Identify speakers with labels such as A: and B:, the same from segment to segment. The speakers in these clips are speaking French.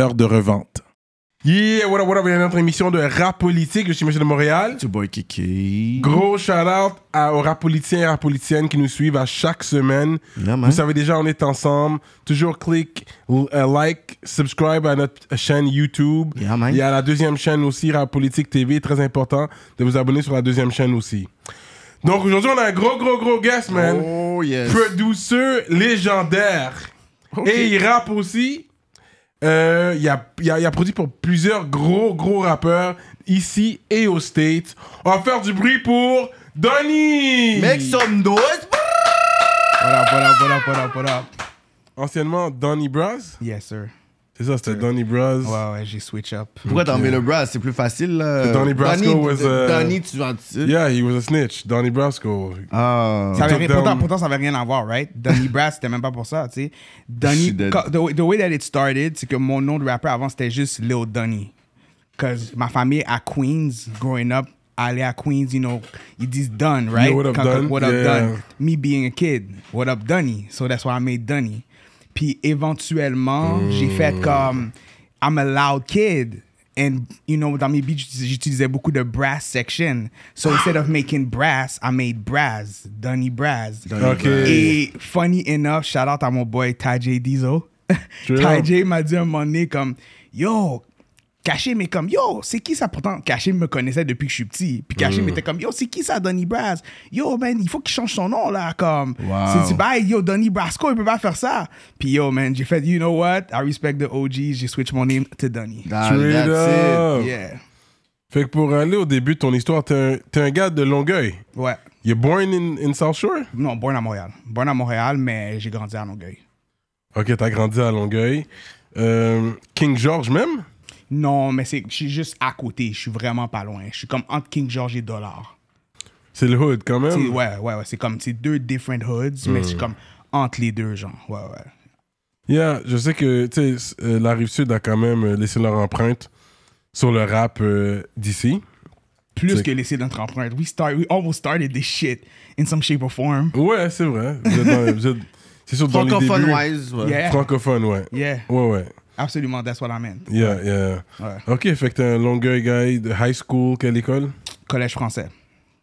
A: de revente. Yeah, what up, what up, bienvenue à notre émission de Rap Politique, je suis Monsieur de Montréal.
B: It's your boy Kiki.
A: Gros shout-out à- aux rap politiciens et rap politiciennes qui nous suivent à chaque semaine.
B: Yeah, man.
A: Vous savez déjà, on est ensemble. Toujours click, l- euh, like, subscribe à notre chaîne YouTube.
B: Yeah, man.
A: Il y a la deuxième chaîne aussi, Rap Politique TV. Très important de vous abonner sur la deuxième chaîne aussi. Donc aujourd'hui, on a un gros, gros, gros guest, man.
B: Oh yes.
A: Produceur légendaire. Et il rappe aussi. Euh, il, a, il a- il a produit pour plusieurs gros, gros rappeurs ici et aux States. On va faire du bruit pour Donny!
B: Make some noise.
A: Voilà, voilà, voilà, voilà, voilà. Anciennement, Donny Bros.
C: Yes, sir. Oh,
A: C'est ça, c'était Donny Bros.
C: Ouais, ouais, j'ai switch up.
B: Pourquoi t'en mets le bras C'est plus facile. là.
A: Donnie Brasco
B: Donnie-
A: was, uh,
B: Donnie, tu en tu-
A: Yeah, he was a snitch. Donny Brasco.
B: Ah.
C: Ça avait
A: Took
C: rien-
A: down-
C: pourtant, pourtant, ça avait rien à voir, right? Donnie Brass, c'était même pas pour ça, tu sais. Donnie,
B: She did.
C: ca- the, way- the way that it started, c'est que mon nom de rappeur avant, c'était juste Lil Donnie. Cause ma famille à Queens, growing up, aller à Queens, you know, ils disent Don, right?
A: Yo, what up,
C: Quand- quand-
A: Don?
C: What up,
A: Yeah.
C: Don? Me being a kid, what up, Donnie? So that's why I made Donnie. Puis éventuellement, j'ai fait comme, I'm a loud kid. And, you know, dans mes beats, j'utilisais- j'utilisais beaucoup de brass section. So instead of making brass, I made brass, Donnie Brass.
A: Ok.
C: Et funny enough, shout out à mon boy Tajay Dizo. Tajay m'a dit un moment donné comme Yo, Caché mais comme Yo, c'est qui ça pourtant Caché me connaissait depuis que je suis petit. Puis Caché m'était comme Yo, c'est qui ça Donny Brass Yo, man, il faut qu'il change son nom là. Comme,
B: Wow.
C: c'est du bail. Yo, Donny Brasco, il peut pas faire ça. Puis yo, man, j'ai fait You know what I respect the OGs. J'ai switch mon name to Donny.
B: Ah,
A: Straight
B: that's it.
A: up.
C: Yeah.
A: Fait que pour aller au début de ton histoire, t'es un, t'es un gars de Longueuil.
C: Ouais.
A: You're born in, in South Shore?
C: Non, born à Montréal. Born à Montréal, mais j'ai grandi à Longueuil.
A: Ok, t'as grandi à Longueuil. Euh, King George même?
C: Non, mais c'est, je suis juste à côté. Je suis vraiment pas loin. Je suis comme entre King George et Dollar.
A: C'est le hood quand
C: C'est-
A: même.
C: Ouais, ouais, ouais. C'est comme, c'est deux different hoods, mais
A: Hum.
C: c'est comme entre les deux, genre. Ouais, ouais.
A: Yeah, je sais que tu sais, euh, la rive sud a quand même euh, laissé leur empreinte sur le rap euh, d'ici.
C: Plus
A: C'est-
C: que laisser notre empreinte. We start, we almost started this shit in some shape or form.
A: Ouais, c'est vrai. Vous êtes dans- vous êtes- c'est sûr dans les débuts.
B: Francophone wise. ouais.
C: Yeah.
A: Francophone, ouais.
C: Yeah,
A: Ouais, ouais.
C: absolument. That's what I meant.
A: Yeah, yeah.
C: Ouais.
A: Ok, fait que t'es un Longueuil guy de high school, quelle école?
C: Collège français.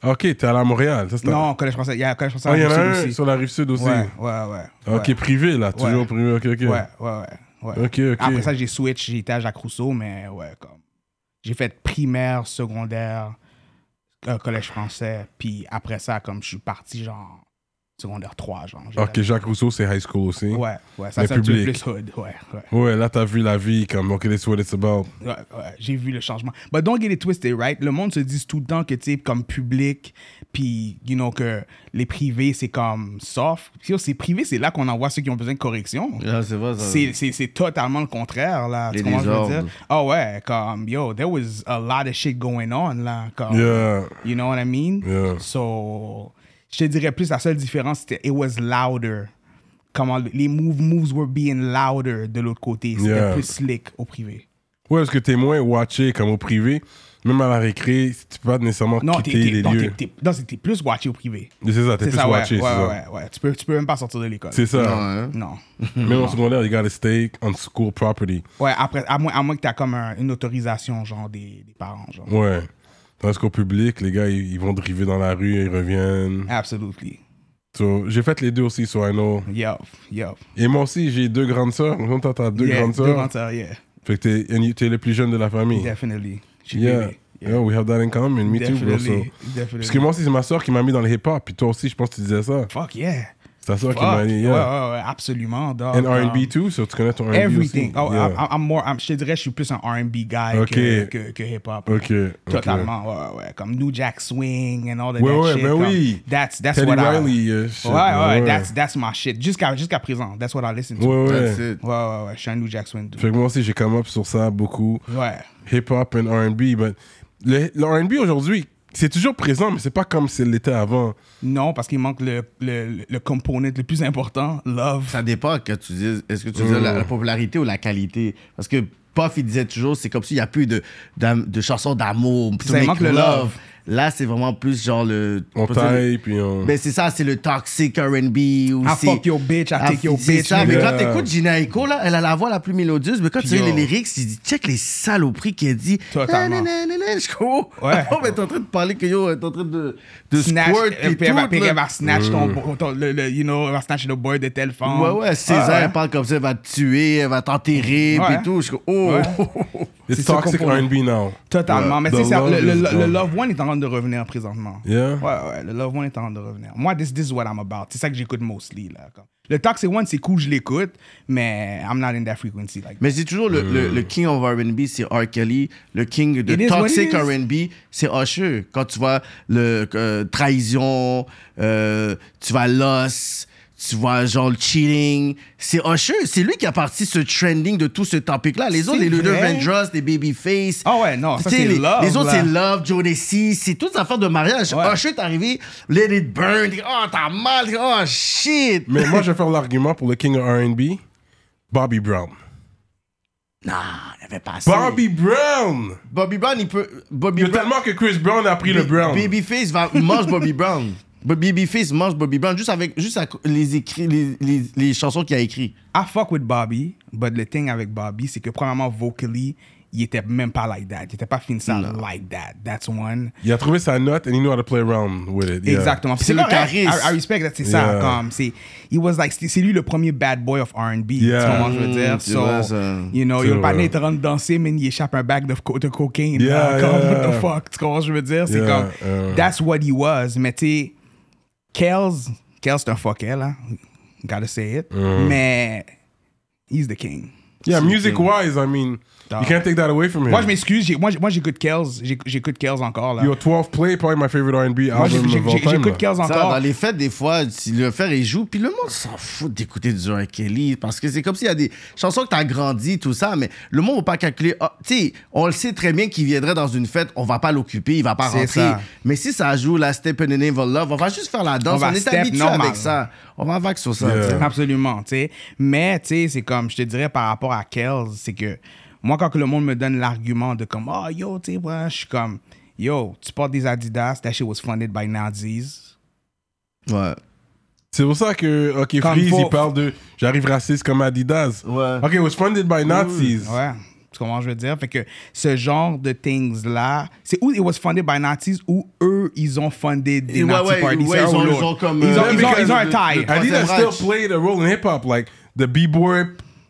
A: Ok, t'es allé à Montréal, ça c'est
C: Non, collège français. Il y a un collège français
A: Ah, il y
C: à
A: en a
C: Bruxelles
A: un
C: aussi.
A: sur la rive sud aussi.
C: Ouais, ouais, ouais.
A: Ok,
C: ouais.
A: privé là, toujours
C: Ouais.
A: privé, ok, ok.
C: Ouais, ouais, ouais. ouais.
A: Ok, ok.
C: Après ça, j'ai switch, j'étais à Jacques Rousseau, mais ouais, comme. J'ai fait primaire, secondaire, euh, collège français, puis après ça, comme je suis parti, genre, secondaire 3, genre. j'ai
A: Ok,
C: la-
A: Jacques Rousseau, c'est high school aussi.
C: Ouais, ouais, ça,
A: Le
C: c'est un petit peu
A: public.
C: plus hood, ouais, ouais.
A: Ouais, là, t'as vu la vie comme, ok, that's what it's about.
C: Ouais, ouais, j'ai vu le changement. But don't get it twisted, right? Le monde se dit tout le temps que, tu sais, comme public, puis, you know, que les privés, c'est comme soft. Puis, yo, c'est privé, c'est là qu'on envoie ceux qui ont besoin de correction.
B: Yeah, Ah, c'est vrai, ça.
A: Euh.
C: C'est- C'est c'est totalement le contraire, là.
B: Les
C: Tu comprends ce que je veux
B: désordres.
C: dire? Ah ouais, comme, yo, there was a lot of shit going on, là. Comme,
A: Yeah.
C: You know what I mean?
A: Yeah.
C: So, je te dirais plus, la seule différence, c'était it was louder. Comment les moves, moves were being louder de l'autre côté. C'était
A: Yeah.
C: plus slick au privé.
A: Ouais, parce que t'es moins watché comme au privé. Même à la récré, tu peux pas nécessairement
C: Non, t'es-
A: quitter
C: t'es-
A: les
C: non,
A: lieux.
C: t'es- t'es- non, c'est- t'es plus watché au privé.
A: C'est ça, t'es
C: C'est
A: plus
C: ça, ouais,
A: watché,
C: ouais,
A: c'est ça.
C: ouais, ouais. Tu peux, tu peux même pas sortir de l'école.
A: C'est ça.
B: Non, hein.
C: Non.
A: Même en secondaire, you gotta stay on school property.
C: Ouais, après, à moins, à moins que t'as comme un- une autorisation, genre, des, des parents, genre.
A: Ouais. Tandis qu'au public, les gars, ils ils vont driver dans la rue, ils reviennent.
C: Absolutely.
A: So, j'ai fait les deux aussi, so I know.
C: Yup, yup.
A: Et moi aussi, j'ai deux grandes sœurs. Maintenant, t'as- t'as deux
C: yeah,
A: grandes
C: Deux
A: sœurs.
C: grandes sœurs, yeah.
A: Fait que t'es, and you- t'es le plus jeune de la famille.
C: Definitely. She
A: Yeah.
C: baby.
A: Yeah, we have that in common. Me too, bro.
C: Definitely.
A: So.
C: Definitely.
A: Parce que moi aussi, c'est ma sœur qui m'a mis dans le hip-hop. Puis toi aussi, je pense que tu disais ça.
C: Fuck yeah.
A: That's what
C: Fuck.
A: I money,
C: Ouais,
A: yeah.
C: ouais, ouais, absolument. dog.
A: And
C: Um,
A: R&B too, so tu connais ton R&B
C: Everything.
A: aussi.
C: Oh,
A: Yeah.
C: I'm, I'm more, I'm- je te dirais, je suis plus un R&B guy
A: Ok.
C: que, que, que hip-hop.
A: Ok, ok.
C: Totalement, ouais, ouais. Comme New Jack Swing and all that,
A: Ouais,
C: that
A: ouais,
C: shit.
A: ben
C: comme-
A: oui.
C: That's, that's
A: Teddy
C: what I...
A: Riley, euh, shit,
C: ouais, ouais,
A: ouais.
C: that's, that's my shit. Jusqu'à jusqu'à présent, that's what I listen to.
A: Ouais, ouais.
B: That's it.
C: ouais, ouais, ouais. Je suis un New Jack Swing. dude.
A: Fait que moi aussi, j'ai come up sur ça beaucoup.
C: Ouais.
A: Hip-hop and R&B. But le, le R&B aujourd'hui, c'est toujours présent, mais c'est pas comme c'est l'était avant.
C: Non, parce qu'il manque le, le, le component le plus important, love.
B: Ça dépend que tu dises. Est-ce que tu dis la, la popularité ou la qualité? Parce que Puff, il disait toujours, c'est comme s'il n'y a plus de, d'am- de chansons d'amour. to
C: Ça
B: make
C: manque le love.
B: Là, c'est vraiment plus genre le.
A: On
B: pas dire le-
A: taille, puis on...
B: Ben, c'est ça, c'est le toxic RB ou
C: I
B: c'est-
C: fuck your bitch, I
B: Ah,
C: take your
B: c'est
C: bitch,
B: ça, mais
A: nigga.
B: quand t'écoutes Gina Echo, là, elle a la voix la plus mélodieuse, mais quand tu
C: Yo.
B: lis les lyrics, tu dis, check les saloperies qu'elle dit.
C: Totalement.
B: Na, na, na, na, na, je comprends.
C: Ouais.
B: Oh, mais t'es en train de parler que yo, t'es en train de, de
C: Snatch,
B: squirt
C: euh,
B: pis
C: puis elle va-
B: tout,
C: puis
B: là.
C: elle va snatch
A: Mm.
C: ton, ton- le, le- you know, elle va snatch le boy de telle femme.
B: Ouais, ouais, César,
C: Ah, ouais.
B: elle parle comme ça, elle va te tuer, elle va t'enterrer,
C: Ouais.
B: pis tout. Je suis comme, oh!
A: It's
C: c'est ça
A: toxic
C: qu'on-
A: R&B now.
C: Totalement.
A: Ouais.
C: Mais
A: The
C: c'est ça,
A: love
C: le, le-
A: is
C: le-
A: gone.
C: le Love One est en train de revenir présentement.
A: Yeah?
C: Ouais, ouais, le Love One est en train de revenir. Moi, this, this is what I'm about. C'est ça que j'écoute mostly. Là, comme. Le Toxic One, c'est cool, je l'écoute, mais I'm not in that frequency. Like,
B: Mais c'est toujours le, le,
A: Hmm.
B: le king of R&B, c'est R. Kelly. Le king
C: It
B: de
C: is what
B: toxic
C: it is.
B: R&B, c'est Usher. Quand tu vois le euh, trahison, euh, tu vois l'os, tu vois genre le cheating, c'est Usher. C'est lui qui a parti ce trending de tout ce topic-là. Les autres, les Luther
C: vrai.
B: Vandross, les Babyface.
C: Ah ouais, non, ça,
B: Tu sais,
C: c'est
B: les,
C: love,
B: Les autres,
C: là.
B: c'est Love, Jodeci, c'est toutes ces affaires de mariage.
C: Ouais.
B: Usher est arrivé, let it burn, oh t'as mal, oh shit.
A: Mais moi, je vais faire l'argument pour le king of R&B, Bobby Brown.
B: Non, il avait pas assez.
A: Bobby Brown!
B: Bobby Brown, il peut. Bobby
A: Il y a
B: Brown.
A: tellement que Chris Brown a pris le
B: Ba-
A: Brown.
B: Babyface va, mange Bobby Brown. Ba- Babyface mange Bobby Brown juste avec juste à co- les, écrits, les, les, les chansons qu'il a écrites.
C: I fuck with Bobby, but le thing avec Bobby, c'est que premièrement, vocally, il était même pas like that. Il était pas fin ça like that. That's one.
A: Il a trouvé sa note and he knew how to play around with it. Yeah.
C: Exactement.
B: C'est le
C: correct.
B: charisme.
C: I, I respect that, c'est ça.
A: Yeah.
C: Comme, c'est, he was like, c'est c'est lui le premier bad boy of R&B.
A: Yeah.
C: Tu comprends ce que je veux dire?
B: Mm, c'est
C: so,
B: vrai, ça.
C: you know,
A: C'est
C: il
A: vrai.
C: partner est en train de danser, mais il échappe un bag de, co- de cocaine.
A: Yeah,
C: là, comme,
A: yeah.
C: what the fuck? Tu comprends ce que je veux dire? C'est
A: Yeah,
C: comme,
A: yeah.
C: that's what he was. Mais tu sais, Kells, Kells, c'est un fuck elle, hein. Gotta say it.
A: Mm.
C: Mais, he's the king.
A: Yeah, music-wise, I mean,
C: Dog.
A: you can't take that away from him.
C: Moi, je m'excuse. j'ai- Moi, j'- moi, j'écoute Kells. J'éc- J'écoute Kells encore, là.
A: Yo, 12 Play, probably my favorite R&B
C: moi, j'ai-
A: album
C: j'ai-
A: of all
C: j'ai-
A: time.
C: j'écoute
A: là.
C: Kells
B: Ça,
C: encore.
B: dans les fêtes, des fois, si le faire il joue, puis le monde s'en fout d'écouter du R. Kelly parce que c'est comme s'il y a des chansons que t'as grandi, tout ça, mais le monde va pas calculer. Ah, tu sais, on le sait très bien qu'il viendrait dans une fête, on va pas l'occuper, il va pas
C: C'est
B: rentrer.
C: ça.
B: Mais si ça joue la Step in the Name of Love, on va juste faire la danse.
C: On
B: On,
C: va
B: est
C: step
B: habitué
C: normal.
B: avec ça. On va vague sur ça.
A: Yeah.
B: tu sais.
C: Absolument, tu sais. Mais, tu sais, c'est comme, je te dirais par rapport à Kells, c'est que moi, quand que le monde me donne l'argument de comme, oh, yo, tu sais, ouais, je suis comme, yo, tu portes des Adidas, that shit was funded by Nazis. Ah.
B: Ouais.
A: C'est pour ça que, OK,
C: Comme
A: Freeze,
C: faut-
A: il parle de « J'arrive raciste comme Adidas ».
B: Ouais.
A: OK, it was funded by Nazis.
C: Ouais. Tu comprends, ce que je veux dire? Fait que ce genre de things-là, c'est où it was funded by Nazis ou eux, ils ont fundé des
B: Et ouais,
C: Nazi
B: ouais,
C: parties.
B: ouais,
C: c'est un
B: ils ont-
C: ou
B: ils
C: l'autre.
B: ont comme,
C: Ils ont,
B: euh,
C: ils ont-
A: because
C: ils ont un
B: de-
C: tie.
B: de-
A: Adidas
B: Troisième
A: still
B: Reich.
A: played a role in hip-hop, like, the b-boy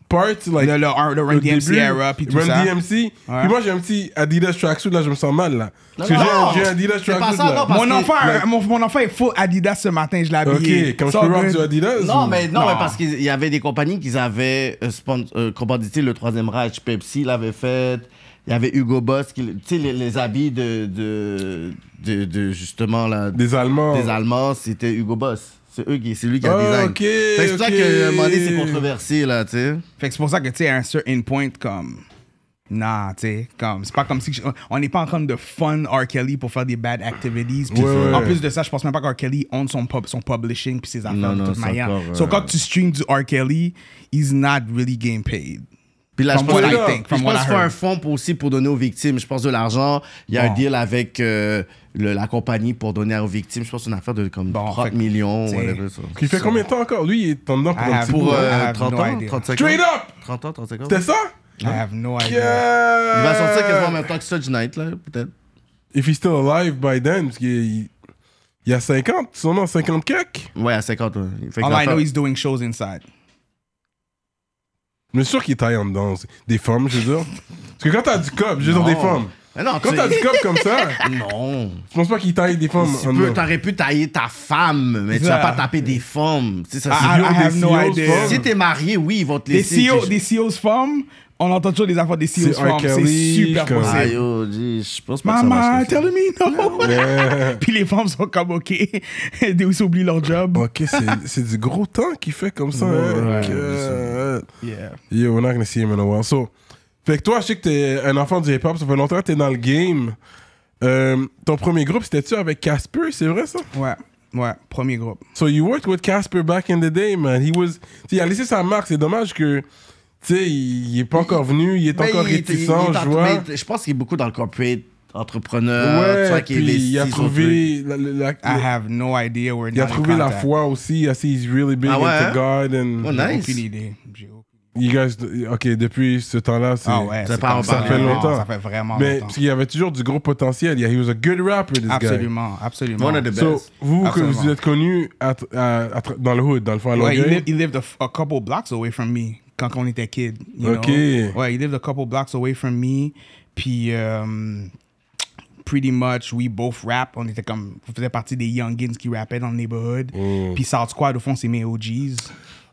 A: part, like...
C: Le- le- le Run
A: au
C: DMC
A: début,
C: era, puis tout
A: Run
C: ça.
A: DMC.
C: Ouais.
A: Puis moi, j'ai un petit Adidas tracksuit, là, je me sens mal, là. Parce que
B: non,
A: j'ai un-
B: non.
A: j'ai un Adidas
B: C'est pas
A: tracksuit,
B: ça, non,
A: là.
B: parce
C: Mon
B: que-
C: enfant,
B: like-
C: mon, mon enfant est full Adidas ce matin, je l'ai habillé.
A: OK, comme je
C: So
A: peux rock
C: good.
A: du Adidas
B: Non,
A: ou-
B: mais, non,
C: Non.
B: mais parce qu'il y avait des compagnies qui avaient euh, spon- euh, commandité le Troisième Reich. Pepsi l'avait fait. Il y avait Hugo Boss, qui, tu sais, les, les habits de, de, de, de, justement, là,
A: Des Allemands.
B: des Allemands, c'était Hugo Boss. C'est eux qui, c'est lui qui a
A: Ah,
B: design.
A: ok,
B: Fait que c'est pour ça
A: ok.
B: que, à un moment donné, c'est controversé, là, tu sais.
C: Fait que c'est pour ça que, tu sais, à un certain point, comme. Nah, tu sais, comme. C'est pas comme si. je- on n'est pas en train de fun R. Kelly pour faire des bad activities. Puis
A: Ouais, ouais.
C: En plus de ça, je pense même pas qu'R. Kelly own son, pub- son publishing puis ses affaires
B: Non,
C: de
B: non,
C: toute
B: c'est
C: manière.
B: encore,
C: So
B: euh,
C: quand tu streams du R. Kelly, he's not really getting paid.
B: Puis là,
C: From
B: je pense,
C: what I
B: là, puis
C: think, from
B: je
C: what
B: pense
C: I
B: qu'il faut
C: heard.
B: un fonds pour aussi pour donner aux victimes. Je pense de l'argent. Il y a
C: Bon.
B: un deal avec euh, le- la compagnie pour donner aux victimes. Je pense une affaire de comme
C: Bon,
B: 30
C: fait que,
B: millions.
C: tu sais,
B: whatever, ça.
A: Qui fait combien de temps encore? Lui, il est en dedans pour
C: I
A: un
C: have-
A: petit bout.
B: Pour euh,
C: I have
B: 30
C: no
B: ans,
C: idea.
B: 35 ans.
A: Straight up!
B: 30 ans, 35 ans.
A: C'était ça?
C: I have no idea.
A: Hein? Yeah!
B: Il va sortir
A: euh,
B: quasiment en même temps que Suge Knight, là, peut-être.
A: If he's still alive by then, parce qu'il il- il y a 50, son nom 50 kek.
B: Ouais, à 50. ouais. Fait que
C: All I
B: l'affaire-
C: know, he's doing shows inside.
A: Je suis sûr qu'il taille en dedans. Des femmes, je veux dire. Parce que quand t'as du cop, je veux dire des
B: Non.
A: femmes.
B: Mais non,
A: Quand
B: tu-
A: t'as du cop comme ça,
B: Non.
A: je pense pas qu'il taille des femmes.
B: Tu
A: en
B: peux,
A: or.
B: t'aurais pu tailler ta femme, mais tu
C: Ça. Ah,
B: vas pas taper des femmes. Tu sais, ça,
C: I, I
B: c'est-
A: viol des E
C: have no
A: CEOs,
C: idea.
A: fuck.
B: si t'es marié, oui, ils vont te
C: Des
B: laisser.
C: CEOs, des CEOs femmes, on entend toujours des affaires des CEOs
A: E C'est R.
C: femmes. C'est
A: Kelly,
C: super
A: comme-
C: possible.
B: Ah, yo, dis, je pense pas que ça
C: Maman,
B: marche.
C: tell me no. Puis les femmes sont comme OK. Des aussi oublient leur job.
A: Ok, c'est- c'est du gros temps qu'il fait comme ça. hein, que-
C: Yeah.
A: Yo, we're not gonna see him in a while. So, fait que toi, je sais que t'es un enfant du hip-hop, ça fait longtemps que t'es dans le game. Euh, ton premier groupe, c'était-tu avec Casper, c'est vrai ça?
C: Ouais, ouais, premier groupe.
A: So you worked with Casper back in the day, man. He was... Tu sais, Il a laissé sa marque, c'est dommage que... Tu sais, il il est pas encore venu, il est
B: Mais
A: encore
B: Ben, il- il- il- il est
A: réticent,
B: en-
A: je vois.
B: mais Je pense qu'il est beaucoup dans le corporate entrepreneur. tu vois,
A: Ouais,
B: euh, qui
A: puis
B: investit
A: il a
B: sur
A: trouvé... la- la-
B: Ah,
A: la-
C: I have no idea where
A: il a
C: now
A: trouvé
C: the
A: la
C: contact.
A: foi aussi. I see he's really big
B: Ah ouais,
A: into
B: hein?
A: God and...
B: Oh, nice.
C: Aucune idée. J'ai aucune-
A: You guys... Ok, depuis ce temps-là, c'est...
C: Ah ouais,
B: Ça
C: c'est
B: part en
C: comme
B: parlant.
A: Ça fait
C: Non,
A: longtemps.
C: Ça fait vraiment
A: Mais
C: longtemps.
A: parce qu'il y avait toujours du gros potentiel. Yeah, he was a good rapper, this guy.
C: Absolument, absolument.
B: One of the best.
A: So, vous, que
C: Absolument.
A: vous êtes connu à tr- à- à tr- dans le hood, dans le fond, à
C: Ouais, he,
A: Longueuil.
C: lived, he lived a, f- a couple blocks away from me quand on était kid. You
A: Ok.
C: Know? Ouais, he lived a couple blocks away from me. Puis, um, pretty much, we both rap. On était comme, on faisait partie des youngins qui rappaient dans le neighborhood.
A: Mm.
C: Puis South Squad, au fond, c'est mes OGs.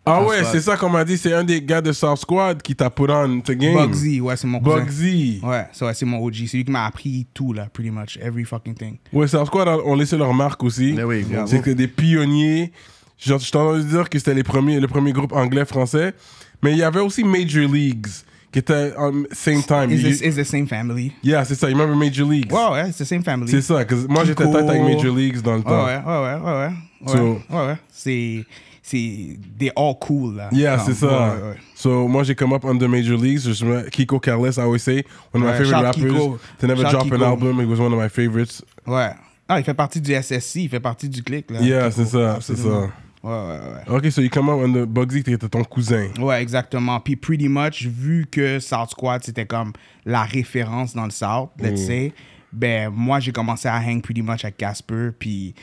A: ah ouais,
B: Squad.
A: c'est ça qu'on m'a dit. C'est un des gars de South Squad qui t'a put on the game.
C: Bugsy, ouais, c'est mon cousin.
A: Bugsy.
C: Ouais, so, ouais, c'est mon OG. C'est lui qui m'a appris tout, là, pretty much. Every fucking thing.
A: Ouais, South Squad ont ont laissé leur marque aussi.
C: Eh
B: Mais oui, bravo.
A: c'est que des pionniers. Genre, je t'ai entendu dire que c'était les premiers, le premier groupe anglais-français. Mais il y avait aussi Major Leagues qui était en same time.
C: It's,
A: Il-
C: the- it's the same family.
A: yeah, c'est ça. You remember Major Leagues?
C: Ouais, ouais, it's the same family.
A: C'est ça. 'cause Moi, j'étais
C: Kiko.
A: tête avec Major Leagues dans le
C: Ouais,
A: temps.
C: ouais, ouais, ouais, ouais. Ouais,
A: So-
C: ouais, ouais. C'est. C'est. They all cool, là.
A: Yeah,
C: Comme,
A: c'est ça.
C: Ah, ouais, ouais.
A: So, moi, j'ai come up under Major Leagues. Je me- Kiko Carless, I always say, one of my
C: Ouais,
A: favorite
C: shout
A: rappers.
C: Kiko.
A: To never
C: Shout
A: drop an
C: Kiko.
A: album, it was one of my favorites.
C: Ouais. Ah, il fait partie du SSC, il fait partie du clic, là.
A: Yeah,
C: Kiko.
A: c'est ça, c'est
C: Ah, Absolument.
A: ça.
C: Ouais, ouais, ouais.
A: Ok, so you come up under Bugsy, t'étais ton cousin.
C: Ouais, exactement. Puis, pretty much, vu que South Squad, c'était comme la référence dans le South, let's
A: Mm.
C: say, ben, moi, j'ai commencé à hang pretty much avec Casper, puis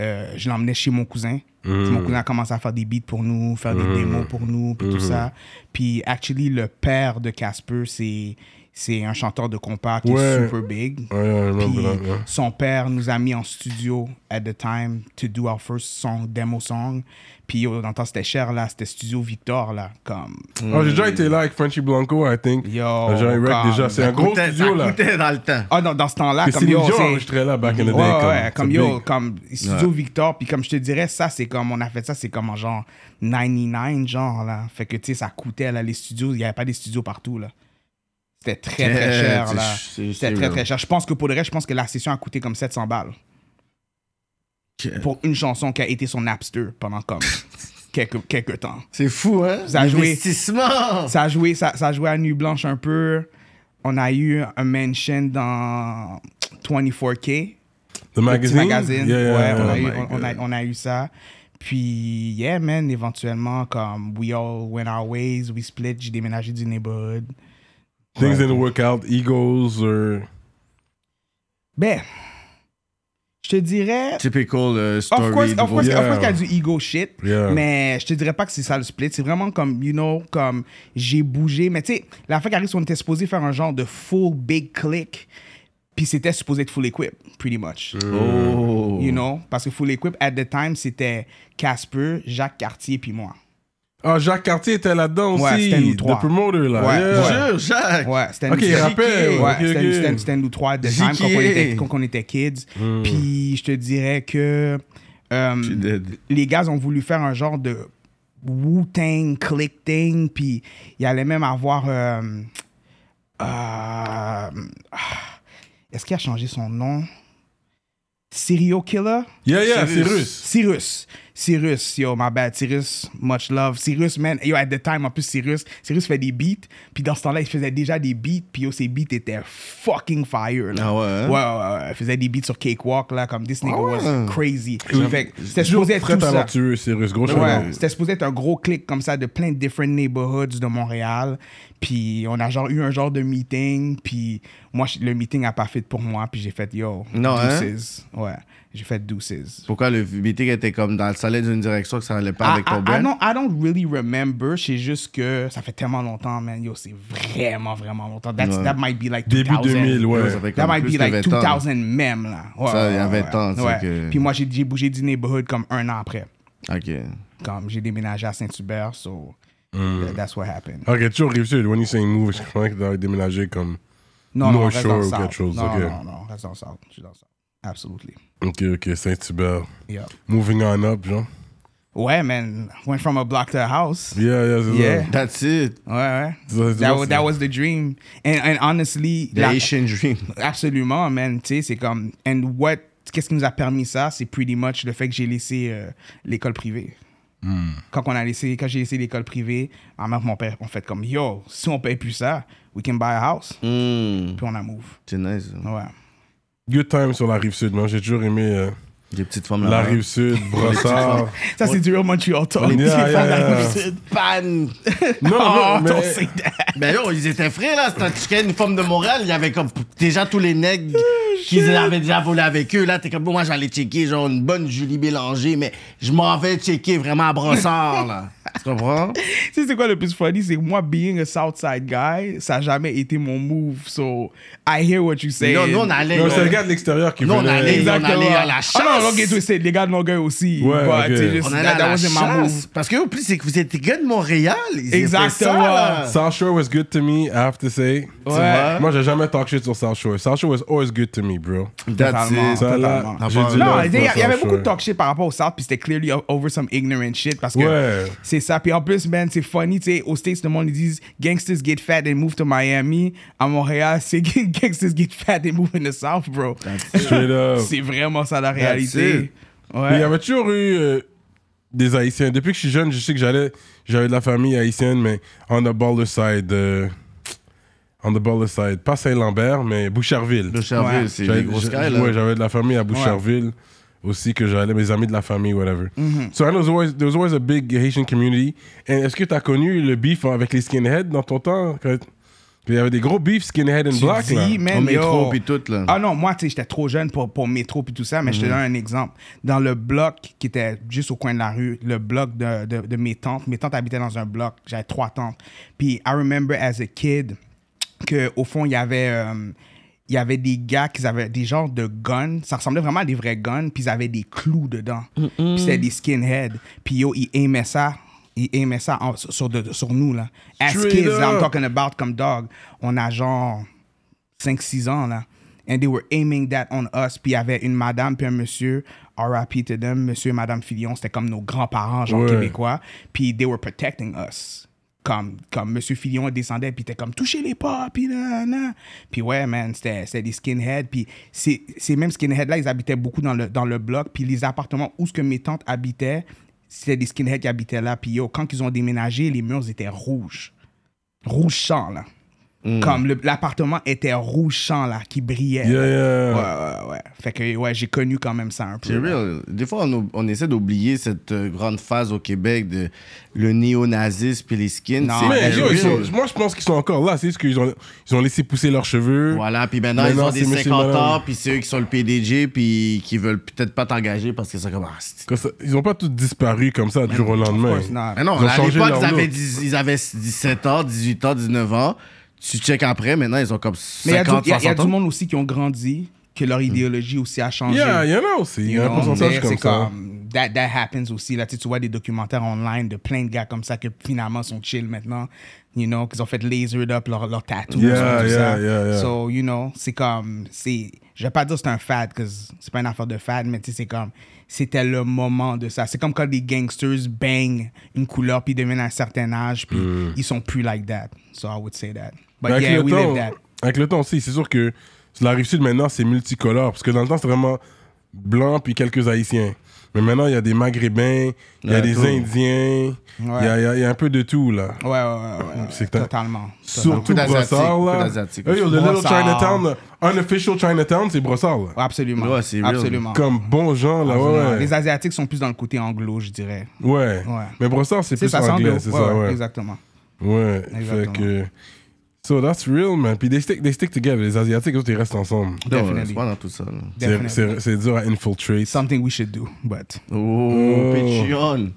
C: euh, je l'emmenais chez mon cousin.
A: Mm.
C: Puis Mon cousin a commencé à faire des beats pour nous, faire des démos pour nous, puis
A: Mm-hmm.
C: tout ça. Puis, actually, le père de Casper, c'est c'est un chanteur de compas qui
A: Ouais.
C: est super big.
A: Ouais, I remember
C: Puis
A: that, yeah.
C: son père nous a mis en studio at the time to do our first song, demo song. Puis yo, dans le temps, c'était cher là, c'était Studio Victor là, comme.
A: Oh, j'ai déjà été là avec Frenchy Blanco, I think.
C: Mm. Yo,
A: J'ai un rec
C: calme.
A: déjà. C'est
B: Tout.
A: un gros
B: Coûtait- ça
A: studio, là.
B: coûtait dans le temps.
C: Ah, dans, dans ce temps-là,
A: Que
C: comme
A: Steve
C: yo,
A: Jones
C: c'est-
A: enregistrait là, back in the day.
C: Ouais, ouais, comme
A: c'est
C: yo,
A: big.
C: comme Studio Victor, puis comme je te dirais, ça, c'est comme, on a fait ça, c'est comme en genre 99, genre là. Fait que, tu sais, ça coûtait là, les studios, il n'y avait pas des studios partout là. C'était très, très
B: Yeah,
C: cher
B: c'est-
C: là.
B: c'est-
C: C'était
B: c'est
C: très,
B: real.
C: très cher. Je pense que pour le reste, je pense que la session a coûté comme 700 balles.
B: Ok.
C: pour une chanson qui a été son Napster pendant comme quelques, quelques temps.
B: C'est fou, hein?
C: Ça a joué.
B: L'investissement!
C: Ça a joué, ça, ça a joué à Nuit Blanche un peu. On a eu un mention dans 24K,
A: The
C: le petit
A: magazine.
C: magazine.
A: Yeah, yeah,
C: ouais,
A: yeah.
C: On, a
B: Oh
C: eu,
B: my
C: on- on a-
B: God.
C: on a eu ça. Puis, yeah, man, éventuellement, comme we all went our ways, we split, j'ai déménagé du neighborhood.
A: Things didn't work out. Eagles or.
C: Ben, je te dirais.
B: Typical euh, story.
C: Of course,
B: de
C: of course,
B: gros-
C: of course
A: Yeah.
C: qu'il y a du ego shit,
A: Yeah.
C: mais je te dirais pas que c'est ça le split. C'est vraiment comme, you know, comme j'ai bougé. Mais tu sais, la fois qu'arrive, on était supposé faire un genre de full big click, puis c'était supposé être full equip, pretty much.
B: Oh.
C: You know, parce que full equip, at the time, c'était Casper, Jacques Cartier, puis moi.
A: Ah, Jacques Cartier était là-dedans
C: Ouais,
A: aussi.
C: c'était nous trois.
A: The promoter, là.
C: Ouais,
A: Yeah.
B: Jure,
C: ouais.
B: Jacques!
C: Ouais, c'était nous
A: Ok,
C: trois.
A: rappel,
C: Ouais,
A: ok,
C: c'était-
A: ok.
C: c'était- c'était nous trois at the time, quand on
B: Jiquier.
C: était, quand on était kids.
A: Hmm.
C: Puis je te dirais que. euh,
B: She did.
C: les gars ont voulu faire un genre de Wu-Tang, click thing, puis il allait même avoir... euh, euh, ah, Est-ce qu'il a changé son nom? Serial Killer?
A: Yeah, yeah, c'est
B: Cyrus.
A: russe.
C: Cyrus. Cyrus, yo, my bad. Cyrus, much love. Cyrus, man, yo, at the time, en plus, Cyrus, Cyrus fait des beats, puis dans ce temps-là, il faisait déjà des beats, puis yo, ses beats étaient fucking fire, là.
B: Ah ouais, hein?
C: Ouais, ouais, ouais. Il faisait des beats sur Cakewalk, là, comme this nigga
B: Ah ouais.
C: was crazy. Fait que C'était
A: Toujours
C: supposé être
A: très
C: tout ça.
A: talentueux, Cyrus. Gros
C: Ouais,
A: shout
C: c'était supposé être un gros clic comme ça de plein de different neighborhoods de Montréal. Puis on a genre eu un genre de meeting. Puis moi, je- le meeting a pas fait pour moi. Puis j'ai fait yo,
B: Non, hein?
C: deuces. Ouais, j'ai fait deuces.
B: Pourquoi le meeting était comme dans le allait d'une direction que ça allait pas avec
C: I,
B: ton
C: I- I
B: brand?
C: don't, I don't really remember. C'est juste que ça fait tellement longtemps, man. Yo, c'est vraiment, vraiment longtemps. That's,
B: Ouais.
C: That might be like
A: Début
C: 2000.
A: 2000, ouais.
B: Ça fait
C: That
B: comme
C: might
B: plus
C: be
B: de
C: like
B: 20 ans.
C: 2000 même, là. Ouais,
B: Ça,
C: ouais,
B: il y a
C: ouais,
B: 20 ans, c'est
C: ouais.
B: que-
C: Puis moi, j'ai j'ai bougé du neighborhood comme un an après.
B: OK.
C: Comme j'ai déménagé à Saint-Hubert, so
A: Hmm.
C: tha- that's what happened.
A: Ok, toujours réussi. When you say move, je comprends que t'as déménagé comme.
C: Non, non,
A: North
C: reste dans le
A: Shore ou
C: South.
A: quelque chose,
C: non,
A: ok.
C: non, non, reste dans le South. Je suis dans le South. Absolutely.
A: Ok, ok, Saint-Hubert.
C: Yeah.
A: Moving on up, genre.
C: Ouais, man. Went from a block to a house.
A: Yeah, yeah, c'est
C: Yeah.
A: ça.
B: That's it.
C: Ouais, ouais.
A: C'est ça. c'est
C: That
A: ça,
C: was,
A: c'est-
C: that was the dream. And, and honestly,
B: The
C: la-
B: Asian Dream.
C: absolument, man. Tu sais, c'est comme. And what. Qu'est-ce qui nous a permis ça? C'est pretty much le fait que j'ai laissé euh, l'école privée.
A: Hmm.
C: Quand, on a laissé, quand j'ai laissé l'école privée, ma mère et mon père ont fait comme Yo, si on paye plus ça, we can buy a house.
B: Hmm.
C: Puis on a move.
B: C'est nice. ça.
C: Ouais.
A: Good time sur la rive sud, man. J'ai toujours aimé euh,
B: Des petites femmes
C: Ah.
A: la
B: là-bas.
A: rive sud, Brossard.
C: Ça, c'est du real Montreal talk.
A: les petits
C: C'est
A: fans
C: pas
A: de la
C: la-
A: rive
B: C'est une panne.
A: non,
C: Oh,
A: non,
C: don't
A: mais.
C: say that.
B: Ben yo, ils étaient frais là, c'était tu crées une forme de morale, il y avait comme déjà tous les nègres qui avaient déjà volé avec eux, là t'es comme bon, moi j'allais checker genre une bonne Julie Bélanger, mais je m'en vais checker vraiment à brossard là. tu comprends?
C: Tu sais, c'est quoi le plus funny? C'est que moi, being a Southside guy, ça n'a jamais été mon move. So, I hear what you say.
B: Non, nous on allait. euh,
A: Non,
B: yo.
A: c'est le gars de l'extérieur qui
B: Nous, on
A: venait.
B: allait-
C: Exactement.
B: on allait à la chasse.
C: Ah non, non, get twisted. Les gars de Longueuil aussi.
A: Ouais,
C: But,
A: ok.
C: tu sais, just-
B: On allait
C: that-
B: à
C: that
B: la
C: wasn't my
B: chasse.
C: move.
B: Parce que au plus c'est que vous étiez gars de Montréal, ils étaient ça,
C: Exactement.
B: là.
A: South Shore was good to me, I have to say. Tu
C: vois?
A: Moi, j'ai jamais talk shit sur South Shore. South Shore was always good to me, bro.
B: That's
C: Totalement.
B: it.
A: Ça, là, j'ai
C: Totalement.
A: du
B: Non,
C: Non,
A: love
C: il y a-
A: pour
C: il y avait
A: South
C: beaucoup
A: Shore.
C: de talk shit par rapport au South, puis c'était clearly o- over some ignorant shit parce que
A: Ouais.
C: c'est ça. Puis en plus, man, c'est funny, tu sais, aux States, le monde, ils disent gangsters get fat and move to Miami. À Montréal, c'est gangsters get fat and move in the South, bro.
A: Straight up.
C: C'est vraiment ça la
A: it.
C: réalité.
A: Mais il y
C: Ouais.
A: avait toujours eu euh, des Haïtiens. Depuis que je suis jeune, je sais que j'allais, j'avais de la famille haïtienne, mais on the border side. euh, on the border side. Pas Saint-Lambert, mais Boucherville.
B: Le Charville,
C: Ouais.
B: c'est
A: J'avais-
B: les gros
A: j'a-
B: gars là.
A: Ouais, j'avais de la famille à Boucherville aussi que j'allais, mes amis de la famille, whatever.
C: Mm-hmm.
A: So I know there was, always, there was always a big Haitian community. And est-ce que tu as connu le beef hein, avec les skinheads dans ton temps? Quand- Il y avait des gros beefs skinhead and
C: Tu
A: black, là.
C: dis, man,
B: Au métro,
C: yo.
B: puis tout, là.
C: Ah non, moi, tu sais, j'étais trop jeune pour, pour métro puis tout ça, mais je te
A: Mhm.
C: donne un exemple. Dans le bloc qui était juste au coin de la rue, le bloc de, de, de mes tantes, mes tantes habitaient dans un bloc, j'avais trois tantes. Puis I remember as a kid que au fond, il y avait... euh, il y avait des gars qui avaient des genres de guns. Ça ressemblait vraiment à des vrais guns. Puis ils avaient des clous dedans. Puis c'était des skinheads. Puis yo, ils aimaient ça. Ils aimaient ça en- sur, de- sur nous, là. As
A: Straight
C: kids, là, I'm
A: up.
C: talking about comme dog. On a genre... 5-6 ans, là. And they were aiming that on us. Puis il y avait une madame, puis un monsieur, RIP to them, monsieur et madame Fillon, c'était comme nos grands-parents, genre
A: Ouais.
C: québécois. Puis they were protecting us. Comme, comme monsieur Fillon descendait, puis était comme, touchez-les pas, puis là, là. Puis ouais, man, c'était c'était des skinheads. Puis ces, ces mêmes skinheads-là, ils habitaient beaucoup dans le, dans le bloc. Puis les appartements où ce que mes tantes habitaient, c'était des skinheads qui habitaient là. Puis yo, quand ils ont déménagé, les murs étaient rouges rouge sang, là.
A: Mm.
C: Comme le- l'appartement était rouge sang, là, qui brillait.
A: Yeah, yeah.
C: Ouais, ouais, ouais. Fait que, ouais, j'ai connu quand même ça un peu.
B: C'est real. Des fois, on, ob- on essaie d'oublier cette euh, grande phase au Québec de le néo-nazisme puis les skins.
C: Non,
B: c'est
A: Mais yo,
B: real.
A: ils sont- moi, je pense qu'ils sont encore là. C'est juste qu'ils ont, ils ont laissé pousser leurs cheveux.
B: Voilà, puis maintenant, ils
A: Maintenant,
B: ont des
A: c'est monsieur
B: 50 ans,
A: madame.
B: puis c'est eux qui sont le PDG, puis qui veulent peut-être pas t'engager parce que ça commence.
A: Que ça- ils ont pas tous disparu comme ça du jour au lendemain.
C: course not.
B: Mais non,
A: Ils ont
B: à
A: changé
B: l'époque,
A: leur
B: ils, avaient
A: look.
B: dix- ils avaient 17 ans, 18 ans, 19 ans. Tu check après, maintenant, ils ont comme
C: Mais il y a,
B: 50,
C: du, y a- y a
B: 60
C: du
B: ans.
C: monde aussi qui ont grandi, que leur idéologie aussi a changé.
A: Yeah, il y en a aussi. Il y
C: You
A: a un
C: know,
A: pourcentage
C: mais
A: comme
C: c'est
A: ça.
C: comme, that, that happens aussi. Là, tu sais, tu vois des documentaires online de plein de gars comme ça qui finalement sont chill maintenant. You know, qu'ils ont fait lasered up leur, leur tattoo.
A: Yeah,
C: tout
A: yeah,
C: ça.
A: yeah, yeah.
C: So, you know, c'est comme, c'est, je vais pas dire c'est un fad, parce que c'est pas une affaire de fad, mais tu sais, c'est comme, c'était le moment de ça. C'est comme quand des gangsters bang une couleur puis ils deviennent un certain âge puis ils sont plus like that. So I would say that.
A: Mais
C: But
A: Hmm. avec,
C: yeah,
A: le
C: we
A: temps,
C: live that.
A: avec le temps aussi, c'est sûr que sur la rive sud maintenant, c'est multicolore. Parce que dans le temps, c'était vraiment blanc puis quelques Haïtiens. Mais maintenant, il y a des Maghrébins, il y a
B: Ouais,
A: des
B: tout.
A: Indiens, il y, a, il y a- il y a un peu de tout là.
C: Ouais, ouais, ouais, ouais, ouais.
A: C'est que t'as-
C: totalement. totalement.
A: Surtout
B: Beaucoup d'Asiatiques,
A: Brossard
B: beaucoup
A: là.
B: d'Asiatiques.
A: Hey, yo, le little
C: Brossard.
A: Chinatown, le unofficial Chinatown, c'est Brossard là.
C: Absolument.
B: Ouais, c'est real.
C: absolument.
A: Comme bon genre là,
C: Absolument.
A: ouais.
C: Les Asiatiques sont plus dans le côté anglo, je dirais.
A: Ouais.
C: Ouais.
A: Mais Brossard, c'est
C: C'est
A: plus
C: ça,
A: anglais,
C: anglo.
A: c'est ça, ouais.
C: Exactement.
A: Ouais,
C: Exactement.
A: fait que So that's real, man. Puis they stick, they stick together. Les Asiatiques, eux, ils restent ensemble.
B: Non,
C: Definitely.
B: c'est pas dans tout ça. là.
A: C'est-
C: Definitely.
A: C'est c'est dur à infiltrer.
C: Something we should do, but
B: Oh, Patreon.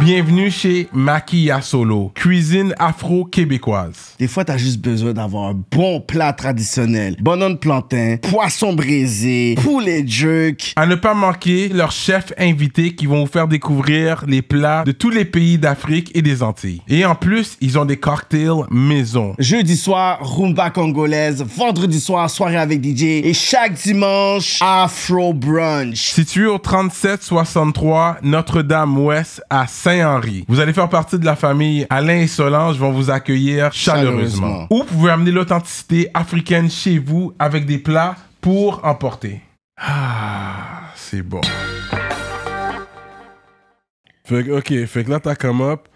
A: Bienvenue chez Makia Solo, cuisine afro-québécoise.
B: Des fois, t'as juste besoin d'avoir un bon plat traditionnel. Bonhomme plantain, poisson brisé, poulet jerk.
A: À ne pas manquer leurs chefs invités qui vont vous faire découvrir les plats de tous les pays d'Afrique et des Antilles. Et en plus, ils ont des cocktails maison.
B: Jeudi soir, rumba congolaise. Vendredi soir, soirée avec DJ. Et chaque dimanche, afro brunch.
A: Situé au 3763 Notre-Dame-Ouest à Saint-Henri. Vous allez faire partie de la famille Alain et Solange vont vous accueillir chaleureusement.
B: Chaleureusement.
A: Ou vous pouvez amener l'authenticité africaine chez vous avec des plats pour emporter. Ah, c'est bon. Fait que, ok, fait que là, t'as come up,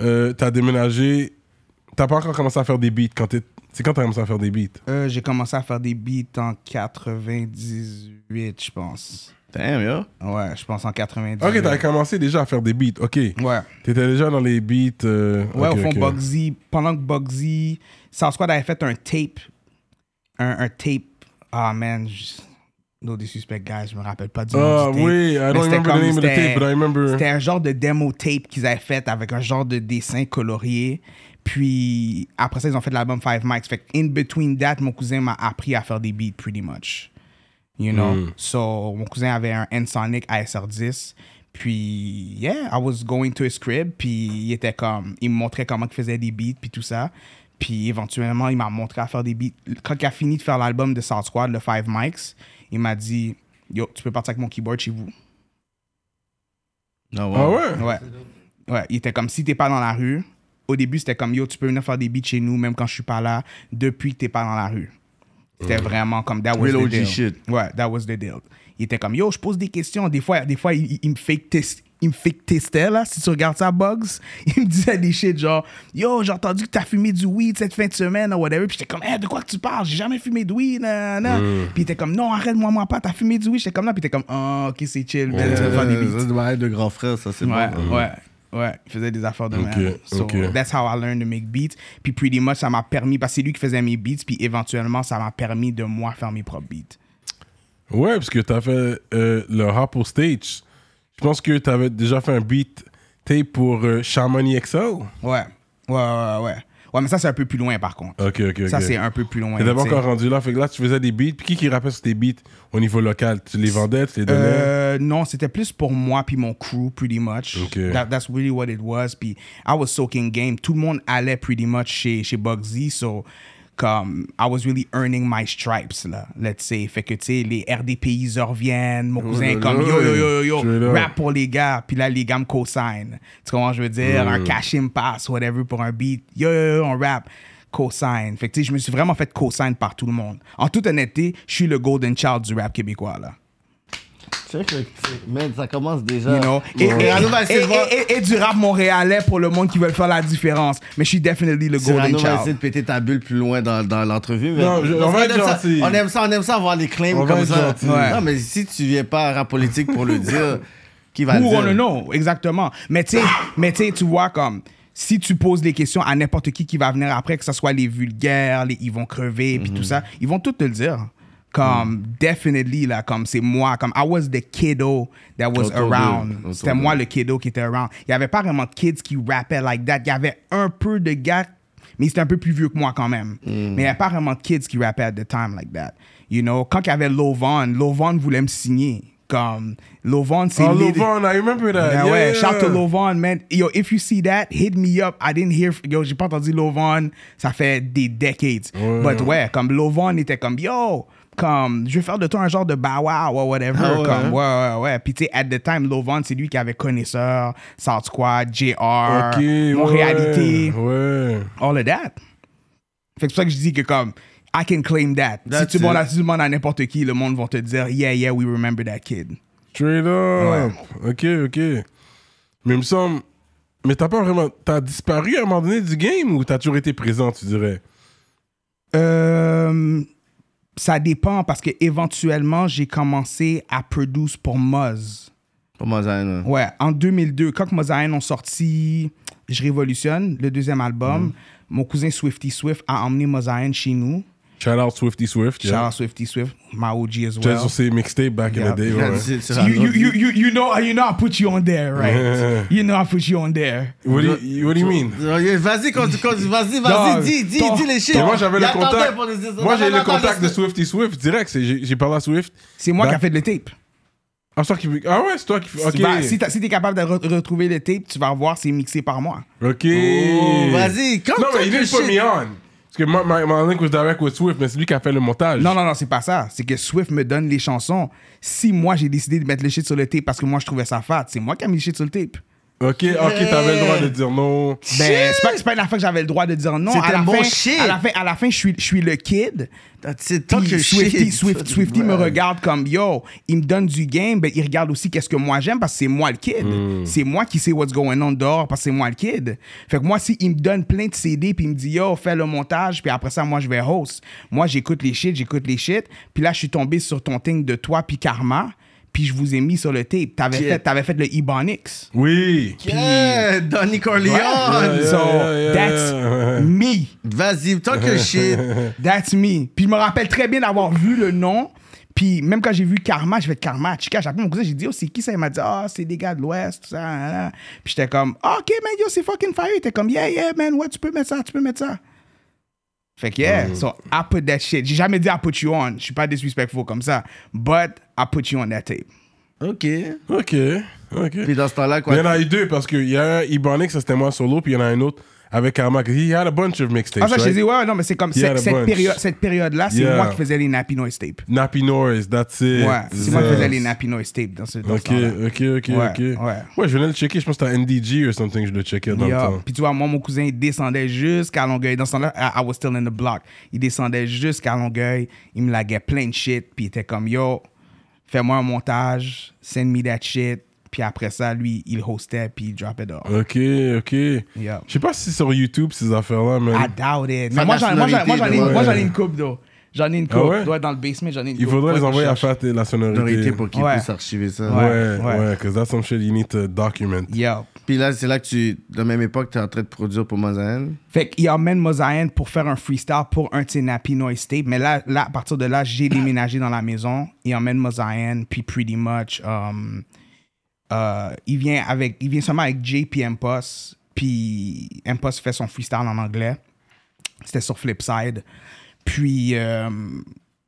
A: euh, t'as déménagé, t'as pas encore commencé à faire des beats. Quand t'es- c'est quand t'as commencé à faire des beats?
C: euh, j'ai commencé à faire des beats en 98, je pense.
B: Damn, yo.
C: Ouais, je pense en 98.
A: Ok, t'avais commencé déjà à faire des beats, ok.
C: Ouais.
A: T'étais déjà dans les beats. euh,
C: Ouais,
A: ok,
C: au fond,
A: ok.
C: Bugsy, pendant que Bugsy, South Squad avait fait un tape, un, un tape, ah man, je- no disrespect, guys, je me rappelle pas du
A: Ah
C: nom du tape.
A: oui, I
C: Mais
A: don't
C: c'était
A: remember the
C: comme-
A: name of the
C: c'était-
A: tape, but I remember-
C: C'était un genre de demo tape qu'ils avaient fait avec un genre de dessin colorié. Puis après ça, ils ont fait l'album Five Mics. Fait que in between that, mon cousin m'a appris à faire des beats, pretty much. You know? So, mon cousin avait un N-Sonic ASR10. Puis, yeah, I was going to his crib. Puis, il était comme, il me montrait comment il faisait des beats, puis tout ça. Puis, éventuellement, il m'a montré à faire des beats. Quand il a fini de faire l'album de South Squad, le Five Mics, il m'a dit, yo, tu peux partir avec mon keyboard chez vous.
B: Ah
A: Ah ouais?
C: Ouais. Ouais, il était comme si t'es pas dans la rue. Au début, c'était comme yo, tu peux venir faire des beats chez nous, même quand je suis pas là, depuis que t'es pas dans la rue. C'était vraiment comme that was
B: Mm. Real
C: the
B: OG
C: deal.
B: shit.
C: Ouais, that was the deal. Il était comme yo, je pose des questions. Des fois, des fois il, il- il me fake test. Il me fake testait, là, si tu regardes ça, Bugs. Il me disait des shit genre, yo, j'ai entendu que t'as fumé du weed cette fin de semaine, ou whatever. Puis j'étais comme, hey, de quoi que tu parles? J'ai jamais fumé de weed, nan, nan, nan.
B: Mm.
C: Puis il était comme, non, arrête-moi, moi pas, t'as fumé du weed. J'étais comme, là, puis il était comme, oh, ok, c'est chill, man, tu veux faire des beats.
B: Euh, Ça, c'est ma de grand frère, ça, c'est
C: Ouais,
B: bon.
C: ouais, ouais. Il faisait des affaires de
A: euh. Ok,
C: merde. So,
A: ok.
C: that's how I learned to make beats. Puis pretty much, ça m'a permis, parce que c'est lui qui faisait mes beats, puis éventuellement, ça m'a permis de moi faire mes propres beats.
A: Ouais, parce que t'as fait euh, le Hop au Stage. Je pense que t'avais déjà fait un beat tape pour euh, Chamonix XL.
C: Ouais, ouais, ouais, ouais. Ouais, mais ça, c'est un peu plus loin, par contre.
A: Ok, ok, ok.
C: Ça, c'est un peu plus loin.
A: T'es d'abord
C: tu sais.
A: encore rendu là, fait que là, tu faisais des beats. Puis qui qui rappelle sur tes beats au niveau local? Tu les vendais, tu les donnais?
C: Euh, non, c'était plus pour moi puis mon crew, pretty much.
A: Ok.
C: That- that's really what it was. Puis I was soaking game. Tout le monde allait pretty much chez, chez Bugsy, so comme I was really earning my stripes, là, let's say. Fait que, tu sais, les RDPI reviennent, mon cousin est
A: Oh là
C: comme
A: là,
C: yo, yo, yo, yo,
A: straight
C: yo,
A: up.
C: rap pour les gars. Puis là, les gars me co-signent. Tu comprends, je veux dire, un cash in pass, whatever, pour un beat. Yo, yo, yo, on rap. Co-sign. Fait que, tu sais, je me suis vraiment fait co-sign par tout le monde. En toute honnêteté, je suis le golden child du rap québécois, là.
B: C'est que, man, ça commence déjà.
C: You know? Et,
B: Ouais.
C: et-
B: Cyrano va essayer de voir-
C: et- et- et du rap montréalais pour le monde qui veut faire la différence. Mais je suis definitely le golden
B: Cyrano va essayer
C: child.
B: de péter ta bulle plus loin dans, dans l'entrevue. mais-
A: Non, je- on va
B: Parce
A: être
B: qu'on aime ça-
A: gentil.
B: On aime ça, on aime ça avoir des claims
A: On va
B: comme
A: être
B: ça.
A: gentil.
C: Ouais.
B: Non, mais si tu viens pas à rap politique pour le dire, qui va
C: Who
B: le dire? Ah!
C: wanna know? Exactement. Mais tu sais- mais tu sais, tu vois comme... Si tu poses des questions à n'importe qui qui va venir après, que ce soit les vulgaires, les ils vont crever, puis tout
B: Mhm.
C: ça, ils vont tout te le dire. Comme, definitely, là, comme c'est moi, comme I was the kiddo that was
B: Autour d'eux.
C: around.
B: Autour
C: C'était
B: d'eux.
C: moi le kiddo qui était around. Il y avait pas vraiment de kids qui rappaient like that. Il y avait un peu de gars, mais c'était un peu plus vieux que moi quand même.
B: Mhm.
C: Mais il y avait pas vraiment de kids qui rappaient at the time like that. You know, quand il y avait Lovon, Lovon voulait me signer. Comme, Lovon, c'est
B: Ah,
A: oh,
C: l'idée-
A: Lovon, I remember that.
C: ben
A: Yeah,
C: ouais,
A: yeah.
C: eh, shout to Lovon, man. Yo, if you see that, hit me up. I didn't hear, yo, j'ai pas entendu Lovon, ça fait des decades.
A: Ouais.
C: But ouais, comme Lovon était comme, yo, comme, je vais faire de toi un genre de bow wow or whatever.
B: Ah ouais,
C: Comme,
B: hein?
C: ouais, ouais, ouais. Puis tu sais, at the time, Lovon, c'est lui qui avait Connaisseur, South Squad, JR,
A: Ok,
C: Montréalité,
A: Ouais. ouais.
C: all of that. Fait que c'est pour ça que je dis que comme, I can claim that.
B: That's
C: si tu demandes
B: it.
C: à- si tu demandes à n'importe qui, le monde va te dire, yeah, yeah, we remember that kid.
A: Straight up. Ok, ok. Mais il me semble. Mais t'as pas vraiment. T'as disparu à un moment donné du game ou t'as toujours été présent, tu dirais?
C: Euh, ça dépend parce que éventuellement j'ai commencé à produire pour Moz.
B: Comment ça, là?
C: Ouais, en 2002, quand Mozaïne ont sorti je révolutionne, le deuxième
A: Mhm.
C: album. Mon cousin Swifty Swift a emmené Mozaïen chez nous.
A: Shout out Swifty Swift.
C: Shout
A: yeah.
C: out Swifty Swift, my OG as
A: Just
C: well.
A: sur ses mixtapes back in
C: Yeah.
A: the day.
B: Yeah,
A: ouais.
B: c'est- c'est
C: You, you,
B: ça.
C: you, you, you know, you know I put you on there, right? you know I put you on there.
A: What, do you, what do you mean?
B: Yeah, Euh, Vas-y, quand tu- quand tu- vas-y,
C: Non,
B: vas-y, dis, dis,
C: ton-
B: dis les chiffres.
A: Et moi, j'avais
B: Il
A: le
B: attendait
A: contact.
B: pour les- non,
A: Moi,
B: non,
A: j'ai
B: non,
A: le
B: attends,
A: contact de
B: laisse-
A: Swifty Swift direct. c'est- J'ai j'ai parlé à Swift.
C: C'est moi
A: Bah-
C: qui a fait le tape.
A: Ah, c'est toi qui. Ah ouais, c'est toi qui. Ok.
C: Bah, si t'as- si t'es capable de re- retrouver le tape, tu vas voir, c'est mixé par moi.
A: Ok.
B: Oh, vas-y, come
A: Non,
B: talk
A: mais il
B: your
A: didn't put
B: shit.
A: me on. Parce que my, my, my link was direct with Swift, mais c'est lui qui a fait le montage.
C: Non, non, non, c'est pas ça. C'est que Swift me donne les chansons. Si moi, j'ai décidé de mettre le shit sur le tape parce que moi, je trouvais ça fat, c'est moi qui a mis le shit sur le tape.
A: Ok, ok, t'avais le droit de dire non.
C: Ben, c'est pas, c'est pas une affaire que j'avais le droit de dire non.
B: C'était
C: À la,
B: mon
C: fin,
B: shit.
C: à la fin, à la fin, je suis, je suis le kid.
B: That's it, talk
C: Puis
B: your
C: Swifty,
B: shit.
C: Swift, Swifty me
B: Ouais.
C: regarde comme yo, il me donne du game, ben il regarde aussi qu'est-ce que moi j'aime parce que c'est moi le kid.
A: Hmm.
C: C'est moi qui sais what's going on dehors parce que c'est moi le kid. Fait que moi, si il me donne plein de CD puis il me dit yo, fais le montage, puis après ça, moi je vais host. Moi, j'écoute les shit, j'écoute les shit. Puis là, je suis tombé sur ton thing de toi puis Karma, puis je vous ai mis sur le tape. T'avais
B: Yeah.
C: fait, t'avais fait le Ebonics.
A: Oui.
B: Yeah, Donny Corleone.
A: yeah,
C: So,
A: yeah, yeah.
C: that's me.
B: Vas-y, talk your shit.
C: That's me. Puis je me rappelle très bien d'avoir vu le nom. Puis même quand j'ai vu Karma, j'ai fait Karma, Chica, j'ai appelé mon cousin, j'ai dit, oh, c'est qui ça? Il m'a dit, ah, c'est des gars de l'Ouest, tout ça. là, là. Puis j'étais comme, Ah, ok, man, yo, c'est fucking fire. Il était comme, yeah, yeah, man, ouais, tu peux mettre ça, tu peux mettre ça. Fait que, yeah,
A: Mm.
C: so I put that shit. J'ai jamais dit I put you on. Je suis pas disrespectful comme ça. But I put you on that tape.
B: OK.
A: Ok, ok.
B: Puis dans ce temps-là,
A: Il y en
B: quoi?
A: a eu deux parce qu'il y a un Ibonic, ça c'était moi solo, puis il y en a un autre avec Karma. He had a bunch of mixtapes.
C: Ah, ça, je
A: right?
C: dit, ouais, ouais, non, mais c'est comme,
A: Yeah,
C: cette,
A: the
C: cette
A: bunch.
C: période, cette période-là, c'est
A: Yeah.
C: moi qui faisais les Nappy Noise tape.
A: Nappy Norris, that's it.
C: Ouais, c'est moi qui faisais les
A: Yes.
C: Nappy Noise tape dans ce, dans ce
A: Ok,
C: temps-là.
A: ok, ok,
C: Ouais,
A: ok.
C: ouais.
A: je venais le checker. Je pense que c'était NDG ou something. Je le checkais dans
C: Yeah.
A: le temps.
C: Puis tu vois, moi, mon cousin, il descendait jusqu'à Longueuil. Dans ce temps-là, I, I was still in the block. Il descendait jusqu'à Longueuil. Il me laguait plein de shit. Puis il était comme, yo, fais-moi un montage, send me that shit. Puis après ça, lui, il hostait, puis il drop it off.
A: Ok, ok.
C: Yeah.
A: Je sais pas si sur YouTube ces affaires-là, mais
C: I doubt it.
B: Sa
C: Mais moi, j'en moi, j'en- moi, j'en ai,
B: nationalité,
C: moi, j'en ai
A: ouais.
C: une coupe, though. J'en ai une coupe.
A: Ah ouais?
C: Ouais, dans le basement, j'en ai une
A: il
C: coupe.
A: faudrait
C: Faudrait
A: les
C: que je
A: envoyer à
C: cherche.
A: faire la sonorité.
B: pour qu'ils
C: Ouais.
B: puissent archiver ça.
A: Ouais,
C: Ouais, ouais.
A: ouais, because that's some shit you need to document.
C: Yo.
B: Puis là, c'est là que tu, de la même époque, tu es en train de produire pour Mozaïen.
C: Fait qu'il emmène Mozaïen pour faire un freestyle pour un de ses Nappy Noise Tape. Mais là, là, à partir de là, j'ai déménagé dans la maison. Il emmène Mozaïen, puis pretty much, um, euh, il, vient avec, il vient seulement avec Jay puis M-Post. Puis M-Post fait son freestyle en anglais. C'était sur Flipside. Puis euh,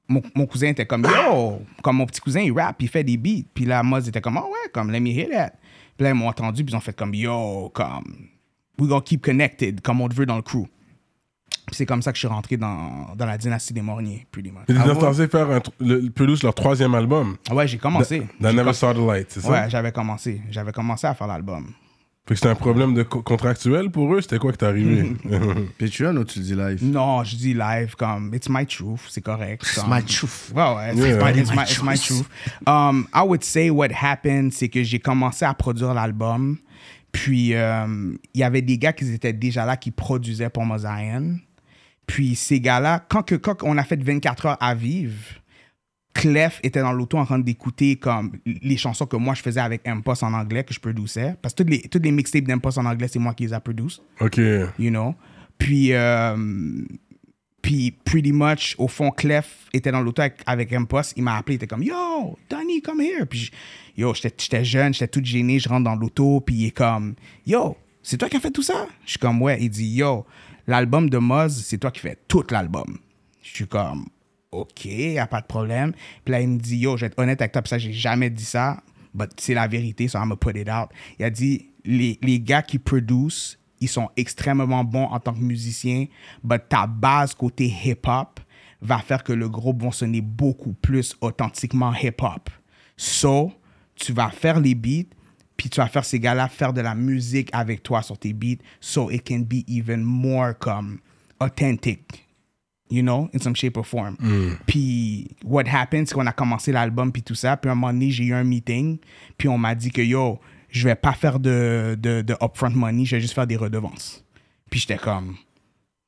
C: mon, mon cousin était comme Yo, comme mon petit cousin, il rappe, il fait des beats. Puis là, Moz était comme Ah ouais, comme let me hear that. Puis là, ils m'ont entendu, puis ils ont fait comme Yo, comme we gonna keep connected, comme on te veut dans le crew. Puis c'est comme ça que je suis rentré dans, dans la dynastie des Morniers, pretty much.
A: Ils étaient censés faire un tr- le, Pelouse leur troisième album.
C: Ah Ouais, j'ai commencé.
A: That
C: J'ai
A: Never
C: com-
A: Saw the Light, c'est ça?
C: Ouais, j'avais commencé. J'avais commencé à faire l'album.
A: Fait que c'était un problème de co- contractuel pour eux. C'était quoi que t'es arrivé?
B: Puis tu as ou tu le dis live?
C: Non, je dis live comme It's my truth, c'est correct. It's
B: my truth.
C: Ouais, ouais, it's,
A: Yeah.
C: my, it's, my, it's my
B: My
C: truth. Um, I would say what happened, c'est que j'ai commencé à produire l'album. Puis euh, il y avait des gars qui étaient déjà là qui produisaient pour Mozaïen. Puis ces gars-là, quand, que, quand on a fait 24 heures à vivre, Clef était dans l'auto en train d'écouter comme les chansons que moi je faisais avec M-Post en anglais que je produisais. Parce que toutes les, toutes les mixtapes d'M-Post en anglais, c'est moi qui les a produites
A: ok.
C: you know. Puis, euh, puis pretty much, au fond, Clef était dans l'auto avec, avec M-Post. Il m'a appelé, il était comme Yo, Donny, come here. Puis, je- yo, j'étais j'étais jeune, j'étais tout gêné, je rentre dans l'auto, puis il est comme Yo, c'est toi qui as fait tout ça? Je suis comme Ouais. Il dit Yo, l'album de Moz, c'est toi qui fais tout l'album. Je suis comme OK, y a pas de problème. Puis là, il me dit, yo, je vais être honnête avec toi, puis ça, j'ai jamais dit ça, but c'est la vérité, so I'm gonna put it out. Il a dit, les, les gars qui produisent, ils sont extrêmement bons en tant que musiciens, but ta base côté hip-hop va faire que le groupe vont sonner beaucoup plus authentiquement hip-hop. So, tu vas faire les beats, puis tu vas faire ces gars-là faire de la musique avec toi sur tes beats, so it can be even more comme authentic you know, in some shape or form. Puis, what happened, c'est qu'on a commencé l'album, puis tout ça. Puis, à un moment donné, j'ai eu un meeting, puis on m'a dit que, yo, je vais pas faire de, de, de upfront money, je vais juste faire des redevances. Puis, j'étais comme,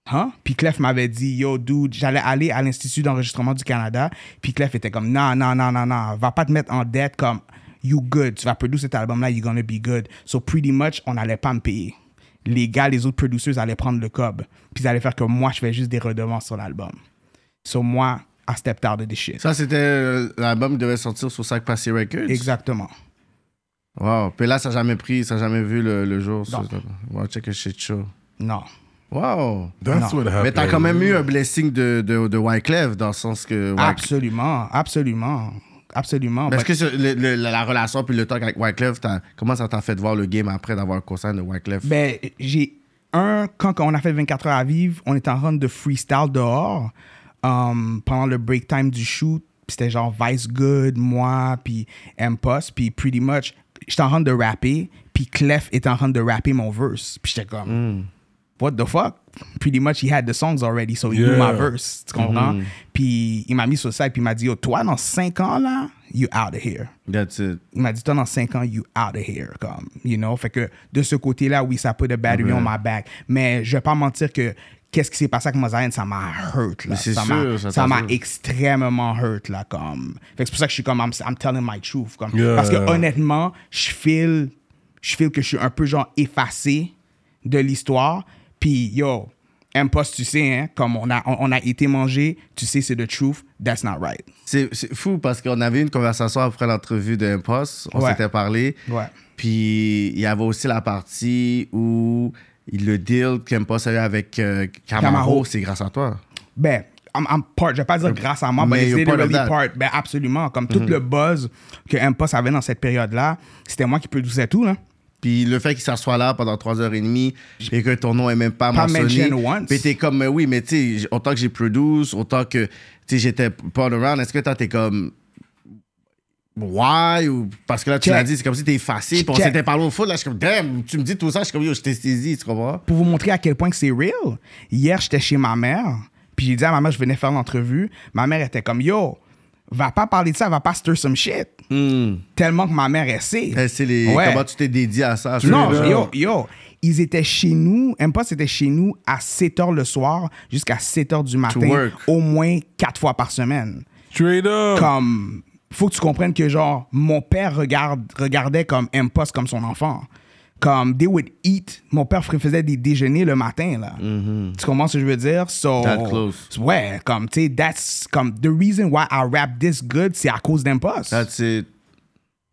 C: hein? Puis, Clef m'avait dit, yo, dude, j'allais aller à l'Institut d'enregistrement du Canada. Puis, Clef était comme, non, non, non, non, non, va pas te mettre en dette comme, you good, tu vas produire cet album-là, you're gonna be good. So, pretty much, on allait pas me payer. les gars, les autres producers allaient prendre le cob. Puis ils allaient faire que moi, je fais juste des redevances sur l'album. Sur moi, I stepped out of this shit.
B: Ça, c'était euh, l'album qui devait sortir sur Sac Passé Records.
C: Exactement.
B: Wow. Puis là, ça n'a jamais pris, ça n'a jamais vu le, le jour. ça. Wow, check a shit show.
C: Non.
B: Wow.
A: That's what happened.
B: Mais t'as quand même eu un blessing de, de, de Wyclef dans le sens que. Wyclef-
C: Absolument, absolument, absolument.
B: Mais Est-ce
C: But-
B: que ce- le- le- la, la relation puis le talk avec Wyclef, t'as- comment ça t'a fait de voir le game après d'avoir concerné de Wyclef?
C: Ben, j'ai un, quand quand on a fait 24 heures à vivre, on était en run de freestyle dehors um, pendant le break time du shoot. Puis C'était genre Vice Good, moi, puis M-Post, puis pretty much, j'étais en train de rapper, puis Clef était en train de rapper mon verse. Puis j'étais comme, what the fuck? Pretty much, he had the songs already, so he knew
A: Yeah.
C: my verse, tu comprends? Puis il m'a mis sur ça, puis il m'a dit, yo, toi, dans 5 ans, là, you out of here
B: That's it.
C: il m'a dit, toi, dans 5 ans, you out of here, comme, you know. Fait que de ce côté-là, oui, ça put
B: Mm-hmm.
C: a battery on my back. Mais je vais pas mentir que qu'est-ce qui s'est passé avec Mosaïen, ça m'a hurt, là.
B: c'est
C: Ça m'a,
B: sûr, ça
C: ça
B: t'a
C: m'a
B: hurt.
C: extrêmement hurt, là, comme. Fait que c'est pour ça que je suis comme, I'm, I'm telling my truth, comme.
A: Yeah.
C: Parce que honnêtement, je feel, je feel que je suis un peu, genre, effacé de l'histoire. Puis, yo, Impost, tu sais, hein, comme on a, on, on a été mangé, tu sais, c'est the truth, that's not right.
B: C'est c'est fou parce qu'on avait eu une conversation après l'entrevue de Impost. On
C: Ouais.
B: s'était parlé.
C: Ouais.
B: Puis il y avait aussi la partie où il le deal qu'Impost a eu avec euh, Camaro,
C: Camaro.
B: c'est grâce à toi.
C: Ben, I'm, I'm part, je vais pas dire grâce à moi,
B: Mais
C: mais
B: you're
C: c'est
B: part of
C: literally
B: that. Mhm.
C: part. Ben, absolument. Comme tout le buzz que Impost avait dans cette période-là, c'était moi qui produisais tout, là.
B: Puis le fait qu'il s'assoit là pendant 3h30 et que ton nom est même pas,
C: Pas
B: mentionné.
C: mentioned once.
B: Puis t'es comme, mais oui, mais tu sais, j- autant que j'ai produce, autant que tu sais, j'étais pas around, est-ce que toi t'es comme. Why? Ou parce que là, tu
C: Check.
B: l'as dit, c'est comme si t'es effacé. Puis on
C: Check.
B: s'était parlé au foot, là, je suis comme, damn, tu me dis tout ça, je suis comme, yo, je t'ai saisi, tu comprends?
C: Pour vous montrer à quel point que c'est real, hier, j'étais chez ma mère, puis j'ai dit à ma mère, je venais faire l'entrevue. Ma mère était comme, yo, va pas parler de ça, va pas stir some shit. Tellement que ma mère, elle sait.
B: Eh, C'est Hmm. les.
C: Ouais.
B: Comment tu t'es dédié à ça?
C: Non,
B: je-
C: yo, yo, ils étaient chez nous, Impost était chez nous à 7 h le soir jusqu'à 7 h du matin,
B: work.
C: au moins quatre fois par semaine.
A: Straight up.
C: comme faut que tu comprennes que genre mon père regarde regardait comme Impost comme son enfant comme they would eat mon père fr- faisait des déjeuners le matin là tu comprends ce que je veux dire so
B: Mm-hmm. That close.
C: ouais comme tu sais that's comme the reason why I rap this good c'est à cause d'Impost
B: That's it.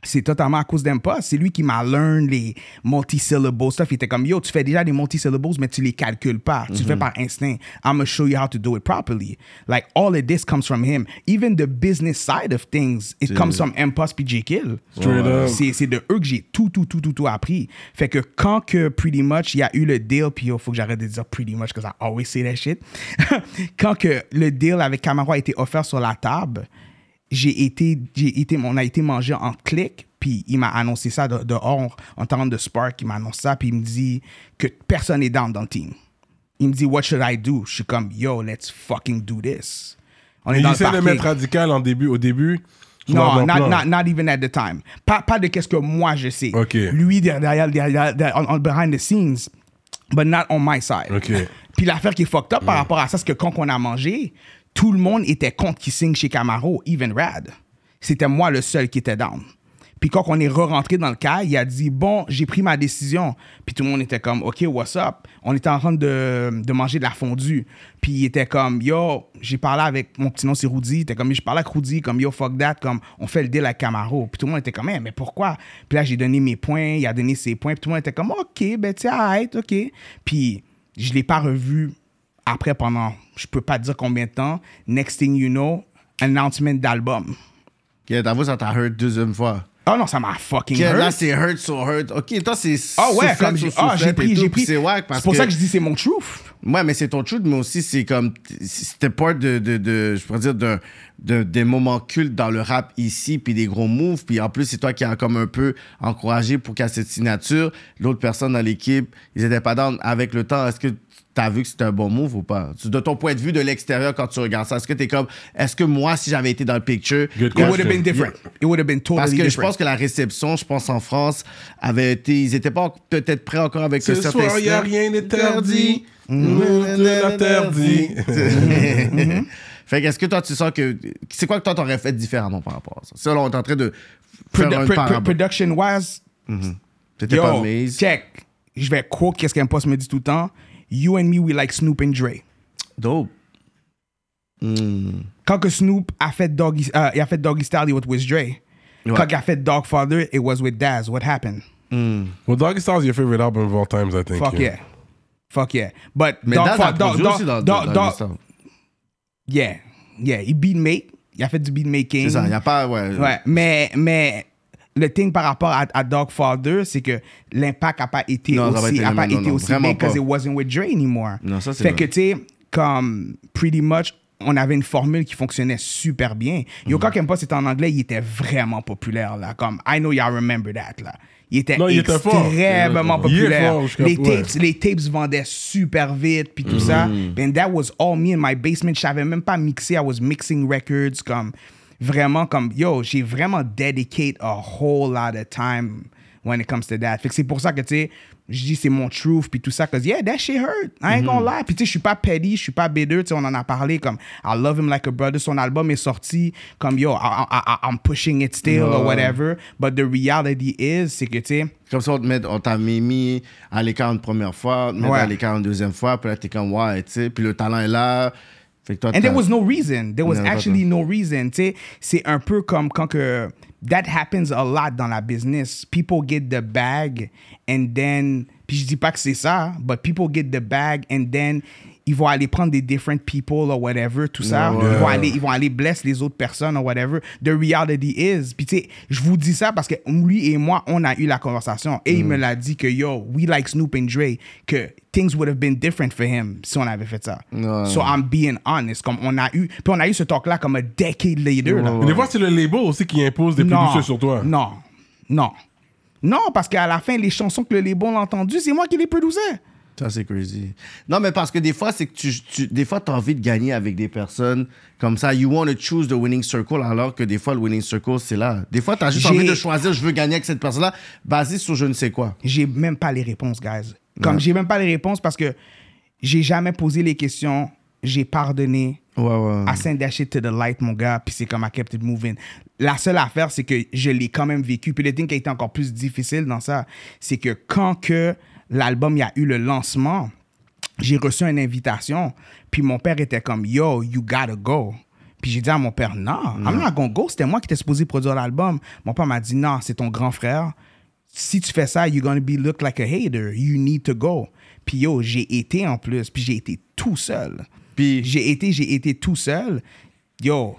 C: c'est totalement à cause d'Impost c'est lui qui m'a learn les multisyllables stuff il était comme yo tu fais déjà des multisyllables mais tu les calcules pas tu le fais par instinct I'm gonna show you how to do it properly like all of this comes from him even the business side of things it comes from Impost puis J. Kill
A: Straight up.
C: c'est c'est de eux que j'ai tout, tout, tout, tout, tout appris. Fait que quand que pretty much il y a eu le deal, puis il faut que j'arrête de dire pretty much, parce que I always say that shit. quand que le deal avec Camaro a été offert sur la table, j'ai été, j'ai été, on a été mangé en clic, puis il m'a annoncé ça de- dehors, en temps de Spark, il m'a annoncé ça, puis il me dit que personne n'est down dans le team. Il me dit, what should I do? Je suis comme, yo, let's fucking do this. On est
A: Il
C: dans le
A: essaie de
C: parking.
A: mettre radical en début, au début. sur
C: Non,
A: l'avant-plan.
C: not, not, not even at the time. Pas, pas de qu'est-ce que moi je sais.
A: Ok.
C: Lui, derrière, derrière, derrière- on- on- behind the scenes, but not on my side.
A: Ok.
C: Puis l'affaire qui est fucked up par rapport à ça, c'est que quand on a mangé, tout le monde était contre qui signe chez Camaro, even Rad. C'était moi le seul qui était down. Puis quand on est re-rentré dans le cas, il a dit Bon, j'ai pris ma décision. Puis tout le monde était comme Ok, what's up On était en train de, de manger de la fondue. Puis il était comme Yo, j'ai parlé avec mon petit nom, c'est Rudy. Il était comme Je parlais avec Rudy, comme Yo, fuck that, comme on fait le deal avec Camaro. Puis tout le monde était comme Hey, Mais pourquoi Puis là, j'ai donné mes points, il a donné ses points. Puis tout le monde était comme Ok, ben tiens, arrête, ok. Puis je l'ai pas revu après pendant, je peux pas dire combien de temps. Next thing you know, announcement d'album.
B: Ok, T'avoues, ça t'a hurt deuxième fois.
C: Oh non, ça m'a fucking
B: Ok, Là,
C: hurt.
B: c'est hurt sur hurt. Ok, toi, c'est.
C: Ah ouais,
B: soufflette
C: comme j'ai
B: sur
C: ah,
B: soufflette
C: j'ai
B: et
C: pris,
B: tout, puis
C: j'ai pris.
B: C'est whack parce
C: C'est pour ça que je dis c'est mon truth.
B: Ouais, mais c'est ton truth, mais aussi c'est comme. C'était pas de, de, de- Je pourrais dire d'un- de- des moments cultes dans le rap ici, puis des gros moves. Puis en plus, c'est toi qui as comme un peu encouragé pour qu'à cette signature, l'autre personne dans l'équipe, ils étaient pas dans. Avec le temps, est-ce que t'as vu que c'était un bon move ou pas? Tu- De ton point de vue de l'extérieur, quand tu regardes ça, est-ce que t'es comme. Est-ce que moi, si j'avais été dans le picture.
A: Good
C: It
A: Parce
C: would have
A: que-
C: been different. It would have been totally
B: Parce que je
C: different.
B: pense que la réception, je pense en France, avait été, ils étaient pas en- peut-être prêts encore avec
A: Ce
B: certain
A: soir, y a
B: snap.
A: rien d'interdit. Rien d'interdit.
B: fait que est-ce que toi tu sens que c'est quoi que toi t'aurais fait différemment par rapport à ça Ça là on est en train de
C: Produ-
B: faire un
C: pro- pro-
B: parabole.
C: production wise,
B: T'étais pas
C: yo,
B: mise.
C: check. je vais quote qu'est-ce qu'un poste me dit tout le temps. You and me, we like Snoop and Dre.
B: Dope.
C: Quand que Snoop a fait Doggy, euh, il a fait Doggy Style, it was with Dre. Quand il a fait Dogfather, it was with Daz. What happened?
A: Well, Doggy Style's your favorite album of all times, I think.
C: Fuck yeah. Fuck yeah. But
B: Mais Daz a
C: Dogfather,
B: produit
C: Dog-
B: aussi dans,
C: Dog-
B: dans- dans
C: Dog-
B: l'histoire.
C: Yeah. Yeah. Il beatmake. Il a fait du beatmaking.
B: C'est ça, il n'y a pas. Ouais.
C: Ouais, mais, mais le thing par rapport à, à Dogfather, c'est que l'impact n'a pas été
B: Non, ça a pas
C: aussi,
B: été-
C: a pas
B: non, non,
C: été
B: non,
C: aussi
B: vraiment
C: bien parce
B: pas.
C: it wasn't with Dre anymore.
B: Non, ça, c'est
C: Fait
B: vrai.
C: que, tu sais, comme pretty much, on avait une formule qui fonctionnait super bien. Yoka
B: Mhm.
C: Kempa, c'était en anglais, il était vraiment populaire, là. Comme, I know y'all remember that, là. Il était
A: Non, il était fort.
C: extrêmement
A: Il est
C: populaire.
A: fort, je
C: les,
A: comprends, ouais.
C: tapes, les tapes vendaient super vite, puis tout ça. Ben, that was all me in my basement. Je savais même pas mixer. I was mixing records, comme vraiment, comme yo, j'ai vraiment dedicate a whole lot of time when it comes to that. Fait que c'est pour ça que, tu sais, je dis c'est mon truth, puis tout ça, cause yeah, that shit hurt. I ain't gonna lie. Puis tu sais, je suis pas petty, je suis pas bédeux, tu sais, on en a parlé, comme I love him like a brother. Son album est sorti, comme yo, I, I- I- I'm pushing it still, or whatever. But the reality is, c'est que, tu sais,
B: Comme ça, on te met- on t'a mis, mis à l'écart une première fois, on te met
C: Ouais.
B: à l'écart une deuxième fois, puis là, t'es comme, ouais, tu sais, puis le talent est là. Fait que toi,
C: And there
B: t'as-
C: was no reason. There was
B: Non,
C: actually no reason. Tu sais, c'est un peu comme quand que that happens a lot dans la business. People get the bag and then puis je dis pas que c'est ça, but people get the bag and then ils vont aller prendre des different people or whatever, tout ça. Ils vont aller ils vont aller blesser les autres personnes or whatever. The reality is, puis tu sais, je vous dis ça parce que lui et moi, on a eu la conversation et il
A: Mm.
C: me l'a dit que yo, we like Snoop and Dre, que things would have been different for him si on avait fait ça.
B: Ouais.
C: So I'm being honest. Comme on a eu, puis on a eu ce talk-là comme a decade later. là.
A: Mais des fois, c'est le label aussi qui impose des productions sur toi.
C: Non, non. Non, parce qu'à la fin, les chansons que le Lebon a entendues, c'est moi qui les produisais.
B: Ça, c'est crazy. Non, mais parce que des fois, c'est que tu, tu- des fois, t'as envie de gagner avec des personnes comme ça. You want to choose the winning circle, alors que des fois, le winning circle, c'est là. Des fois, t'as juste
C: J'ai-
B: envie de choisir, je veux gagner avec cette personne-là, basé sur je ne sais quoi.
C: J'ai même pas les réponses, guys. Comme j'ai même pas les réponses parce que j'ai jamais posé les questions, j'ai pardonné.
B: Ouais, ouais.
C: I sent that shit to the light, mon gars, puis c'est comme I kept it moving. La seule affaire, c'est que je l'ai quand même vécu. Puis le thing qui a été encore plus difficile dans ça, c'est que quand que l'album, il y a eu le lancement, j'ai reçu une invitation, puis mon père était comme, yo, you gotta go. Puis j'ai dit à mon père, non, I'm not gonna go. C'était moi qui étais supposé produire l'album. Mon père m'a dit, non, c'est ton grand frère. Si tu fais ça, you're gonna be looked like a hater. You need to go. Puis yo, j'ai été en plus, puis j'ai été tout seul.
B: Puis-
C: j'ai été, j'ai été tout seul. Yo,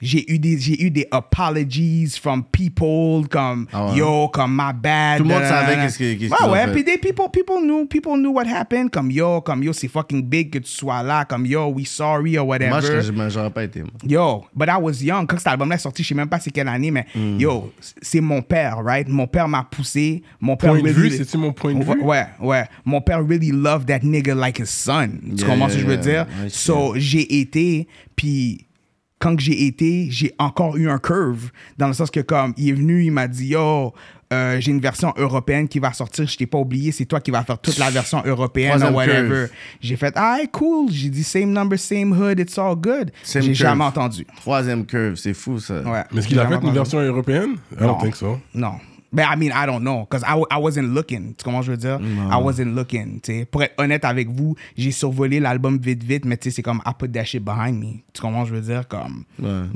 C: j'ai eu des, j'ai eu des apologies from people comme
B: Ah ouais.
C: yo, comme my bad.
B: Tout le monde savait
C: nanana.
B: qu'est-ce que- qu'est-ce
C: Ouais,
B: qu'ils ont
C: ouais,
B: fait.
C: puis des people, people knew, people knew what happened. Comme yo, comme yo, c'est fucking big que tu sois là. Comme yo, we sorry or whatever.
B: Moi, je- je- j'aurais pas été. moi.
C: Yo, but I was young. Quand cet album-là est sorti, je sais même pas c'est quelle année, mais
A: Hmm.
C: yo, c'est mon père, right? Mon père m'a poussé. Mon père
A: Point de vue,
C: really-
A: c'est-tu mon point de
C: Ouais,
A: vue?
C: Ouais, ouais. Mon père really loved that nigga like his son. Tu
B: Yeah,
C: comprends ce que je veux
B: yeah,
C: dire?
B: yeah. I see.
C: So, j'ai été, puis quand que j'ai été, j'ai encore eu un curve. Dans le sens que, comme, il est venu, il m'a dit, yo, euh, j'ai une version européenne qui va sortir, je t'ai pas oublié, c'est toi qui vas faire toute la version européenne ou
B: Troisième
C: whatever.
B: curve.
C: J'ai fait, ah, cool. J'ai dit, same number, same hood, it's all good.
B: Same
C: J'ai
B: curve.
C: jamais entendu.
B: Troisième curve, c'est fou, ça.
C: Ouais.
A: Mais est-ce qu'il a
C: J'ai
A: fait
C: jamais
A: une
C: entendu.
A: version européenne? I don't think so.
C: Non. Mais I mean, I don't know, because I, wa- I wasn't looking. Tu comprends ce que je veux dire? I wasn't looking. tu sais. Pour être honnête avec vous, j'ai survolé l'album vite, vite, mais tu sais, c'est comme I put that shit behind me. Tu comprends ce que je veux dire? Comme,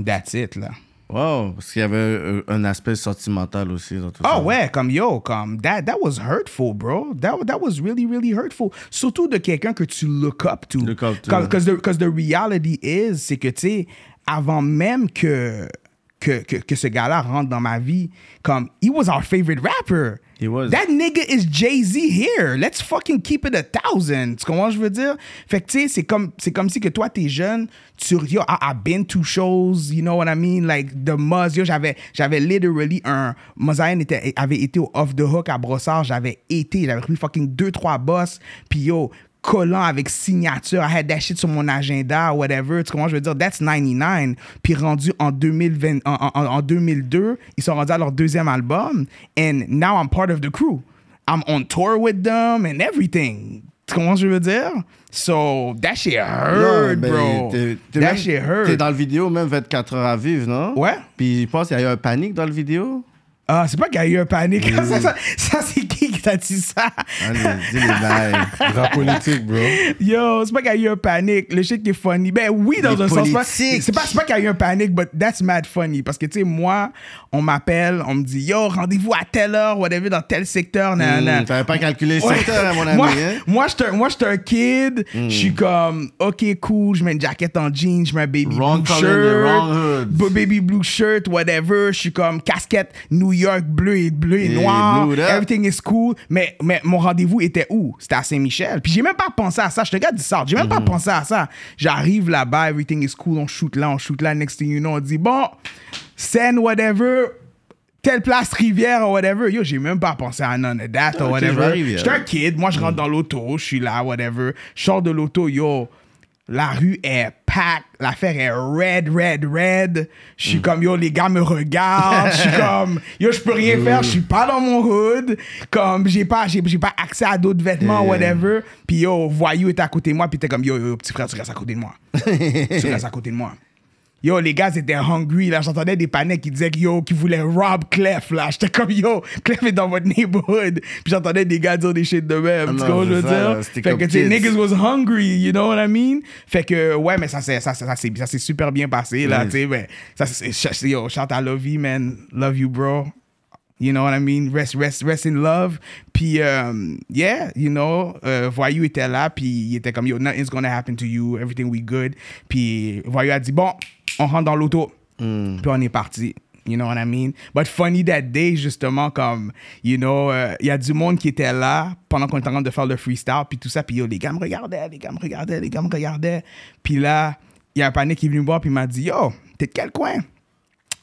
C: that's it, là.
B: Wow, parce qu'il y avait euh, un aspect sentimental aussi dans tout ça.
C: Oh ouais, comme yo, comme that, that was hurtful, bro. That, that was really, really hurtful. Surtout de quelqu'un que tu look up to.
B: Look up to.
C: Because the, 'cause the reality is, c'est que tu sais, avant même que, que, que, que ce gars-là rentre dans ma vie, comme he was our favorite rapper.
B: He was.
C: That nigga is Jay-Z here. Let's fucking keep it a thousand. Tu comprends ce que je veux dire? Fait que, tu sais, c'est comme, c'est comme si que toi, t'es jeune, tu, yo, I, I've been to shows, you know what I mean? Like, the Muzz, yo, j'avais, j'avais literally un, Mozaïen était, avait été au Off the Hook à Brossard, j'avais été, j'avais pris fucking deux, trois boss, puis yo, collant avec signature, I had that shit sur mon agenda, whatever, tu comprends, je veux dire, that's 99. Puis rendu en, 2020, en, en- en 2002, ils sont rendus à leur deuxième album, and now I'm part of the crew. I'm on tour with them and everything. Tu comprends, ce que je veux dire? So, that shit
B: Non,
C: hurt,
B: ben,
C: bro.
B: t'es- t'es
C: that
B: même-
C: shit
B: T'es
C: hurt.
B: dans le vidéo, même 24 heures à vivre, non?
C: Ouais.
B: Puis je pense qu'il y a eu un panique dans le vidéo. Mm.
C: Ah, c'est pas qu'il y a eu un panique. ça, ça, ça, c'est qui t'as dit ça.
B: Allez, dis Hein, les bails.
A: Rap politique, bro.
C: Yo, c'est pas qu'il y a eu un panique. Le shit qui est funny. Ben oui, dans
B: Les
C: un sens. pas-
B: politiques.
C: C'est pas, c'est pas qu'il y a eu un panique, but that's mad funny. Parce que, tu sais, moi, on m'appelle, on me dit, yo, rendez-vous à telle heure, whatever, dans tel secteur. nan, nan.
B: Hmm, T'avais pas calculé le
C: Ouais.
B: secteur, à mon ami.
C: moi,
B: hein? Hmm.
C: moi, j'étais un- moi, j'étais un kid. Je suis comme, ok, cool, je mets une jaquette en jean, je mets un baby
B: Wrong color
C: blue
B: in the
C: shirt.
B: wrong hood.
C: b- Baby blue shirt, whatever. Je suis comme casquette New York bleu et bleu et,
B: Et
C: noir.
B: blue, là.
C: Everything is cool. Mais, mais mon rendez-vous était où? C'était à Saint-Michel. Puis j'ai même pas pensé à ça. Je te garde du sort. J'ai même
B: Hmm.
C: pas pensé à ça. J'arrive là-bas, everything is cool. On shoot là, on shoot là. Next thing you know, on dit, bon, scène, whatever. Telle place, rivière, or whatever. Yo, j'ai même pas pensé à none of that,
B: Ok,
C: or
B: je vais
C: whatever.
B: arriver,
C: J'étais un
B: hein.
C: kid. Moi, je rentre dans l'auto, je suis là, whatever. Je sors de l'auto, yo. La rue est pack, l'affaire est red, red, red. Je
B: Mm.
C: suis comme, yo, les gars me regardent. Je suis comme, yo, je peux rien faire, je suis pas dans mon hood. Comme, j'ai pas, j'ai, j'ai pas accès à d'autres vêtements, whatever. Puis yo, voyou est à côté de moi, puis t'es comme, yo, yo, petit frère, tu restes à côté de moi. tu restes à côté de moi. Yo, les gars étaient hungry, là. J'entendais des panneaux qui disaient que, yo, qui voulaient rob Clef, là. J'étais comme, yo, Clef est dans votre neighborhood. Puis j'entendais des gars dire des shit de même.
B: Ah
C: tu comprends ce que je
B: non, c'est
C: veux
B: ça,
C: dire?
B: là, c'était
C: Fait
B: comme
C: que, tu sais,
B: kids.
C: niggas was hungry, you know what I mean? Fait que, ouais, mais ça s'est ça, s'est- ça, s'est- ça s'est super bien passé, là. Tu sais, ben, ça, s'est- ch- yo, shout à Lovey, man. Love you, bro. You know what I mean? Rest, rest, rest in love. Puis, euh, yeah, you know, euh, Voyou était là, puis il était comme, yo, nothing's gonna happen to you, everything we good. Puis Voyou a dit, bon, on rentre dans l'auto. Puis on est parti. You know what I mean? But funny that day, justement, comme, you know, euh, il y a du monde qui était là pendant qu'on était en train de faire le freestyle, puis tout ça, puis yo, les gars me regardaient, les gars me regardaient, les gars me regardaient. Puis là, il y a un panier qui est venu me voir, puis il m'a dit, yo, t'es de quel coin?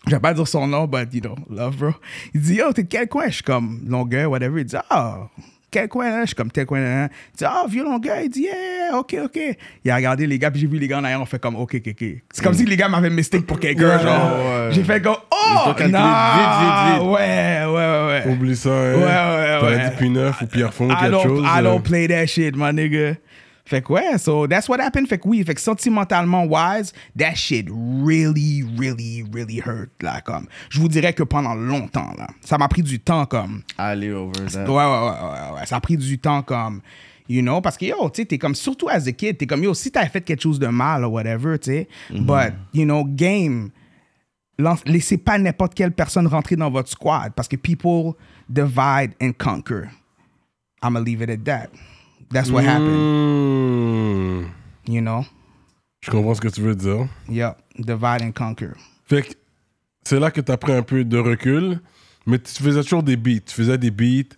C: Je vais pas dire son nom, but you know, love bro. Il dit, yo, t'es de quel coin? Je suis comme Longueuil, whatever. Il dit, ah, quel coin? hein? Je suis comme tel coin. hein? Il dit, ah, vieux Longueuil. Il dit, yeah, ok, ok. Il a regardé les gars, puis j'ai vu les gars en arrière, on fait comme, ok, ok, ok. C'est comme si les gars m'avaient mistake pour quelqu'un,
A: Ouais,
C: genre.
B: Mm. ouais.
C: J'ai fait comme, oh,
B: ont calculé
C: nah,
B: vite, vite, vite.
C: Ouais, ouais, ouais, ouais.
A: Oublie ça, hein.
C: Ouais, ouais,
A: T'aurais
C: ouais.
A: dit P9 ou Pierre Fond,
C: I
A: quelque
C: don't,
A: chose.
C: I
A: euh.
C: don't play that shit, my nigga. Fait que ouais, so that's what happened. Fait que oui, fait que sentimentalement wise, that shit really, really, really hurt. Là, comme, je vous dirais que pendant longtemps, là, ça m'a pris du temps, comme.
B: Allez, over that.
C: Ouais, ouais, ouais, ouais, ouais. Ça a pris du temps, comme. You know, parce que yo, tu sais, t'es comme, surtout as a kid, t'es comme, yo, si t'as fait quelque chose de mal ou whatever, tu sais. But, you know, game, lance- laissez pas n'importe quelle personne rentrer dans votre squad parce que people divide and conquer. I'm gonna leave it at that. That's what happened,
A: Hmm.
C: you know?
A: Je comprends ce que tu veux dire.
C: Yup, divide and conquer.
A: Fait que c'est là que t'as pris un peu de recul, mais tu faisais toujours des beats. Tu faisais des beats.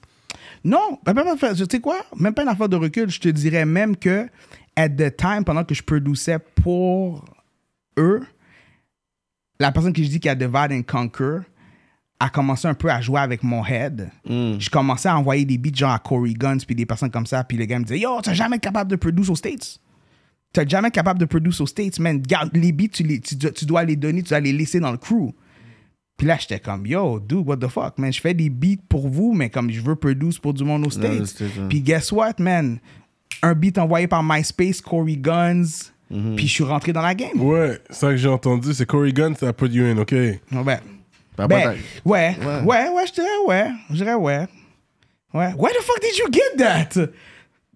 C: Non, ben, ben, ben, ben, tu sais quoi? Même pas une affaire de recul. Je te dirais même que, at the time, pendant que je produisais pour eux, la personne que je dis qui a Divide and Conquer a commencé un peu à jouer avec mon head. Je commençais à envoyer des beats genre à Corey Guns puis des personnes comme ça. Puis les gars me disaient Yo, t'es jamais être capable de produire aux States. T'es jamais être capable de produire aux States, man. Garde, les beats, tu, les- tu dois- tu dois les donner, tu dois les laisser dans le crew. Puis là, j'étais comme, yo, dude, what the fuck, man. Je fais des beats pour vous, mais comme je veux produce pour du monde aux
B: le
C: States.
B: States, ouais.
C: Puis guess what, man? Un beat envoyé par MySpace, Corey Guns. Puis je suis rentré dans la game.
A: Ouais, ça que j'ai entendu, c'est Corey Gunn, ça put you in, ok?
C: Ouais.
B: Bah,
C: Ben,
B: bataille.
C: ouais,
B: Ouais.
C: ouais, ouais, je dirais ouais. Je dirais ouais. Ouais. Where the fuck did you get that?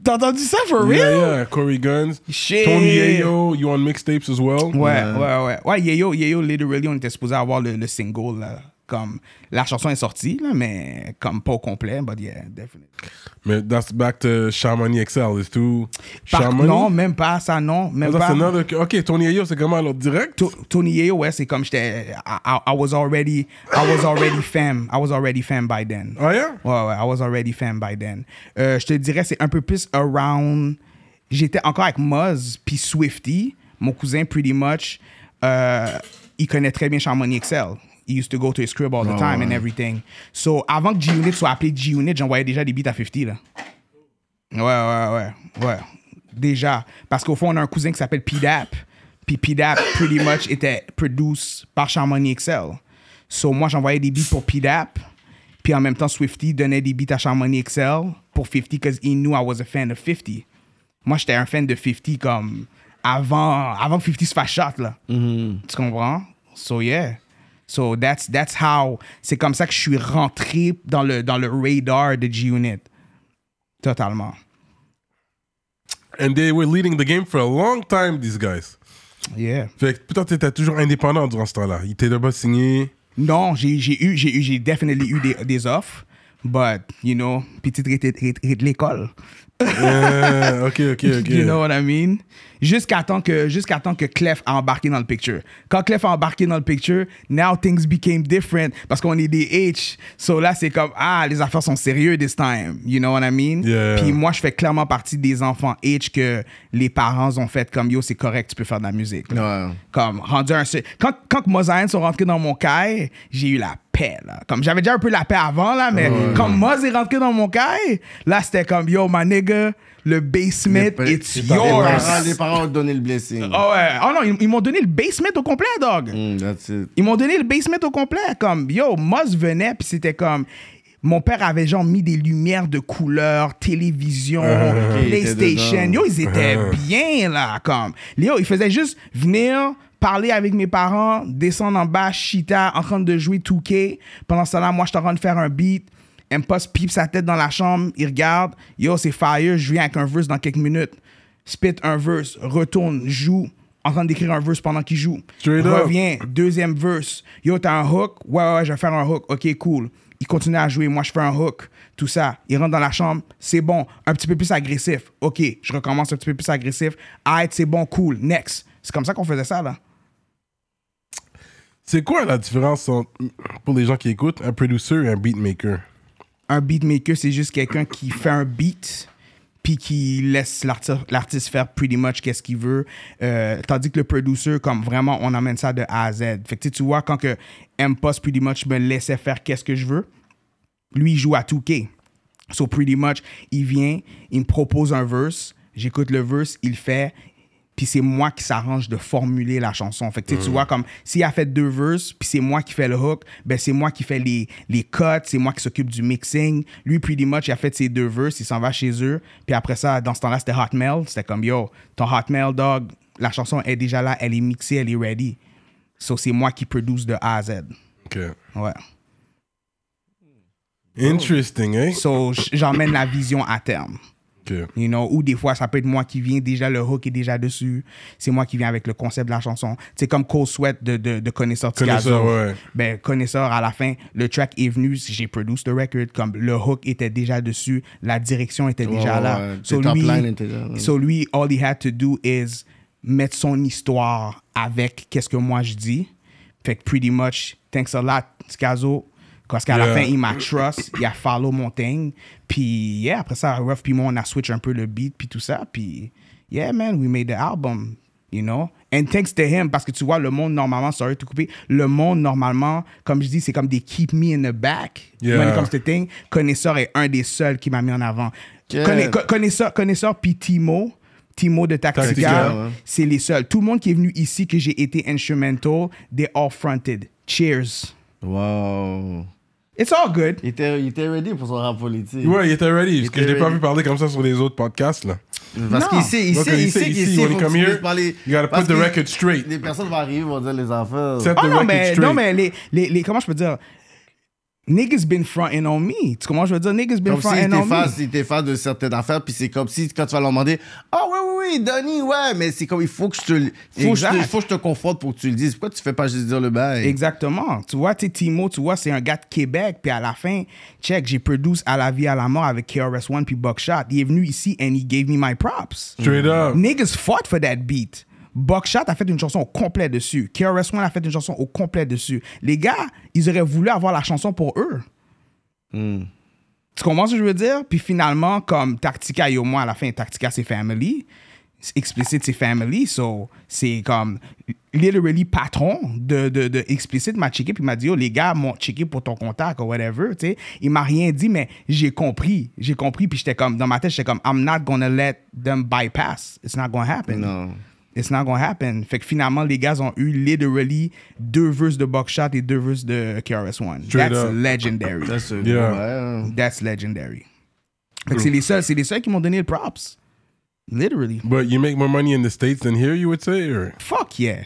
C: T'as entendu ça for real?
A: Yeah, yeah, Corey Guns.
C: Shit.
A: Tony Ayo, you on mixtapes as well?
C: Ouais, ouais, ouais. Ouais, Yeyo, Yeyo, literally, on était supposé avoir le, le single, là. Comme, la chanson est sortie, là, mais comme pas au complet, but yeah, definitely.
A: Mais that's back to Chamonix Excel, is too.
C: Par-
A: Chamonix?
C: non, même pas, ça, non, même
A: That's
C: pas.
A: another. Ok, Tony Ayo, c'est comment alors direct?
C: To- Tony Yeo, ouais, c'est comme j'étais. I, I, I was already. I was already femme. I was already femme by then.
A: Ah, yeah?
C: Ouais, ouais, I was already femme by then. Euh, je te dirais, c'est un peu plus around. J'étais encore avec Muzz, puis Swifty, mon cousin, pretty much. euh, il connaît très bien Chamonix Excel. He used to go to his crib all the time and everything. So, avant que G-Unit soit appelé G-Unit, j'envoyais déjà des beats à 50, là. Ouais, ouais, ouais, ouais. Déjà. Parce qu'au fond, on a un cousin qui s'appelle PDAP. Puis PDAP, pretty much, était produced par Charmony Excel. So, moi, j'envoyais des beats pour PDAP. Puis en même temps, Swifty donnait des beats à Charmony Excel pour 50 because he knew I was a fan of 50. Moi, j'étais un fan de 50 comme avant, avant que 50 se fasse shot, là. Tu comprends? So, yeah. So, that's, that's how... C'est comme ça que je suis rentré dans le, dans le radar de G-Unit. Totalement.
A: And they were leading the game for a long time, these guys.
C: Yeah.
A: Fait que putain, t'étais toujours indépendant durant ce temps-là. Ils t'étaient pas signé.
C: Non, j'ai j'ai eu, j'ai eu, j'ai definitely eu des, des offres, but, you know, petite de l'école.
A: Euh, ok, ok, ok.
C: You know what I mean? Jusqu'à temps que jusqu'à temps que Clef a embarqué dans le picture. Quand Clef a embarqué dans le picture, now things became different parce qu'on est des H. So là c'est comme ah les affaires sont sérieuses this time. You know what I mean?
A: Yeah.
C: Puis moi je fais clairement partie des enfants H que les parents ont fait comme yo c'est correct tu peux faire de la musique. là.
B: Ouais.
C: Comme rendu un seul- quand quand Mozaïne sont rentrés dans mon caille, j'ai eu la paix là. Comme j'avais déjà un peu la paix avant là mais quand Moz est rentré dans mon caille, là c'était comme yo my nigga le basement Smith,
B: Les-
C: it's
B: les parents- Les parents, les
C: yours.
B: parents ont donné le blessing.
C: Oh, ouais. oh non, ils, ils m'ont donné le basement au complet, dog.
B: Mm, that's it.
C: Ils m'ont donné le basement au complet. Comme, yo, Moss venait, puis c'était comme. Mon père avait genre mis des lumières de couleur, télévision,
B: il était
C: PlayStation.
B: dedans. Ah,
C: Yo, ils étaient bien là, comme. Yo, ils faisaient juste venir parler avec mes parents, descendre en bas, chita, en train de jouer 2K. Pendant ce temps-là, moi, je suis en train de faire un beat. M-Post pipe sa tête dans la chambre, il regarde. Yo, c'est fire, je viens avec un verse dans quelques minutes. Spit un verse, retourne, joue, en train d'écrire un verse pendant qu'il joue.
A: Straight up.
C: Reviens, Hein, deuxième verse. Yo, t'as un hook? Ouais, ouais, ouais, je vais faire un hook. Ok, cool. Il continue à jouer. Moi, je fais un hook. Tout ça. Il rentre dans la chambre. C'est bon. Un petit peu plus agressif. Ok, je recommence un petit peu plus agressif. Alright, c'est bon, cool. Next. C'est comme ça qu'on faisait ça, là.
A: C'est quoi la différence entre, pour les gens qui écoutent, un producer et un beatmaker
C: Un beatmaker, c'est juste quelqu'un qui fait un beat puis qui laisse l'arti- l'artiste faire pretty much qu'est-ce qu'il veut. Euh, tandis que le producer, comme vraiment, on amène ça de A à Z. Fait que tu sais, tu vois, quand que M-Post pretty much me laissait faire qu'est-ce que je veux, lui, il joue à 2K. So, pretty much, il vient, il me propose un verse, j'écoute le verse, il fait, puis c'est moi qui s'arrange de formuler la chanson. Fait que tu sais, tu vois, comme s'il a fait deux verses, puis c'est moi qui fais le hook, ben c'est moi qui fais les, les cuts, c'est moi qui s'occupe du mixing. Lui, pretty much, il a fait ses deux verses, il s'en va chez eux, puis après ça, dans ce temps-là, c'était Hotmail. C'était comme, yo, ton Hotmail, dog, la chanson est déjà là, elle est mixée, elle est ready. So, c'est moi qui produce de A à Z.
A: Ok.
C: Ouais.
A: Interesting, hein
C: So, j- j'emmène la vision à terme.
A: Ok.
C: You know, ou des fois, ça peut être moi qui viens, déjà le hook est déjà dessus. C'est moi qui viens avec le concept de la chanson. C'est comme Cold Sweat de, de, de Connaisseur Tigazo.
A: Connaisseur, ouais.
C: Ben, Connaisseur, à la fin, le track est venu, j'ai produit le record, comme le hook était déjà dessus, la direction était déjà
B: ouais,
C: là.
B: ouais,
C: So,
B: tes top
C: lui,
B: line étaient là, ouais.
C: so, lui, all he had to do is mettre son histoire avec qu'est-ce que moi je dis. Fait que pretty much, thanks a lot, Tigazo. Parce qu'à la
A: Yeah.
C: fin, il m'a trust, il a follow Montaigne. Puis, yeah, après ça, Ruff, puis moi, on a switch un peu le beat, puis tout ça. Puis, yeah, man, we made the album, you know? And thanks to him, parce que tu vois, le monde, normalement, sorry, tout coupé, le monde, normalement, comme je dis, c'est comme des keep me in the back.
A: Yeah.
C: When it comes to thing, Connaisseur est un des seuls qui m'a mis en avant.
B: Yeah.
C: Conna- co- connaisseur, connaisseur, puis Timo. Timo de Tactica,
A: Tactica,
B: ouais.
C: c'est les seuls. Tout le monde qui est venu ici, que j'ai été instrumental, they all fronted. Cheers.
B: Wow.
C: It's all good.
B: Il était, il était ready pour son rap politique.
A: Ouais, il était ready. Parce
B: était
A: que je l'ai pas
B: ready.
A: vu parler comme ça sur les autres podcasts, là.
B: Parce
C: Non.
B: qu'il sait, il
A: Donc,
B: sait,
A: il
B: il
A: sait
B: sait qu'il
A: ici,
B: sait.
A: when
B: faut
A: you
B: que
A: come
B: tu
A: here,
B: puisses parler.
A: you gotta put
B: Parce
A: the
B: que
A: record straight.
B: Les personnes vont arriver, vont dire les enfants.
A: Set
C: Oh
A: the
C: non,
A: record
C: mais,
A: straight.
C: non, mais les, les, les- comment je peux dire? Niggas been fronting on me. Tu comment je veux dire? Niggas been
B: Comme
C: fronting
B: s'ils
C: on
B: étaient
C: me.
B: fans, ils étaient fans de certaines affaires, puis c'est comme si quand tu vas leur demander Ah oui, oui, oui, Donnie, ouais, mais c'est comme il faut que je te, le- faut que je te,
C: Exact.
B: faut que je te confronte pour que tu le dises. Pourquoi tu fais pas juste dire le bail
C: Exactement. Tu vois, tu sais, Timo, tu vois, c'est un gars de Québec. Puis à la fin, check, j'ai produit à la vie à la mort avec KRS-One puis Buckshot. Il est venu ici and he gave me my props.
B: Mm.
A: Straight up.
C: Niggas fought for that beat. Buckshot a fait une chanson au complet dessus. KRS-One a fait une chanson au complet dessus. Les gars, ils auraient voulu avoir la chanson pour eux. Tu comprends ce que je veux dire? Puis finalement, comme Tactica et moi, à la fin, Tactica, c'est family. Explicit, c'est family. So, c'est comme literally patron de, de, de Explicit m'a checké puis m'a dit, oh, les gars m'ont checké pour ton contact ou whatever. Tu sais, il m'a rien dit, mais j'ai compris. J'ai compris. Puis j'étais comme, dans ma tête, j'étais comme, I'm not gonna let them bypass. It's not gonna happen.
B: Non.
C: It's not gonna happen. Fait que finalement, les gars ont eu literally deux verses de Buckshot et deux verses de KRS-One.
A: Straight
C: That's
A: up.
C: legendary.
B: Ça, c'est-
A: Yeah.
B: ouais,
A: Mm-hmm.
B: hein.
C: That's legendary. Fait que c'est les seuls, c'est les seuls qui m'ont donné le props. Literally.
A: But you make more money in the States than here, you would say? Or...
C: Fuck yeah.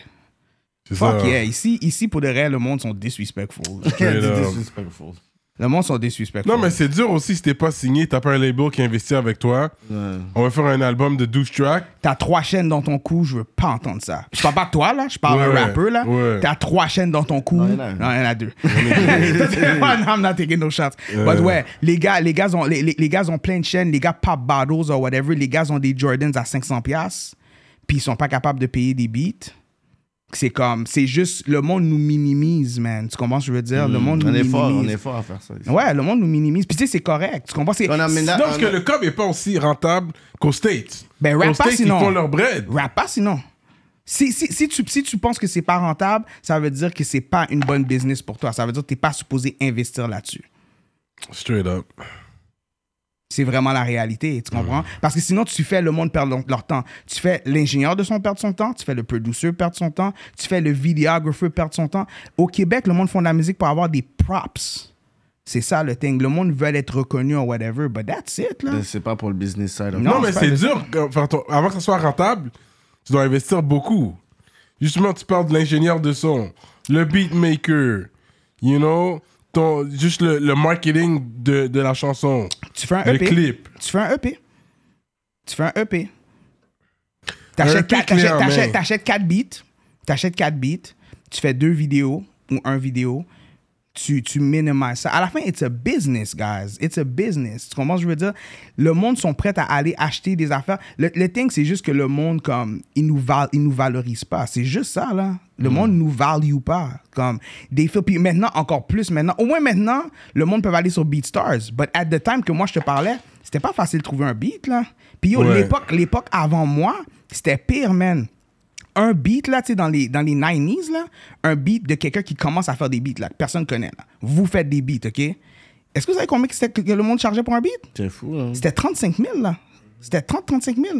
A: C'est
C: Fuck
A: ça.
C: yeah. Ici, ici pour de vrai, le monde sont disrespectful.
B: Can't be
A: up.
B: disrespectful.
C: Le monde sont disrespectful.
A: Non, mais c'est dur aussi si t'es pas signé, t'as pas un label qui investit avec toi. On va faire un album de 12 tracks.
C: T'as trois chaînes dans ton cou, je veux pas entendre ça. Je parle pas de toi, là. Je parle d'un
A: Ouais,
C: rappeur, là.
A: ouais.
C: T'as trois chaînes dans ton cou. Non,
B: il y
C: il
B: en a une.
C: y en a deux. Non, I'm not taking no shots. But ouais, les gars, les gars ont, les, les- les gars ont plein de chaînes. Les gars pop battles or whatever. Les gars ont des Jordans à 500 pièces Puis ils sont pas capables de payer des beats. C'est comme, c'est juste, le monde nous minimise, man. Tu comprends ce que je veux dire? Le monde nous
B: On est
C: minimise.
B: fort, on est fort à faire ça. ici.
C: Ouais, le monde nous minimise. Puis tu sais, c'est correct. Tu comprends? C'est,
B: On amène la-
A: Non, parce
B: on-
A: que le cob est pas aussi rentable qu'aux States.
C: Ben,
A: Aux
C: rap pas
A: States,
C: sinon.
A: ils font leur bread.
C: Rap pas sinon. Si, si, si, tu, si tu penses que c'est pas rentable, ça veut dire que c'est pas une bonne business pour toi. Ça veut dire que t'es pas supposé investir là-dessus.
A: Straight up.
C: C'est vraiment la réalité, tu comprends? Parce que sinon, tu fais le monde perdre leur temps. Tu fais l'ingénieur de son perdre son temps, tu fais le producer perdre son temps, tu fais le vidéographe perdre son temps. Au Québec, le monde font de la musique pour avoir des props. C'est ça le thing. Le monde veut être reconnu ou whatever, but that's it, là.
B: C'est pas pour le business side. of
A: Non,
C: Non,
B: it.
A: mais
C: c'est
A: c'est
C: pas-
A: dur. que- enfin, ton- Avant que ça soit rentable, tu dois investir beaucoup. Justement, tu parles de l'ingénieur de son, le beatmaker, you know, ton, juste le, le marketing de, de la chanson,
C: Tu fais un
A: le
C: EP.
A: clip.
C: Tu fais un EP. Tu fais un EP.
A: Un
C: T'achètes
A: EP
C: quatre-
A: clé en
C: T'achètes
A: main.
C: t'achètes- t'achètes quatre beats. T'achètes quatre beats. Tu fais deux vidéos ou un vidéo. Tu, tu minimises ça. À la fin, it's a business, guys. It's a business. Tu comprends ce que je veux dire? Le monde sont prêts à aller acheter des affaires. Le, le thing, c'est juste que le monde, comme, il nous, val, il nous valorise pas. C'est juste ça, là. Le monde nous value pas. Comme, des filles. Puis maintenant, encore plus maintenant. Au moins maintenant, le monde peut aller sur BeatStars. But at the time que moi, je te parlais, c'était pas facile de trouver un beat, là. Puis yo,
A: Ouais.
C: l'époque, l'époque avant moi, c'était pire, man un beat là, tu sais, dans les, dans les 90s, là, un beat de quelqu'un qui commence à faire des beats là, que personne connaît. Là. Vous faites des beats, OK? Est-ce que vous savez combien que, c'était que le monde chargeait pour un beat?
B: C'est fou, hein.
C: C'était 35 000 là. C'était 30-35 000.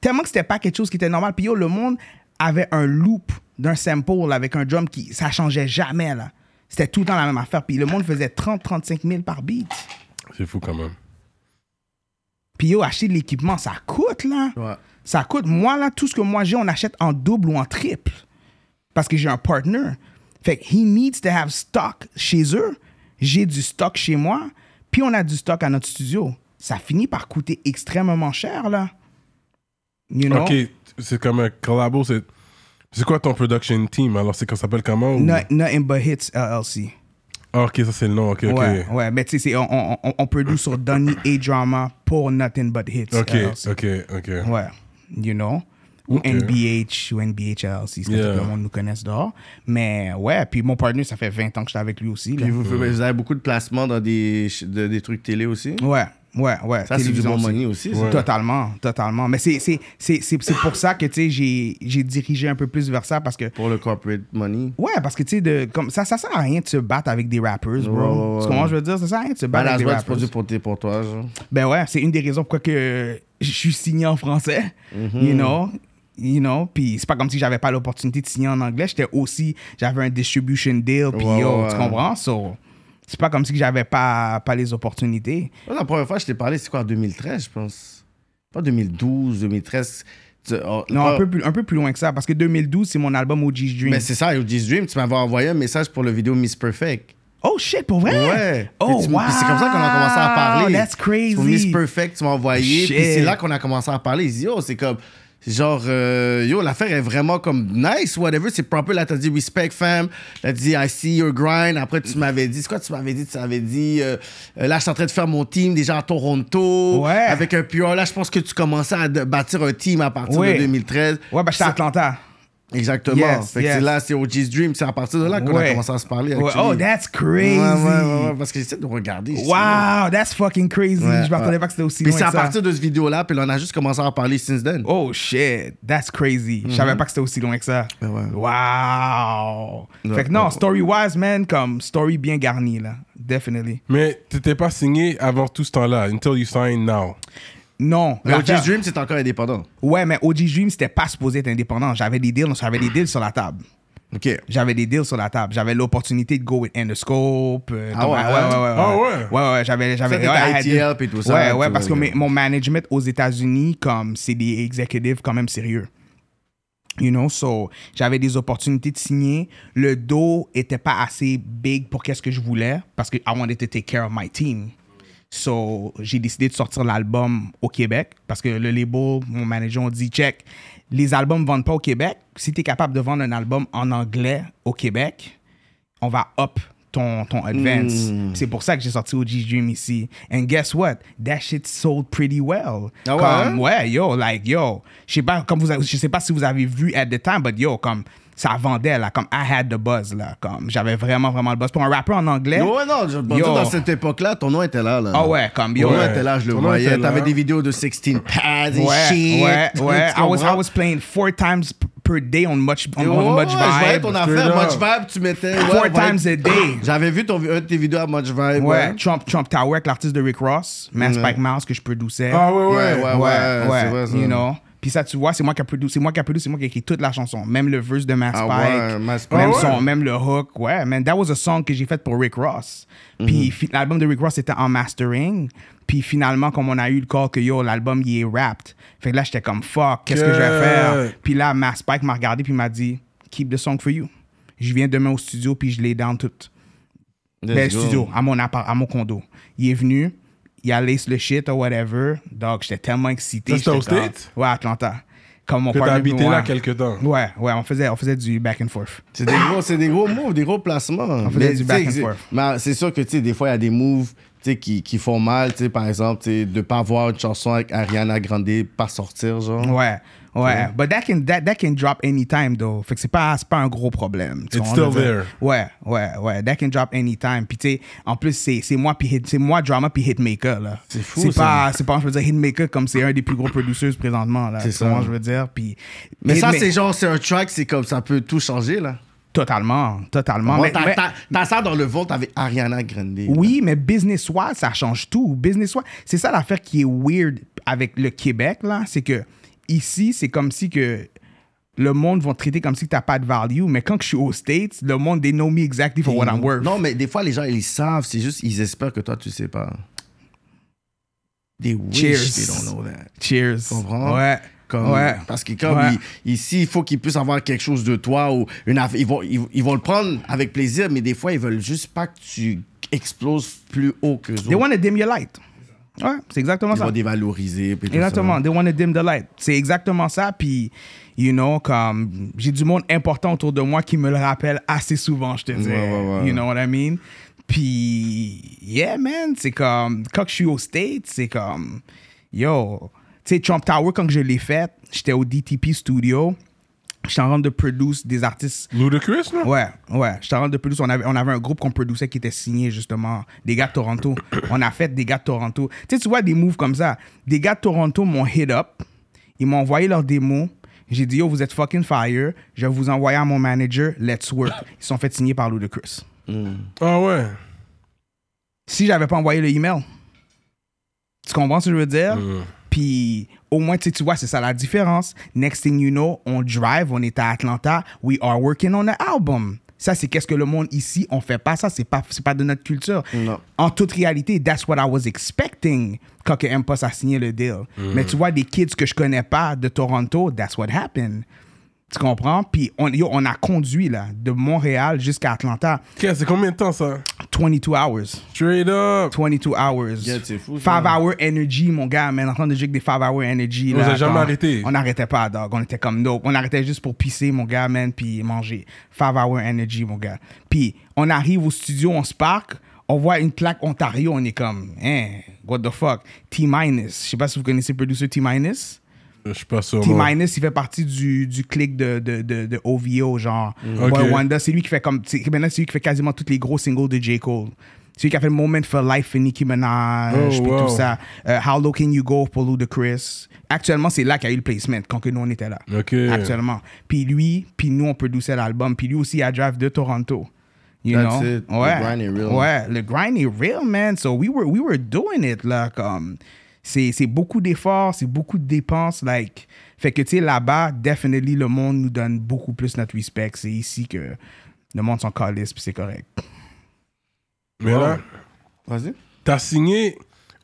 C: Tellement que c'était pas quelque chose qui était normal. Puis yo, le monde avait un loop d'un sample là, avec un drum qui, ça changeait jamais là. C'était tout le temps la même affaire. Puis le monde faisait 30-35 000 par beat.
A: C'est fou quand même.
C: Puis yo, acheter de l'équipement, ça coûte là.
B: Ouais.
C: Ça coûte. Moi, là, tout ce que moi j'ai, on achète en double ou en triple. Parce que j'ai un partner. Fait que he needs to have stock chez eux. J'ai du stock chez moi. Puis on a du stock à notre studio. Ça finit par coûter extrêmement cher, là. You know?
A: Ok, c'est comme un collabo. C'est c'est quoi ton production team Alors, c'est qu'on s'appelle comment ou-
C: No- Nothing but hits LLC.
A: Ah, Ok, ça c'est le nom. Ok, ok.
C: Ouais, ouais. Mais tu sais, c'est- on, on, on produit sur Donny et Drama pour Nothing but hits.
A: Ok,
C: LLC.
A: ok, ok.
C: Ouais. You know? Ou
A: Ok.
C: NBH ou NBHL, si c'est comme ça que
A: Yeah.
C: le monde nous connaisse dehors. Mais ouais, puis mon partner, ça fait 20 ans que j'étais avec lui aussi. là.
B: Puis vous, faites- vous avez beaucoup de placements dans des, ch- de- des trucs télé aussi.
C: Ouais, ouais, ouais.
B: Ça, c'est du
C: Télévision
B: bon
C: aussi.
B: money aussi. ça.
A: Ouais.
C: Totalement, totalement. Mais c'est c'est- c'est- c'est- c'est pour ça que, tu sais, j'ai j'ai dirigé un peu plus vers ça parce que...
B: Pour le corporate money.
C: Ouais, parce que, tu sais, de- comme ça, ça sert à rien de se battre avec des rappers, bro.
B: Ouais, ouais, ouais.
C: Tu comprends ce que je veux dire? Ça sert à rien de se
B: Ben,
C: battre
B: la
C: avec des
B: joie, tu
C: rappers.
B: produis pour, tes- pour toi, genre.
C: Ben ouais, c'est une des raisons pourquoi que je suis signé en français,
B: Mhm.
C: you know, you know, puis c'est pas comme si j'avais pas l'opportunité de signer en anglais, j'étais aussi, j'avais un distribution deal, puis
B: Ouais,
C: yo,
B: ouais,
C: tu
B: ouais.
C: comprends, so, c'est pas comme si que j'avais pas, pas les opportunités.
B: Moi, la première fois, je t'ai parlé, c'est quoi, en 2013, je pense. Pas 2012, 2013. Tu- oh,
C: Non,
B: pas-
C: un peu, plus, un peu plus loin que ça, parce que 2012, c'est mon album OG's Dream.
B: Mais c'est ça, OG's Dream, tu m'avais envoyé un message pour le vidéo Miss Perfect.
C: Oh shit, pour vrai?
B: Ouais.
C: Oh,
B: Puis tu-
C: wow.
B: puis c'est comme ça qu'on a commencé à parler.
C: That's crazy.
B: Sur Miss Perfect, tu m'as envoyé. Puis
C: Shit.
B: c'est là qu'on a commencé à parler. Il dit, yo, c'est comme. Genre, euh, yo, l'affaire est vraiment comme nice, whatever. C'est proper. Là, t'as dit respect, fam. T'as dit I see your grind. Après, tu m'avais dit, c'est quoi, tu m'avais dit, tu m'avais dit, euh, euh, là, je suis en train de faire mon team déjà à Toronto.
C: Ouais.
B: Avec un pure. Là, je pense que tu commençais à de- bâtir un team à partir
C: Ouais.
B: de 2013.
C: Ouais, ben j'étais à
B: Ça-
C: Atlanta.
B: Exactement.
C: Yes,
B: fait que
C: yes.
B: c'est là, c'est OG's Dream. C'est à partir de là qu'on
C: Ouais.
B: a commencé à se parler.
C: Ouais.
B: actually.
C: Oh, that's
B: Ouais,
C: crazy.
B: ouais, ouais, ouais, parce que j'essaie de regarder.
C: Wow, that's fucking crazy.
B: Ouais,
C: je m'attendais
B: ouais.
C: pas que c'était aussi
B: Puis
C: loin
B: c'est
C: que
B: à
C: ça.
B: partir de cette vidéo-là, puis là, on a juste commencé à en parler since then.
C: Oh shit, that's crazy. Je savais pas que c'était aussi loin que ça.
B: Mhm. Ah Ouais, ouais.
C: Wow.
B: Ouais,
C: fait que non,
B: ouais.
C: story wise, man, comme story bien garnie, là. Definitely.
A: Mais t'étais pas signé avant tout ce temps-là, until you sign now.
C: Non.
B: Mais
C: l'affaire-
B: OG's Dream, c'est encore indépendant.
C: Ouais, mais OG Dream, c'était pas supposé être indépendant. J'avais des deals, j'avais des deals sur la table.
B: OK.
C: J'avais des deals sur la table. J'avais l'opportunité de go with Endoscope. euh,
B: Ah
C: tomber-
B: ouais, hein?
A: Ah
C: ouais, ouais, ouais.
A: ouais?
C: Ouais, ouais, j'avais... j'avais
B: Ça, t'étais
C: ouais, I
B: ITL
C: had-
B: puis tout ça,
C: Ouais,
B: tout
C: ouais,
B: ça,
C: parce que
B: ouais.
C: mes- mon management aux États-Unis, comme, c'est des executives quand même sérieux. You know, so j'avais des opportunités de signer. Le dos était pas assez big pour qu'est-ce que je voulais parce que I wanted to take care of my team. So j'ai décidé de sortir l'album au Québec parce que le label, mon manager, on dit check, les albums vendent pas au Québec. Si tu es capable de vendre un album en anglais au Québec, on va up ton, ton advance.
B: Hmm.
C: C'est pour ça que j'ai sorti OG Dream ici. And guess what? That shit sold pretty well.
B: Ah ouais?
C: Comme, ouais, yo, like, yo. Je sais pas, comme vous avez- je sais pas si vous avez vu at the time, but yo, comme, ça vendait, là, comme, I had the buzz, là, comme, j'avais vraiment, vraiment le buzz. Pour un rappeur en anglais,
B: Ouais, non, je bon,
C: Yo.
B: dans cette époque-là, ton nom était là. là.
C: ah ouais, comme, yo.
B: Ton nom était là, je le
A: Ton nom était
B: voyais.
A: là.
B: T'avais des vidéos de 16 pads et shit.
C: Ouais, ouais,
B: Tu
C: ouais. I was, I
B: comprends?
C: was playing four times p- per day on much, on,
B: Ouais,
C: on much
B: ouais, Je voyais
C: vibe.
B: ton affaire,
A: up.
B: Much Vibe, tu mettais. ouais,
C: Four
B: ouais.
C: times a day.
B: J'avais vu ton, un de tes vidéos à Much Vibe.
C: Ouais,
B: Ouais,
C: Trump, Trump Tower avec l'artiste de Rick Ross, Mass Spike Mouse que je produisais.
A: Ah ouais, ouais.
B: ouais, ouais, ouais, c'est vrai ça.
C: you know. Puis ça, tu vois, c'est moi qui a produit, c'est moi qui a produit, c'est moi qui a écrit toute la chanson. Même le verse de Mass
B: Ah
C: Spike,
B: ouais, Mass Spike.
C: même
A: Ah ouais.
C: son, même le hook. Ouais, man, that was a song que j'ai fait pour Rick Ross.
B: Mhm.
C: Puis fi- l'album de Rick Ross était en mastering. Puis finalement, comme on a eu le call que yo, l'album, il est rapped. Fait que là, j'étais comme fuck, qu'est-ce que je vais faire? Puis là, Mass Spike m'a regardé puis m'a dit, keep the song for you. Je viens demain au studio puis je les down toutes. Ben,
B: Let's go.
C: studio, à mon, appart, à mon condo. Il est venu, il a laissé le shit ou whatever. Donc, j'étais tellement
A: Ça,
C: excité.
A: c'était
C: j'étais
A: aux
C: comme-
A: States?
C: Ouais, Atlanta. Comme mon
A: Que t'as
C: partner-
A: habité
C: ouais.
A: là quelque temps.
C: Ouais, ouais, on faisait, on faisait du back and forth.
B: C'est des gros, c'est des gros moves, des gros placements.
C: faisait
B: Mais,
C: du
B: tu
C: back
B: sais,
C: and
B: c'est-
C: forth.
B: Mais c'est sûr que tu sais, des fois il y a des moves tu sais, qui, qui font mal, tu sais, par exemple, tu sais, de pas voir une chanson avec Ariana Grande pas sortir genre.
C: Ouais, ouais. But that can, that, that can drop anytime, though. Fait que c'est pas, c'est pas un gros problème. tu
A: It's
C: comprends?
A: still there.
C: Ouais, ouais, ouais. That can drop anytime. Puis, tu sais, en plus, c'est c'est moi, puis hit- c'est moi, drama, puis hitmaker, là.
B: C'est fou,
C: C'est
B: ça.
C: pas, c'est pas, je veux dire, hitmaker, comme c'est un des plus gros producers présentement, là.
B: C'est
C: Tu comprends,
B: ça.
C: je veux dire. Puis.
B: Mais ça
C: Hitma-
B: c'est genre c'est un track, c'est comme ça peut tout changer là.
C: Totalement, totalement.
B: Moi,
C: Mais-
B: t'as,
C: mais-
B: t'as- t'as ça dans le ventre avec Ariana Grande. là.
C: Oui, mais business-wise, ça change tout. Business-wise, c'est ça l'affaire qui est weird avec le Québec, là. C'est que ici, c'est comme si que le monde va te traiter comme si tu n'as pas de value, mais quand je suis aux States, le monde, they know me exactly for what I'm worth.
B: Non mais des fois les gens ils savent, c'est juste ils espèrent que toi tu sais pas. They wish
C: Cheers.
B: they don't know that.
C: Cheers.
B: comprends?
C: Ouais.
B: Comme-
C: ouais.
B: Parce que comme
C: Ouais.
B: il- ici, il faut qu'ils puissent avoir quelque chose de toi ou une affaire. Ils vont, ils, ils vont le prendre avec plaisir, mais des fois, ils veulent juste pas que tu exploses plus haut que eux
C: They
B: autres.
C: want to dim your light. Ouais, c'est exactement
B: Ils
C: ça.
B: vont dévaloriser. puis tout ça.
C: Exactement. They want to dim the light. C'est exactement ça. Puis, you know, comme j'ai du monde important autour de moi qui me le rappelle assez souvent, je te dis.
B: ouais, ouais.
C: You know what I mean? Puis, yeah, man, c'est comme quand je suis au States, c'est comme yo. Tu sais, Trump Tower, quand je l'ai fait, j'étais au DTP Studio. J'étais en train de produire des artistes
A: Ludacris, non?
C: Ouais, ouais. Je te rends de plus. On avait, on avait un groupe qu'on produisait qui était signé, justement, des gars de Toronto. on a fait des gars de Toronto. Tu sais, tu vois des moves comme ça. Des gars de Toronto m'ont hit up. Ils m'ont envoyé leur démo. J'ai dit, yo, vous êtes fucking fire. Je vais vous envoyer à mon manager. Let's work. Ils se sont fait signer par Ludacris.
A: Ah ouais.
C: Si j'avais pas envoyé le email, tu comprends ce que je veux dire? Puis au moins, tu sais, tu vois, c'est ça la différence. Next thing you know, on drive, on est à Atlanta, we are working on an album. Ça, c'est qu'est-ce que le monde ici, on fait pas ça, c'est pas, c'est pas de notre culture.
B: Non.
C: En toute réalité, that's what I was expecting quand que M-Post a signé le deal. Mais tu vois, des kids que je connais pas de Toronto, that's what happened. Tu comprends? Puis on, yo, on a conduit, là, de Montréal jusqu'à Atlanta,
A: Ok, c'est combien de temps ça?
C: 22 hours.
A: Straight up.
C: 22 hours.
B: Yeah, c'est fou, ça.
C: 5 hour energy, mon gars, man. En train de jouer avec des 5 hour energy.
A: On
C: là,
A: vous a jamais
C: comme-
A: arrêté.
C: On n'arrêtait pas, dog. On était comme, nope. On arrêtait juste pour pisser, mon gars, man, puis manger. 5 hour energy, mon gars. Puis, on arrive au studio, on se parque, on voit une plaque Ontario, on est comme, hein, what the fuck. T-Minus. Je sais pas si vous connaissez le producer T-Minus.
A: Je suis pas sûr. non.
C: T-Minus, il fait partie du, du clic de, de, de, de OVO, genre.
A: Mm. Ok.
C: Ouais, Wanda, c'est lui qui fait comme. c'est- Maintenant, c'est lui qui fait quasiment tous les gros singles de J. Cole. C'est lui qui a fait Moment for Life et Nicki Minaj,
A: Oh,
C: puis
A: wow.
C: tout ça. Euh, How Low Can You Go pour Ludacris. Actuellement, c'est là qu'il y a eu le placement, quand que nous, on était là.
A: Ok.
C: Actuellement. Puis lui, puis nous, on produisait l'album. Puis lui aussi, il a drive de Toronto. You
B: That's
C: know?
B: it. The
C: Ouais.
B: grind is real.
C: Ouais. Ouais, le grind est real, man. So we were, we were doing it, là, comme... C'est c'est beaucoup d'efforts, c'est beaucoup de dépenses, like... Fait que, tu sais, là-bas, definitely, le monde nous donne beaucoup plus notre respect. C'est ici que le monde s'en calisse, puis c'est correct.
A: Mais là,
B: Vas-y.
A: t'as signé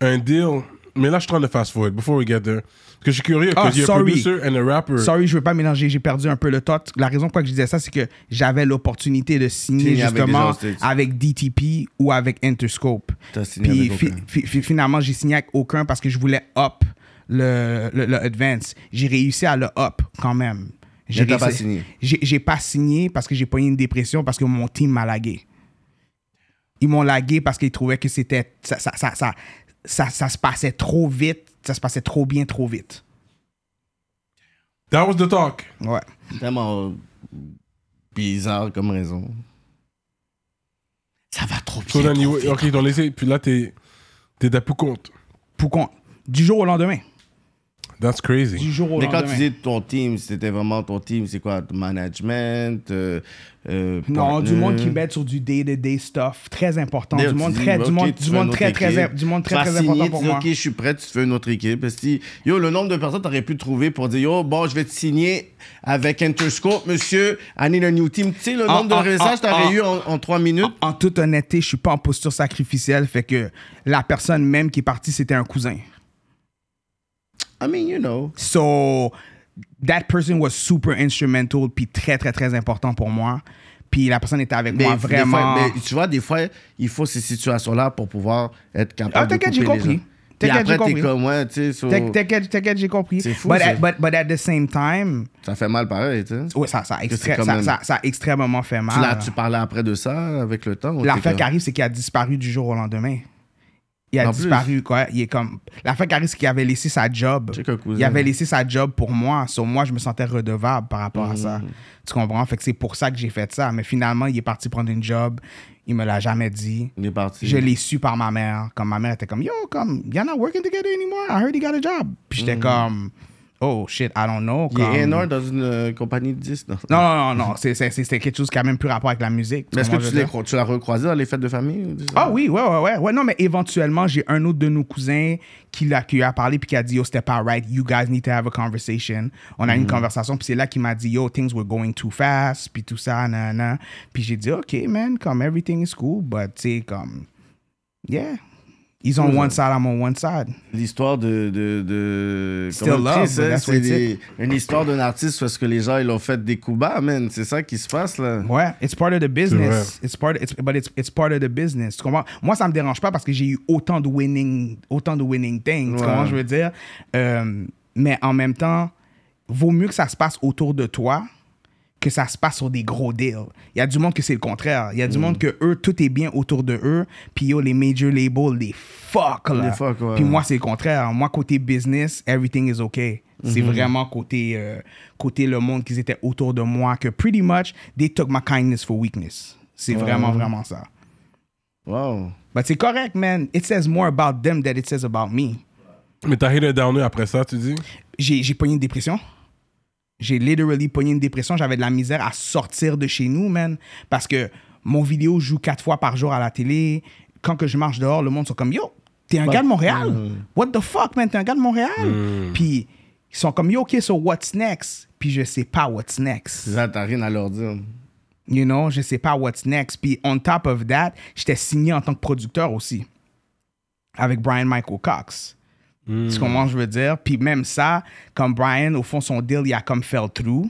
A: un deal Mais là, je suis en train de fast forward before we get there. Parce que je suis curieux.
C: Ah,
A: Parce qu'il y a un
C: sorry.
A: producer and a rapper.
C: Sorry, je veux pas mélanger, j'ai perdu un peu le thought. La raison pour laquelle je disais ça, c'est que j'avais l'opportunité de signer
B: Signer avec
C: justement
B: des gens aux States.
C: avec DTP ou avec Interscope.
B: T'as signé
C: Puis
B: avec
C: fi-
B: aucun.
C: fi- fi- finalement, j'ai signé avec aucun parce que je voulais up le, le, le advance. J'ai réussi à le up quand même. J'ai
B: t'as pas
C: réussi-
B: signé.
C: J'ai j'ai pas signé parce que j'ai pas eu une dépression parce que mon team m'a lagué. Ils m'ont lagué parce qu'ils trouvaient que c'était ça, ça, ça, ça, ça- ça se passait trop vite, ça se passait trop bien, trop vite.
A: That was the talk.
C: Ouais.
B: Tellement euh, bizarre comme raison. Ça va trop
A: So
B: bien. trop
A: then you,
B: vite.
A: ok, ils t'ont laissé. Puis là, t'es t'es d'appui compte.
C: pour qu'on- du jour au lendemain.
A: That's crazy.
C: Du jour au
B: Mais quand
C: lendemain.
B: tu dis ton team, c'était vraiment ton team, c'est quoi Management euh, euh,
C: non, du
B: partner?
C: monde qui met sur du day-to-day stuff, très important.
B: D'ailleurs,
C: Du monde
B: tu dis,
C: très,
B: bah,
C: du
B: ok,
C: monde,
B: tu
C: du
B: fais
C: monde
B: une
C: très,
B: autre
C: très,
B: équipe.
C: du monde
B: Tu
C: très,
B: vas
C: très
B: signer,
C: important
B: tu
C: pour
B: dis,
C: moi.
B: Ok, je suis prêt, tu fais une autre équipe. Parce que, yo, le nombre de personnes t'aurais pu trouver pour dire, yo, bon, je vais te signer avec Interscope, monsieur, I need a new team. Tu sais, le
C: En-
B: nombre
C: en-
B: de messages
C: en-
B: t'aurais
C: en-
B: eu en en trois minutes.
C: En toute honnêteté, je suis pas en posture sacrificielle, fait que la personne même qui est partie, c'était un cousin. Ah.
B: I mean, you know.
C: So, that person was super instrumental, puis très, très, très important pour moi. Puis la personne était avec
B: Mais
C: moi
B: des fois-
C: vraiment.
B: mais tu vois, des fois, il faut ces situations-là pour pouvoir être capable
C: Ah,
B: de
C: t'inquiète,
B: couper
C: j'ai
B: les
C: compris.
B: gens. Puis
C: T'inquiète, j'ai
B: après, t'es
C: compris.
B: comme, ouais, tu sais, so-
C: T'inquiète, T'inquiète, t'inquiète, j'ai compris.
B: C'est fou,
C: but,
B: ça.
C: at, but, but at the same time,
B: ça fait mal pareil, tu sais.
C: ouais, ça, ça, a
B: c'est
C: extré-
B: quand
C: ça-
B: même-
C: ça- ça a extrêmement fait mal.
B: Tu, l'as- tu parlais après de ça avec le temps. ou t'es
C: L'affaire
B: comme-
C: qui arrive, c'est qu'il a disparu du jour au lendemain. Il a
B: En plus.
C: disparu, quoi. Il est comme... L'affaire qui arrive, c'est qu'il avait laissé sa job.
B: Check un cousin.
C: Il avait laissé sa job pour moi. Sur moi, je me sentais redevable par rapport à
B: Mm.
C: ça. Tu comprends? Fait que c'est pour ça que j'ai fait ça. Mais finalement, il est parti prendre une job. Il me l'a jamais dit.
B: Il est parti.
C: Je l'ai su par ma mère. Comme ma mère était comme, yo, comme, you're not working together anymore. I heard you got a job. Puis j'étais comme, oh shit, I don't know.
B: Mm. Il est
C: comme-
B: A&R dans une euh, compagnie de 10, non?
C: Non, non, non, non. C'est- c'est- C'était quelque chose qui a même plus rapport avec la musique.
B: Mais est-ce que tu,
C: comprends ce je veux
B: l'as
C: dire?
B: cro- tu l'as recroisé dans les fêtes de famille? ou des-
C: Ah oui, ouais, ouais, ouais, ouais. Non, mais éventuellement, j'ai un autre de nos cousins qui l'a qui lui a parlé puis qui a dit, yo, c'était pas right. You guys need to have a conversation. On a eu une conversation puis c'est là qu'il m'a dit, yo, things were going too fast puis tout ça, nanana. Puis j'ai dit, ok, man, comme everything is cool, but tu sais, comme, yeah. Ils ont one side, I'm on one side.
B: L'histoire de... de, de...
C: Still
B: Comment
C: love,
B: on dit ça?
C: but that's what
B: c'est
C: it
B: des- une histoire d'un artiste parce que les gens, ils l'ont fait des coups bas, man. C'est ça qui se passe, là.
C: Ouais, it's part of the business.
A: vrai.
C: It's part, it's, but it's, it's part of the business. Tu comprends? Moi, ça me dérange pas parce que j'ai eu autant de winning, autant de winning things. Tu
B: Ouais.
C: comprends ce que je veux dire? Euh, mais en même temps, vaut mieux que ça se passe autour de toi que ça se passe sur des gros deals. Il y a du monde que c'est le contraire. Il y a du
B: Mm.
C: monde que eux, tout est bien autour de eux. Puis yo, les major labels, les fuck là.
B: Les fuck, ouais.
C: Puis moi, c'est le contraire. Moi, côté business, everything is okay.
B: Mm-hmm.
C: C'est vraiment côté, euh, côté le monde qu'ils étaient autour de moi que pretty much they took my kindness for weakness. C'est vraiment, vraiment ça.
B: Wow.
C: But c'est correct, man. It says more about them than it says about me.
A: Mais t'as hit a downer après ça, tu dis?
C: j'ai, j'ai pogné une dépression. J'ai literally pogné une dépression. J'avais de la misère à sortir de chez nous, man. Parce que mon vidéo joue quatre fois par jour à la télé. Quand que je marche dehors, le monde sont comme Yo, t'es un gars de Montréal? What the fuck, man? T'es un gars de Montréal? Puis ils sont comme Yo, OK, so what's next? Puis je sais pas what's next.
B: Ça, t'as rien à leur dire.
C: You know, je sais pas what's next. Puis on top of that, j'étais signé en tant que producteur aussi. Avec Brian Michael Cox. Tu comprends ce que je veux dire? Puis même ça, comme Brian, au fond, son deal, il a comme fell through.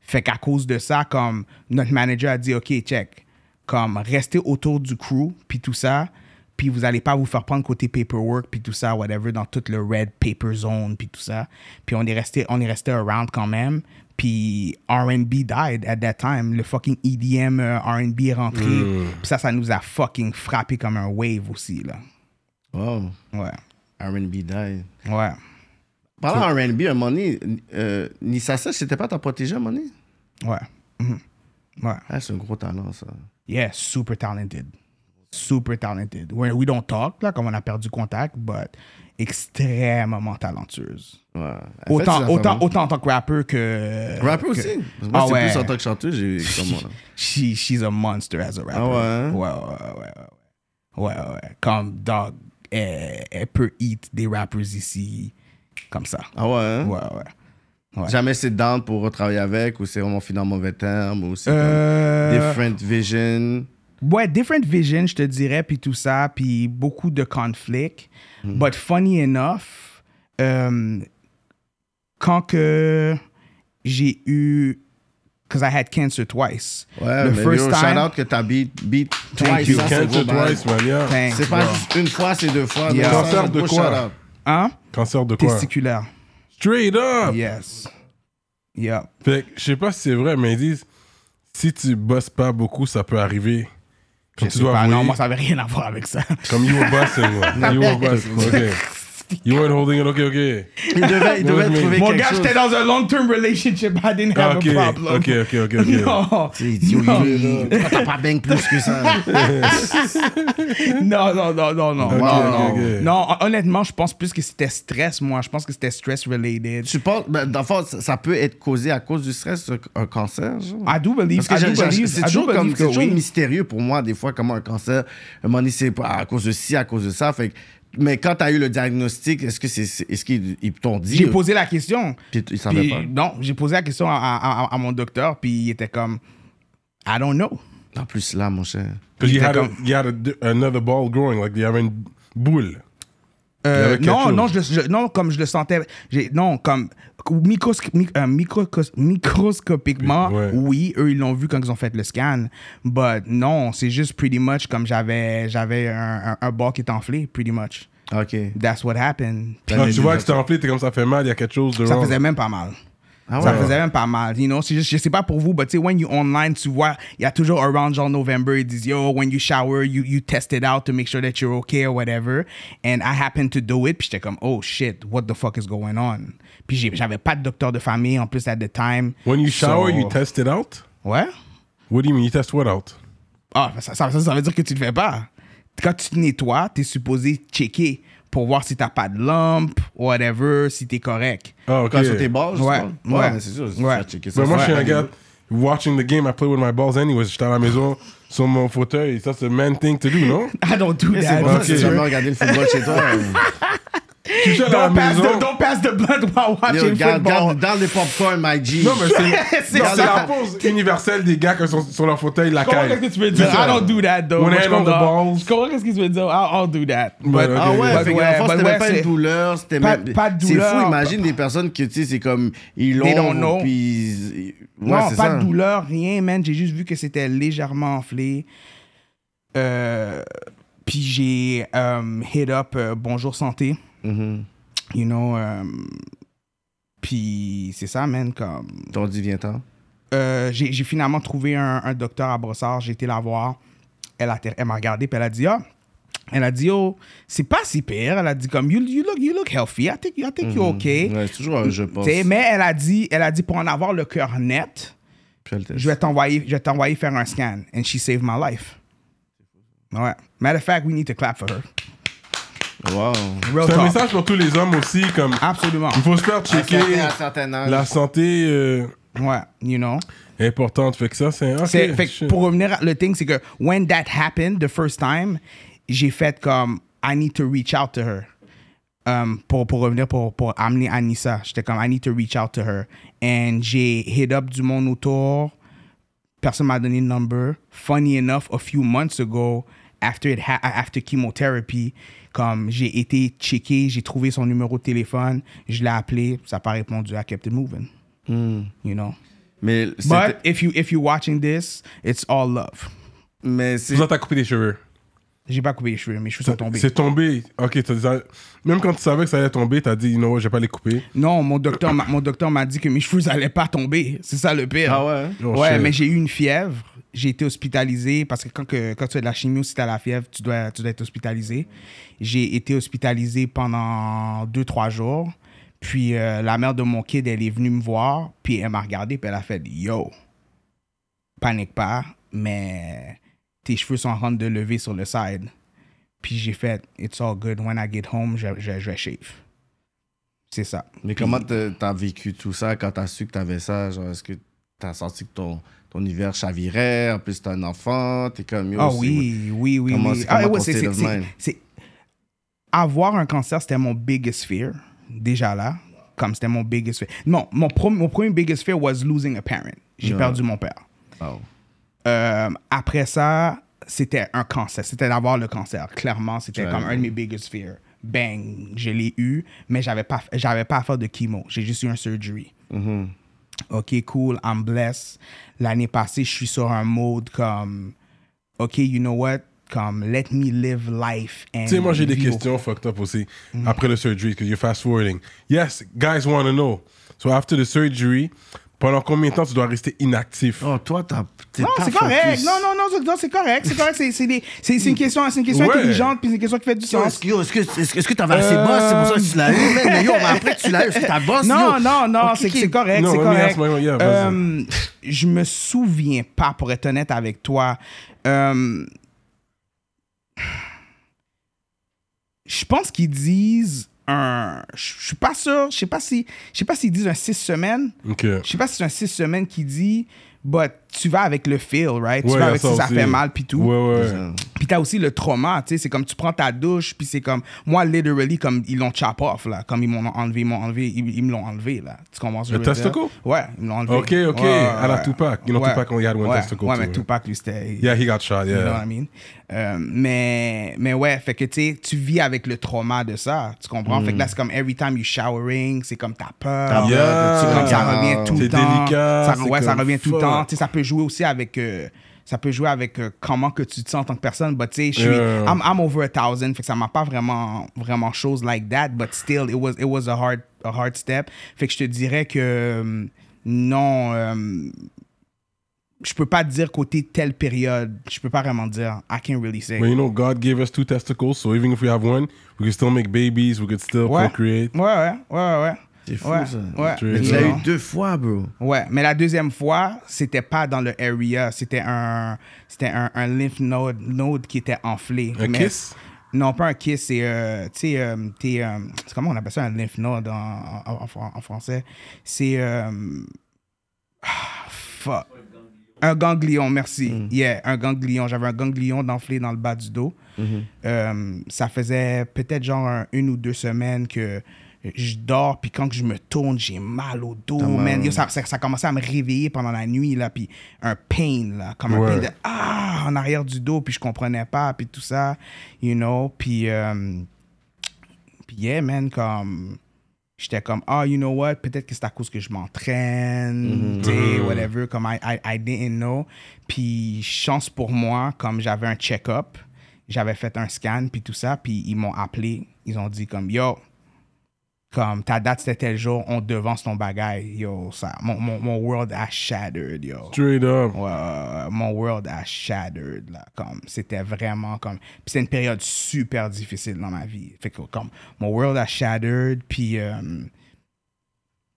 C: Fait qu'à cause de ça, comme notre manager a dit, OK, check, comme restez autour du crew, puis tout ça, puis vous allez pas vous faire prendre côté paperwork, puis tout ça, whatever, dans toute le red paper zone, puis tout ça. Puis on est resté, on est resté around quand même. Puis R&B died at that time. Le fucking EDM euh, R&B est rentré. Puis ça, ça nous a fucking frappé comme un wave aussi, là.
B: Wow.
C: Ouais.
B: R&B die.
C: Ouais.
B: Parlant R&B, à un moment donné, euh, Nissassa, c'était pas ta protégée, à un moment donné?
C: Ouais. Mhm. Ouais.
B: Ah, c'est un gros talent, ça.
C: Yeah, super talented. Super talented. We, we don't talk, là, comme on a perdu contact, but extrêmement talentueuse.
B: Ouais. Elle fait
C: Autant,
B: ses
C: autant,
B: affaires,
C: autant en tant que rappeur que...
B: Rapper
C: que-
B: aussi. Parce que moi,
C: Ah
B: c'est
C: ouais.
B: plus en tant que chanteuse, j'ai comment là.
C: She, she's a monster as a rapper.
B: Ah ouais?
C: Ouais, ouais, ouais, ouais. Ouais, ouais, ouais. Comme, dog, elle, elle peut eat des rappers ici, comme ça.
B: Ah ouais. hein?
C: Ouais, ouais. ouais.
B: Jamais c'est down pour retravailler avec ou c'est vraiment fini en mauvais terme ou c'est
C: Euh,
B: comme different vision.
C: Ouais, different vision, je te dirais, puis tout ça, puis beaucoup de conflits.
B: Hmm.
C: But funny enough, euh, quand que j'ai eu... Because I had cancer twice.
B: Ouais, mais yo, shout out que t'as beat, beat
C: Thank
B: twice.
C: you.
B: ça, c'est
A: Cancer
B: gros bad.
A: twice, man, yeah.
C: Thanks,
B: C'est pas
C: bro.
B: juste une fois, c'est deux fois.
C: Yeah.
B: Donc, ça,
A: Cancer
B: c'est un
A: de
B: gros
A: quoi?
B: shout-out.
C: Hein?
A: Cancer de quoi?
C: Testiculaire.
A: Straight
B: Oh.
A: up!
C: Yes. Yep.
A: Fait que, je sais pas si c'est vrai, mais ils disent, si tu bosses pas beaucoup, ça peut arriver. Quand
C: Je
A: tu
C: sais
A: dois
C: pas,
A: avouer,
C: non, moi, ça avait rien à voir avec ça.
A: comme you were bossing, là. you were bossing, ok. You weren't holding it, ok, ok.
B: Il devait, il devait
A: Moi, je me-
B: trouver
C: Mon
B: quelque
C: gars,
B: chose.
C: j'étais dans un long-term relationship. I didn't
A: Ah,
C: have
A: ok,
C: a problem.
A: ok, ok, ok, ok.
C: Non.
B: C'est idiot,
C: Non.
B: il- il- pourquoi t'as pas bang plus que ça?
C: Non, non, non, non, non.
A: Ok,
C: non,
B: ok,
C: non.
A: ok.
C: Non, hon- honnêtement, je pense plus que c'était stress, moi. Je pense que c'était stress-related.
B: tu penses, ben, dans le fond, ça ça peut être causé à cause du stress, un- un cancer? genre?
C: I do believe,
B: Parce que
C: I
B: j'ai-
C: do
B: j'ai-
C: believe,
B: c'est
C: I do
B: toujours,
C: believe
B: comme,
C: que
B: c'est toujours
C: oui.
B: mystérieux pour moi, des fois, comment un cancer, à un moment donné, c'est pas à cause de ci, à cause de ça. Fait, que- mais quand t'as eu le diagnostic, est-ce que c'est, c'est- est-ce qu'ils ils t'ont dit?
C: J'ai posé la question.
B: Puis ils savaient
C: Puis,
B: pas.
C: Non, j'ai posé la question à, à- à- à mon docteur, puis il était comme, I don't know.
B: En plus, là, mon cher.
A: Because you
C: Il
A: had,
C: était
A: a, you had a d- another ball growing, like you have une boule.
C: Euh,
A: Il y avait quelque
C: non,
A: chose.
C: non, je, le- je- non, comme je le sentais, j'ai- non, comme micros- mi- euh, microcos- microscopiquement,
A: Ouais.
C: oui, eux, ils l'ont vu quand ils ont fait le scan, but non, c'est juste pretty much comme j'avais, j'avais un, un, un bas qui est enflé, pretty much.
B: OK.
C: That's what happened.
A: Quand tu vois que tu rempli, t'es comme ça fait mal, il y a quelque chose de
C: Ça
A: wrong.
C: faisait même pas mal.
B: Ah
C: Ça
B: ouais.
C: faisait même pas mal. You know, c'est juste, je sais pas pour vous, mais tu sais, when you online, tu vois, il y a toujours around genre November, ils disent, yo, when you shower, you, you test it out to make sure that you're okay or whatever. And I happened to do it, puis j'étais comme, oh shit, what the fuck is going on? Puis j'ai- j'avais pas de docteur de famille en plus at the time.
A: When you shower,
C: So-
A: you test it out?
C: Ouais?
A: What do you mean? You test what out?
C: Ah, ça, ça, ça, ça veut dire que tu le fais pas. Quand tu te nettoies, t'es supposé checker pour voir si t'as pas de lump, whatever, si t'es correct.
A: Oh, ok.
B: Quand sur tes balles,
C: Ouais.
B: je crois.
C: Ouais.
B: c'est sûr.
C: Ouais.
B: tu vas checker ça.
A: Mais moi, je suis
B: Ouais.
A: un gars, watching the game, I play with my balls anyways. J'étais à la maison, sur mon fauteuil. Ça, c'est a man thing to do, non?
C: I don't do
B: Et
C: that.
B: C'est pour ça
A: Ok.
B: que tu jamais regardé le football chez toi. euh,
A: Tu suis à la
C: Don't pass,
A: maison.
C: the, don't pass the blood while watching
B: Yo, garde,
C: football.
B: garde, garde les popcorn, my G.
A: Non, mais c'est
C: C'est
A: non, c'est la
C: ça.
A: pause universelle des gars qui sont sur leur fauteuil, la
C: Comment est-ce
A: caille.
C: que tu veux dire? I don't do that though.
A: One
C: Moi, je
A: hand on the
C: comprends.
A: balls.
C: Je comprends qu'est-ce que tu veux dire. I'll, I'll do that.
A: Ouais,
C: But-
A: ok,
B: Ah ouais,
A: ok.
B: fait que
C: Ouais,
B: en France,
C: ouais,
B: c'était
C: ouais,
B: même pas
C: c'est-
B: une douleur, c'était
C: Pas-
B: même...
C: pas de
B: C'est
C: douleur.
B: fou, imagine des personnes que, tu sais, c'est comme, ils l'ont,
C: don't know.
B: puis... Ouais,
C: non, pas
B: c'est ça.
C: de douleur, rien, man. J'ai juste vu que c'était légèrement enflé. Euh, puis j'ai euh, hit up euh, Bonjour Santé.
B: Mhm.
C: You know. euh, puis c'est ça, man. Comme,
B: T'as dit, viens-t'en.
C: Euh, j'ai j'ai finalement trouvé un, un docteur à Brossard. J'ai été la voir. Elle a- elle m'a regardé, puis elle a dit, ah, elle a dit, oh, c'est pas si pire. Elle a dit, comme, you, you look, you look healthy. I think, I think
A: Mhm.
C: you're okay.
B: Ouais, c'est toujours un jeu, pense.
C: T'sais, Mais elle a dit, elle a dit, pour en avoir le cœur net,
B: Puis elle teste.
C: je vais t'envoyer, je vais t'envoyer faire un scan. And she saved my life. Ouais. Matter of fact, we need to clap for her.
B: Wow.
C: Real
A: C'est un
C: talk.
A: message pour tous les hommes aussi, comme
B: Ah.
C: Absolument.
A: il faut se faire
B: Checker
A: checker.
B: à un certain
C: Ah,
B: âge.
A: La santé euh,
C: Ouais, you know.
A: est importante. Fait que ça, c'est. Ah, ok,
C: C'est- fait que
A: shit.
C: pour revenir à le thing, c'est que when that happened the first time, j'ai fait comme I need to reach out to her. Um, pour, pour revenir pour, pour amener Anissa, j'étais comme I need to reach out to her. And j'ai hit up du monde autour. Personne m'a donné le number. Funny enough, a few months ago, after, it ha- after chemotherapy, comme j'ai été checké, j'ai trouvé son numéro de téléphone, je l'ai appelé, ça n'a pas répondu, I kept it moving.
A: Hmm.
C: You know?
B: Mais c'était-
C: But if you if you're watching this, it's all love.
B: mais c'est...
A: Vous en t'as coupé des cheveux.
C: J'ai pas coupé les cheveux, mes cheveux sont tombés.
A: C'est tombé. Ok, t'as dit ça- même quand tu savais que ça allait tomber, t'as dit, non, je vais pas les couper.
C: Non, mon docteur m'a mon docteur m'a dit que mes cheveux allaient pas tomber. C'est ça le pire.
B: Ah ouais?
A: Oh,
C: ouais,
A: shit.
C: mais j'ai eu une fièvre. J'ai été hospitalisé parce que quand, que- quand tu as de la chimio, si tu as la fièvre, tu dois, tu dois être hospitalisé. J'ai été hospitalisé pendant 2-3 jours. Puis euh, la mère de mon kid, elle est venue me voir. Puis elle m'a regardé. Puis elle a fait Yo, panique pas, mais tes cheveux sont en train de lever sur le side. Puis j'ai fait It's all good. When I get home, je, je, je vais shave. C'est ça.
B: Mais comment t'as t'as vécu tout ça quand t'as su que t'avais ça? Genre, est-ce que t'as senti que ton, ton hiver chavirait? En plus, t'as un enfant, t'es comme... yo,
C: Ah
B: c'est-
C: oui, oui, oui,
B: Comment-
C: oui.
B: comment
C: Ah ouais,
B: ton
C: c'est-
B: style
C: c'est-
B: of
C: c'est-
B: mind?
C: c'est- Avoir un cancer, c'était mon biggest fear, déjà là. Comme c'était mon biggest fear. Non, mon, pro- mon premier biggest fear was losing a parent. J'ai
B: Ouais.
C: perdu mon père.
B: Wow.
C: Euh, après ça, c'était un cancer. C'était d'avoir le cancer. Clairement, c'était
B: Ouais.
C: comme un de mes biggest fears. Bang, je l'ai eu, mais j'avais pas, j'avais pas à faire de chemo. J'ai juste eu un surgery.
A: Mm-hmm.
C: OK, cool, I'm blessed. L'année passée, je suis sur un mode comme, OK, you know what? Comme, let me live life. and
A: Tu sais, moi, j'ai des
C: vivre.
A: questions fucked up aussi
C: Mm.
A: après le surgery, que you're fast forwarding. Yes, guys want to know. So, after the surgery, pendant combien de temps tu dois rester inactif?
B: Oh, toi, t'as. t'es
C: Non,
B: pas
C: c'est correct.
B: focus.
C: Non, non, non, c'est- non, c'est correct. C'est correct. C'est- C'est des- c'est- c'est une question, c'est une question
A: Mm. Ouais.
C: intelligente, puis c'est une question qui fait
B: Yo,
C: du sens.
B: Est-ce que, est-ce que, est-ce que- est-ce que t'avais assez boss? C'est pour ça que tu l'as eu, man. Mais yo, mais après, tu l'as eu. C'est ta boss,
C: Non,
B: yo.
C: non, non,
B: Ok,
C: c'est
B: ok.
C: c'est correct,
A: Non,
C: c'est
A: mais
C: correct.
A: yes, mais- yeah, vas-y.
C: Euh, je me souviens pas, pour être honnête avec toi. Euh, je pense qu'ils disent un. Je je suis pas sûr. Je sais pas si. Je sais pas s'ils disent un six semaines.
A: Ok.
C: Je sais pas si c'est un six semaines qui dit, but tu vas avec le feel, right? tu
A: Ouais,
C: vas
A: y a
C: avec si ça
A: aussi.
C: fait mal, puis tout.
A: Ouais, ouais. ouais.
C: Puis t'as aussi le trauma, tu sais, c'est comme tu prends ta douche, puis c'est comme, moi, literally, comme ils l'ont chop off, là, comme ils m'ont enlevé, ils m'ont enlevé, ils, ils me l'ont enlevé, là. Tu comprends ce que
A: Le
C: je veux dire?
A: testicle?
C: Ouais, ils me l'ont enlevé.
A: Ok, ok,
C: Ouais,
A: à la
C: ouais.
A: Tupac. You know,
C: Ouais.
A: Tupac only had one
C: Ouais,
A: testicle,
C: Ouais,
A: too,
C: mais
A: yeah.
C: Tupac, lui, c'était...
A: Yeah, he got shot,
C: You know
A: yeah.
C: what I mean? Euh, mais, mais ouais, fait que tu sais, tu vis avec le trauma de ça, tu
A: Mm.
C: comprends? Fait que là, c'est comme every time you showering, c'est comme t'as peur.
B: T'as
A: Yeah.
B: peur, tu
C: C'est comme
B: commences
C: ça
B: à-
C: revient tout
A: C'est
C: le temps.
A: délicat,
C: Ça,
A: c'est
C: ouais, ça
A: comme
C: revient tout le
A: fuck.
C: temps. Tu sais, ça peut jouer aussi avec. euh, ça peut jouer avec euh, comment que tu te sens en tant que personne. But tu sais, je suis.
A: Yeah.
C: I'm, I'm over a thousand. Fait que ça m'a pas vraiment, vraiment chose like that. But still, it was, it was a, hard, a hard step. Fait que je te dirais que euh, non. euh, je peux pas dire côté telle période. Je peux pas vraiment dire. I can't really say.
A: But you know, God gave us two testicles, so even if we have one, we can still make babies, we could still
C: Ouais.
A: procreate.
C: Ouais, ouais, ouais, ouais.
B: C'est fou,
C: ouais,
B: ça.
C: Ouais.
A: Tu
B: Mais tu
A: Yeah.
B: l'as eu
C: Non.
B: deux fois, bro.
C: Ouais, mais la deuxième fois, c'était pas dans le area, c'était un, c'était un, un lymph node, node qui était enflé.
A: Un
C: Mais-
A: kiss?
C: Non, pas un kiss, c'est, euh, tu sais, euh, t'es, euh, c'est comment on appelle ça un lymph node en, en- en- en français? C'est, euh, ah, fuck. Un ganglion, merci. Yeah, un ganglion. J'avais un ganglion d'enflé dans le bas du dos. Euh, ça faisait peut-être genre un- une ou deux semaines que je dors, puis quand que je me tourne, j'ai mal au dos, man. Yo, ça, ça, ça commençait à me réveiller pendant la nuit, là, puis un pain, là, comme un
A: Ouais.
C: pain de « Ah! » en arrière du dos, puis je comprenais pas, puis tout ça, you know, puis... euh, puis yeah, man, comme. J'étais comme, ah, you know what, peut-être que c'est à cause que je m'entraîne, tu sais, whatever, comme I, I, I didn't know. Puis chance pour moi, comme j'avais un check-up, j'avais fait un scan, puis tout ça, puis ils m'ont appelé, ils ont dit comme, yo, comme ta date c'était tel jour, on devance ton bagaille, yo, ça, mon, mon, mon world a shattered, yo.
A: Straight up.
C: Ouais, ouais, ouais, mon world a shattered là comme c'était vraiment comme puis c'était une période super difficile dans ma vie fait que comme mon world a shattered puis euh,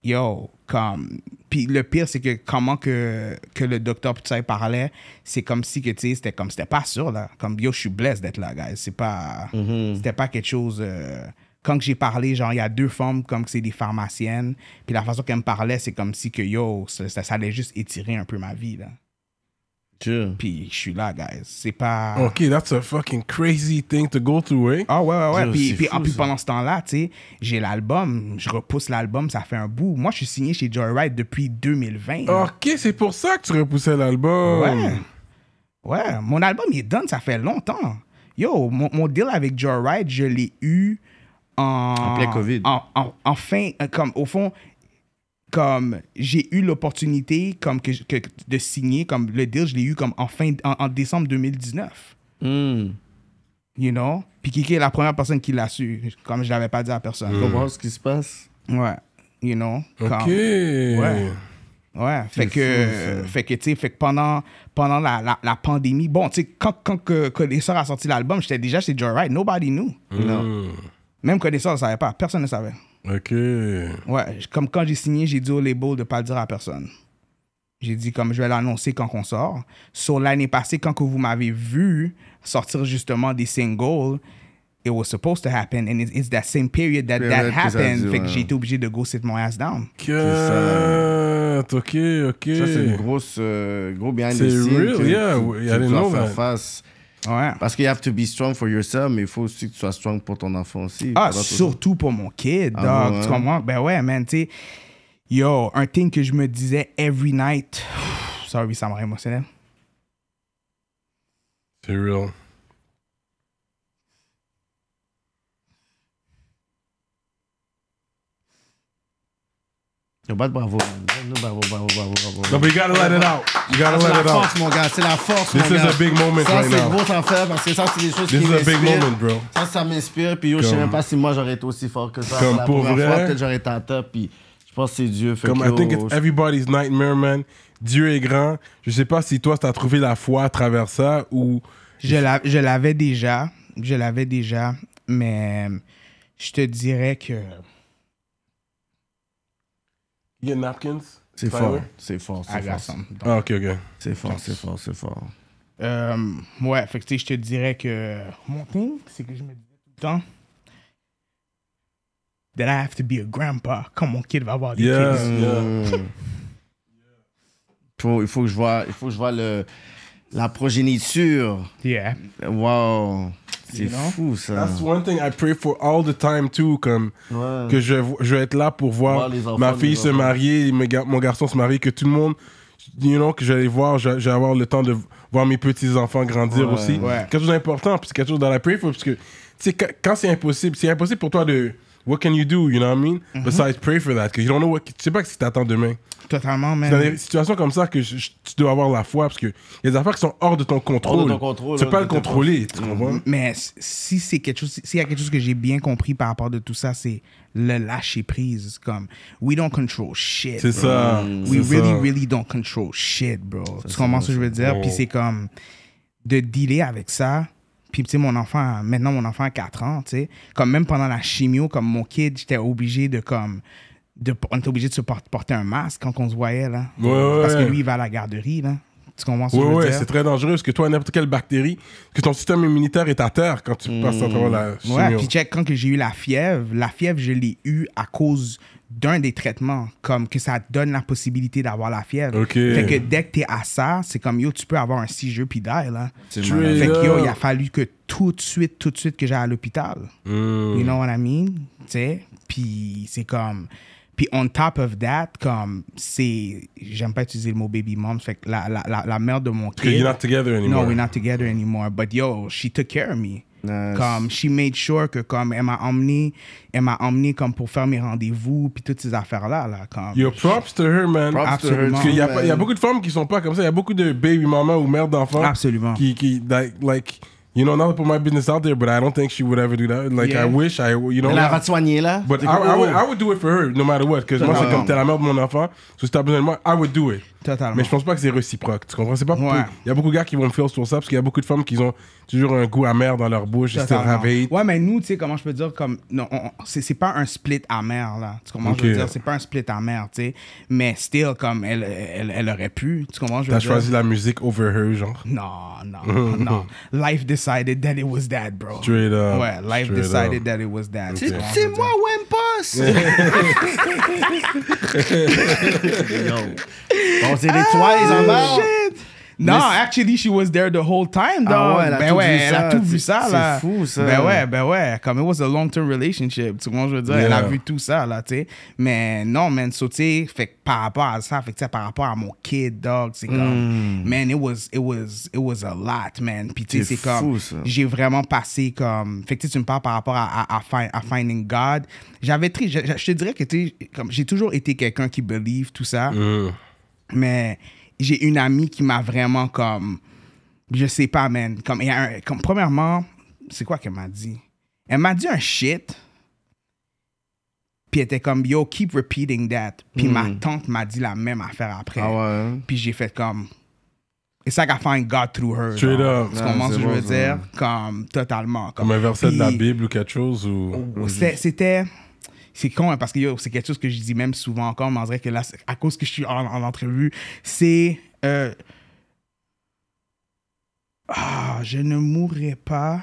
C: yo comme puis le pire c'est que comment que que le docteur tout ça il parlait c'est comme si que tu sais c'était comme c'était pas sûr là comme yo je suis blessed d'être là guys c'est pas c'était pas quelque chose euh, quand que j'ai parlé, genre, il y a deux femmes comme que c'est des pharmaciennes. Puis la façon qu'elles me parlaient, c'est comme si que, yo, ça, ça- ça allait juste étirer un peu ma vie, là.
B: Sure.
C: Puis je suis là, guys. C'est pas.
A: Ok, that's a fucking crazy thing to go through, eh?
C: Ah ouais, ouais, ouais.
B: Dieu,
C: Puis,
B: c'est
C: puis,
B: fou,
C: ah, puis
B: ça.
C: pendant ce temps-là, tu sais, j'ai l'album. Je repousse l'album, ça fait un bout. Moi, je suis signé chez Joyride depuis 2020. là.
A: Ok, c'est pour ça que tu repoussais l'album.
C: Ouais. Ouais, mon album, il est done, ça fait longtemps. Yo, mon, mon deal avec Joyride, je l'ai eu en...
B: En plein COVID.
C: En, en- en fin, euh, comme, au fond, comme j'ai eu l'opportunité comme que, que- de signer, comme le deal, je l'ai eu comme en, fin, en, en décembre 2019.
B: Hmm.
C: You know? Puis Kiki est la première personne qui l'a su, comme je l'avais pas dit à personne.
A: Hmm.
B: Comment ce qui se passe?
C: Ouais, you know?
A: Ok.
C: comme- Ouais. Ouais, fait
B: fou,
C: que, euh, fait que, tu sais, fait que pendant, pendant la, la, la pandémie, bon, tu sais, quand, quand que Connaisseur a sorti l'album, j'étais déjà chez Joyride, nobody knew.
A: Non.
C: Même Connaisseur ne savait pas, personne ne savait.
A: Ok.
C: Ouais, j- comme quand j'ai signé, j'ai dit au label de pas le dire à personne. J'ai dit comme je vais l'annoncer quand qu'on sort. Sur l'année passée, quand que vous m'avez vu sortir justement des singles, it was supposed to happen and it's, it's that same period that
B: Période
C: that
B: que ça a
C: happened.
B: dû,
C: Fait que
B: ouais.
C: j'ai été obligé de go sit my ass down.
A: Cut. Ok, ok.
B: Ça, c'est une grosse, euh, gros behind the
A: Hmm. C'est
B: scenes.
A: real,
B: que
A: yeah,
B: tu-
A: we- I
B: que tu
A: didn't
B: dois
A: know
B: faire
A: that.
B: face.
C: Ouais.
B: Parce que you have to be strong for yourself, mais il faut aussi que tu sois strong pour ton enfant aussi.
C: Ah,
B: pendant tout ça.
C: surtout pour mon kid,
B: Ah
C: dog.
B: ouais,
C: Tu
B: hein?
C: comprends? Ben ouais, man, tu sais. Yo, un thing que je me disais every night. Sorry, ça m'a émotionnel.
A: C'est real.
B: Yo, bat bravo. man. Donne-nous Bravo, bravo, bravo, bravo.
A: No, but you gotta let it out. You gotta
B: C'est
A: let
B: la
A: it out.
B: force, mon gars. C'est la force,
A: This
B: mon
A: is
B: gars.
A: a big moment
B: ça,
A: right
B: c'est une
A: now.
B: grosse affaire parce que ça, c'est des choses
A: This
B: qui
A: is a big
B: m'inspirent.
A: moment, bro.
B: Ça, ça m'inspire. Puis yo, je sais
A: Comme-
B: même pas si moi, j'aurais été aussi fort que ça.
A: Comme
B: C'est la
A: pour
B: première
A: vrai.
B: fois, peut-être j'aurais été à top. Puis je pense que c'est Dieu. Fait
A: Comme
B: que,
A: I
B: yo,
A: think it's
B: je-
A: everybody's nightmare, man. Dieu est grand. Je sais pas si toi, t'as trouvé la foi à travers ça ou.
C: Je l'a- je l'avais déjà. Je l'avais déjà. Mais euh, je te dirais que.
A: You get napkins?
B: C'est fort. C'est fort.
C: I
B: C'est
C: got
B: fort.
C: some. Donc,
A: Ah, ok, ok.
B: C'est fort, c'est fort, c'est fort.
C: euh, ouais, fait que tu sais, je te dirais que. Mon thing, c'est que je me disais tout le temps. That I have to be a grandpa. Comme mon kid va avoir des
A: Yeah,
C: kids.
A: yeah.
B: Mm. Faut- il faut que je vois, il faut que je vois le, la progéniture.
C: Yeah.
B: Wow. C'est
C: You know?
B: fou, ça.
A: That's one thing I pray for all the time, too. Comme.
B: Ouais.
A: que je, vais vo- je vais être là pour voir
B: Voir les enfants
A: ma
B: des
A: fille se
B: enfants.
A: marier, mes gar- mon garçon se marier, que tout le monde, you know, que je vais les voir, je, je vais avoir le temps de voir mes petits-enfants grandir
B: Ouais.
A: aussi.
C: Ouais.
A: Quelque chose d'important, puis c'est quelque chose dans la prayer for, parce que, tu sais, quand, quand c'est impossible, c'est impossible pour toi de. What can you do, you know what I mean? Besides pray for that, 'cause you don't know what. Tu sais pas ce qui t'attend demain.
C: Mm-hmm. Totalement,
A: C'est dans des
C: man.
A: situations comme ça que je- je- tu dois avoir la foi, parce que y a des affaires qui sont hors de ton contrôle.
B: Hors de Mm-hmm. ton contrôle,
A: Tu
B: ouais,
A: peux pas le
B: t'es pas-
A: contrôler, tu comprends?
C: Mais si c'est quelque chose, s'il y a quelque chose que j'ai bien compris par rapport de tout ça, c'est le lâcher prise. Comme, we don't control shit.
A: C'est
C: bro.
A: ça.
C: We
A: c'est
C: really,
A: ça.
C: really don't control shit, bro. tu comprends ce que je veux dire? Puis c'est comme de dealer avec ça. Puis, tu sais, mon enfant, maintenant, mon enfant a 4 ans, tu sais. Comme même pendant la chimio, comme mon kid, j'étais obligé de, comme, de, on était obligé de se por- porter un masque quand on se voyait, là.
A: Ouais,
C: Parce que
A: ouais.
C: lui, il va à la garderie, là. Tu comprends ce que
A: Oui,
C: je veux
A: ouais,
C: dire?
A: c'est très dangereux parce que toi, n'importe quelle bactérie, que ton système immunitaire est à terre quand tu passes à travers la chimio.
C: Hmm. Ouais, puis check, quand que j'ai eu la fièvre, la fièvre, je l'ai eu à cause d'un des traitements, comme que ça donne la possibilité d'avoir la fièvre.
A: Ok.
C: Fait que dès que t'es à ça, c'est comme, yo, tu peux avoir un jeux puis die, là.
A: Straight
C: Fait que, yo, il a
A: up.
C: fallu que tout de suite, tout de suite que j'aille à l'hôpital. You know what I mean? Tu sais? Puis c'est comme... Puis on top of that, comme, c'est... J'aime pas utiliser le mot baby mom, fait que la, la, la, la mère de mon
A: Because
C: kid...
A: you're not together anymore.
C: No, we're not together anymore. But yo, she took care of me.
B: Nice.
C: Comme, she made sure que comme elle m'a emmené, elle m'a emmené comme pour faire mes rendez-vous puis toutes ces affaires là là comme.
A: Yo, props to her, man.
B: Props to her,
C: Absolument.
A: Parce qu'il y, a
B: man.
A: pas- il y a beaucoup de femmes qui sont pas comme ça. Il y a beaucoup de baby mamas ou mères d'enfants.
C: Absolument.
A: Qui, qui, like, like, you know, not to put my business out there, but I don't think she would ever do that. Like,
C: Yeah.
A: I wish I, you know.
B: Elle va te soigner, là.
A: But
B: T'es
A: I,
C: Ah,
B: comme,
A: I would,
B: oh.
A: I would do it for her, no matter what. Parce que moi, c'est
C: Totalement.
A: comme t'es la mère de mon enfant. So, si t'as besoin de moi, I would do it.
C: Totalement.
A: Mais je pense pas que c'est réciproque. Tu comprends? C'est pas.
C: Ouais.
A: Il y a beaucoup de gars qui vont me faire sur ça parce qu'il y a beaucoup de femmes qui ont toujours un goût amer dans leur bouche. Ils se
C: Totalement.
A: ravent.
C: Ouais, mais nous, tu sais, comment je peux dire, comme, non, on- on- c'est c'est pas un split amer, là. Tu comprends, je veux
A: Ok.
C: dire, c'est pas un split amer, tu sais. Mais still, comme, elle, elle, elle aurait pu, tu comprends, je veux
A: T'as
C: dire.
A: choisi la musique over her, genre.
C: Non, non, non. Life decided that it was that, bro.
A: Straight up.
C: Ouais, life
A: Straight
C: decided
A: up.
C: that it was that. tu
B: C'est-
C: comprends, je
B: C'est
C: veux
B: moi,
C: dire.
B: Wempos! Yo. On s'est des toiles en bas.
C: Ah, Shit. Non,
B: Mais c'est-
C: actually, she was there the whole time,
B: Ah
C: dog.
B: ouais, elle a
C: ben
B: tout
C: ouais,
B: vu
C: elle
B: ça,
C: a tout vu
B: tu-
C: ça,
B: c'est
C: là.
B: fou, ça.
C: Ben ouais, ben ouais. Comme it was a long-term relationship. Tu comprends, ce que je veux dire, elle a
A: Yeah.
C: vu tout ça, là, tu sais. Mais non, man, so, tu sais, fait que par rapport à ça, fait que, tu sais, par rapport à mon kid, dog, c'est
B: Hmm.
C: comme, man, it was, it was, it was a lot, man. Puis, tu sais,
B: C'est
C: c'est
B: fou,
C: comme,
B: ça.
C: j'ai vraiment passé comme. Fait que tu sais, tu me parles par rapport à, à, à fin- à Finding God. J'avais très. Je, je- je te dirais que tu sais, comme j'ai toujours été quelqu'un qui believe tout ça.
B: Mm.
C: Mais j'ai une amie qui m'a vraiment comme. Je sais pas, man. Comme, il y a un- comme premièrement, c'est quoi qu'elle m'a dit? Elle m'a dit un shit. Puis elle était comme, yo, keep repeating that. Puis ma tante m'a dit la même affaire après.
B: Mm. Ah ouais.
C: Puis j'ai fait comme. It's like I find God through her.
A: Straight
C: genre.
A: up.
C: Tu
B: Ouais,
C: comprends
B: c'est
C: ce que
B: bon,
C: je veux
B: ça.
C: dire? Comme totalement. Comme,
A: Comme un verset de la
C: Puis, Oh,
A: Bible ou quelque chose ou.
C: c'est- C'était. C'est con, hein, parce que yo, c'est quelque chose que je dis même souvent encore, mais on dirait que là, c'est- à cause que je suis en, en entrevue, c'est. euh, ah, je ne mourrai pas.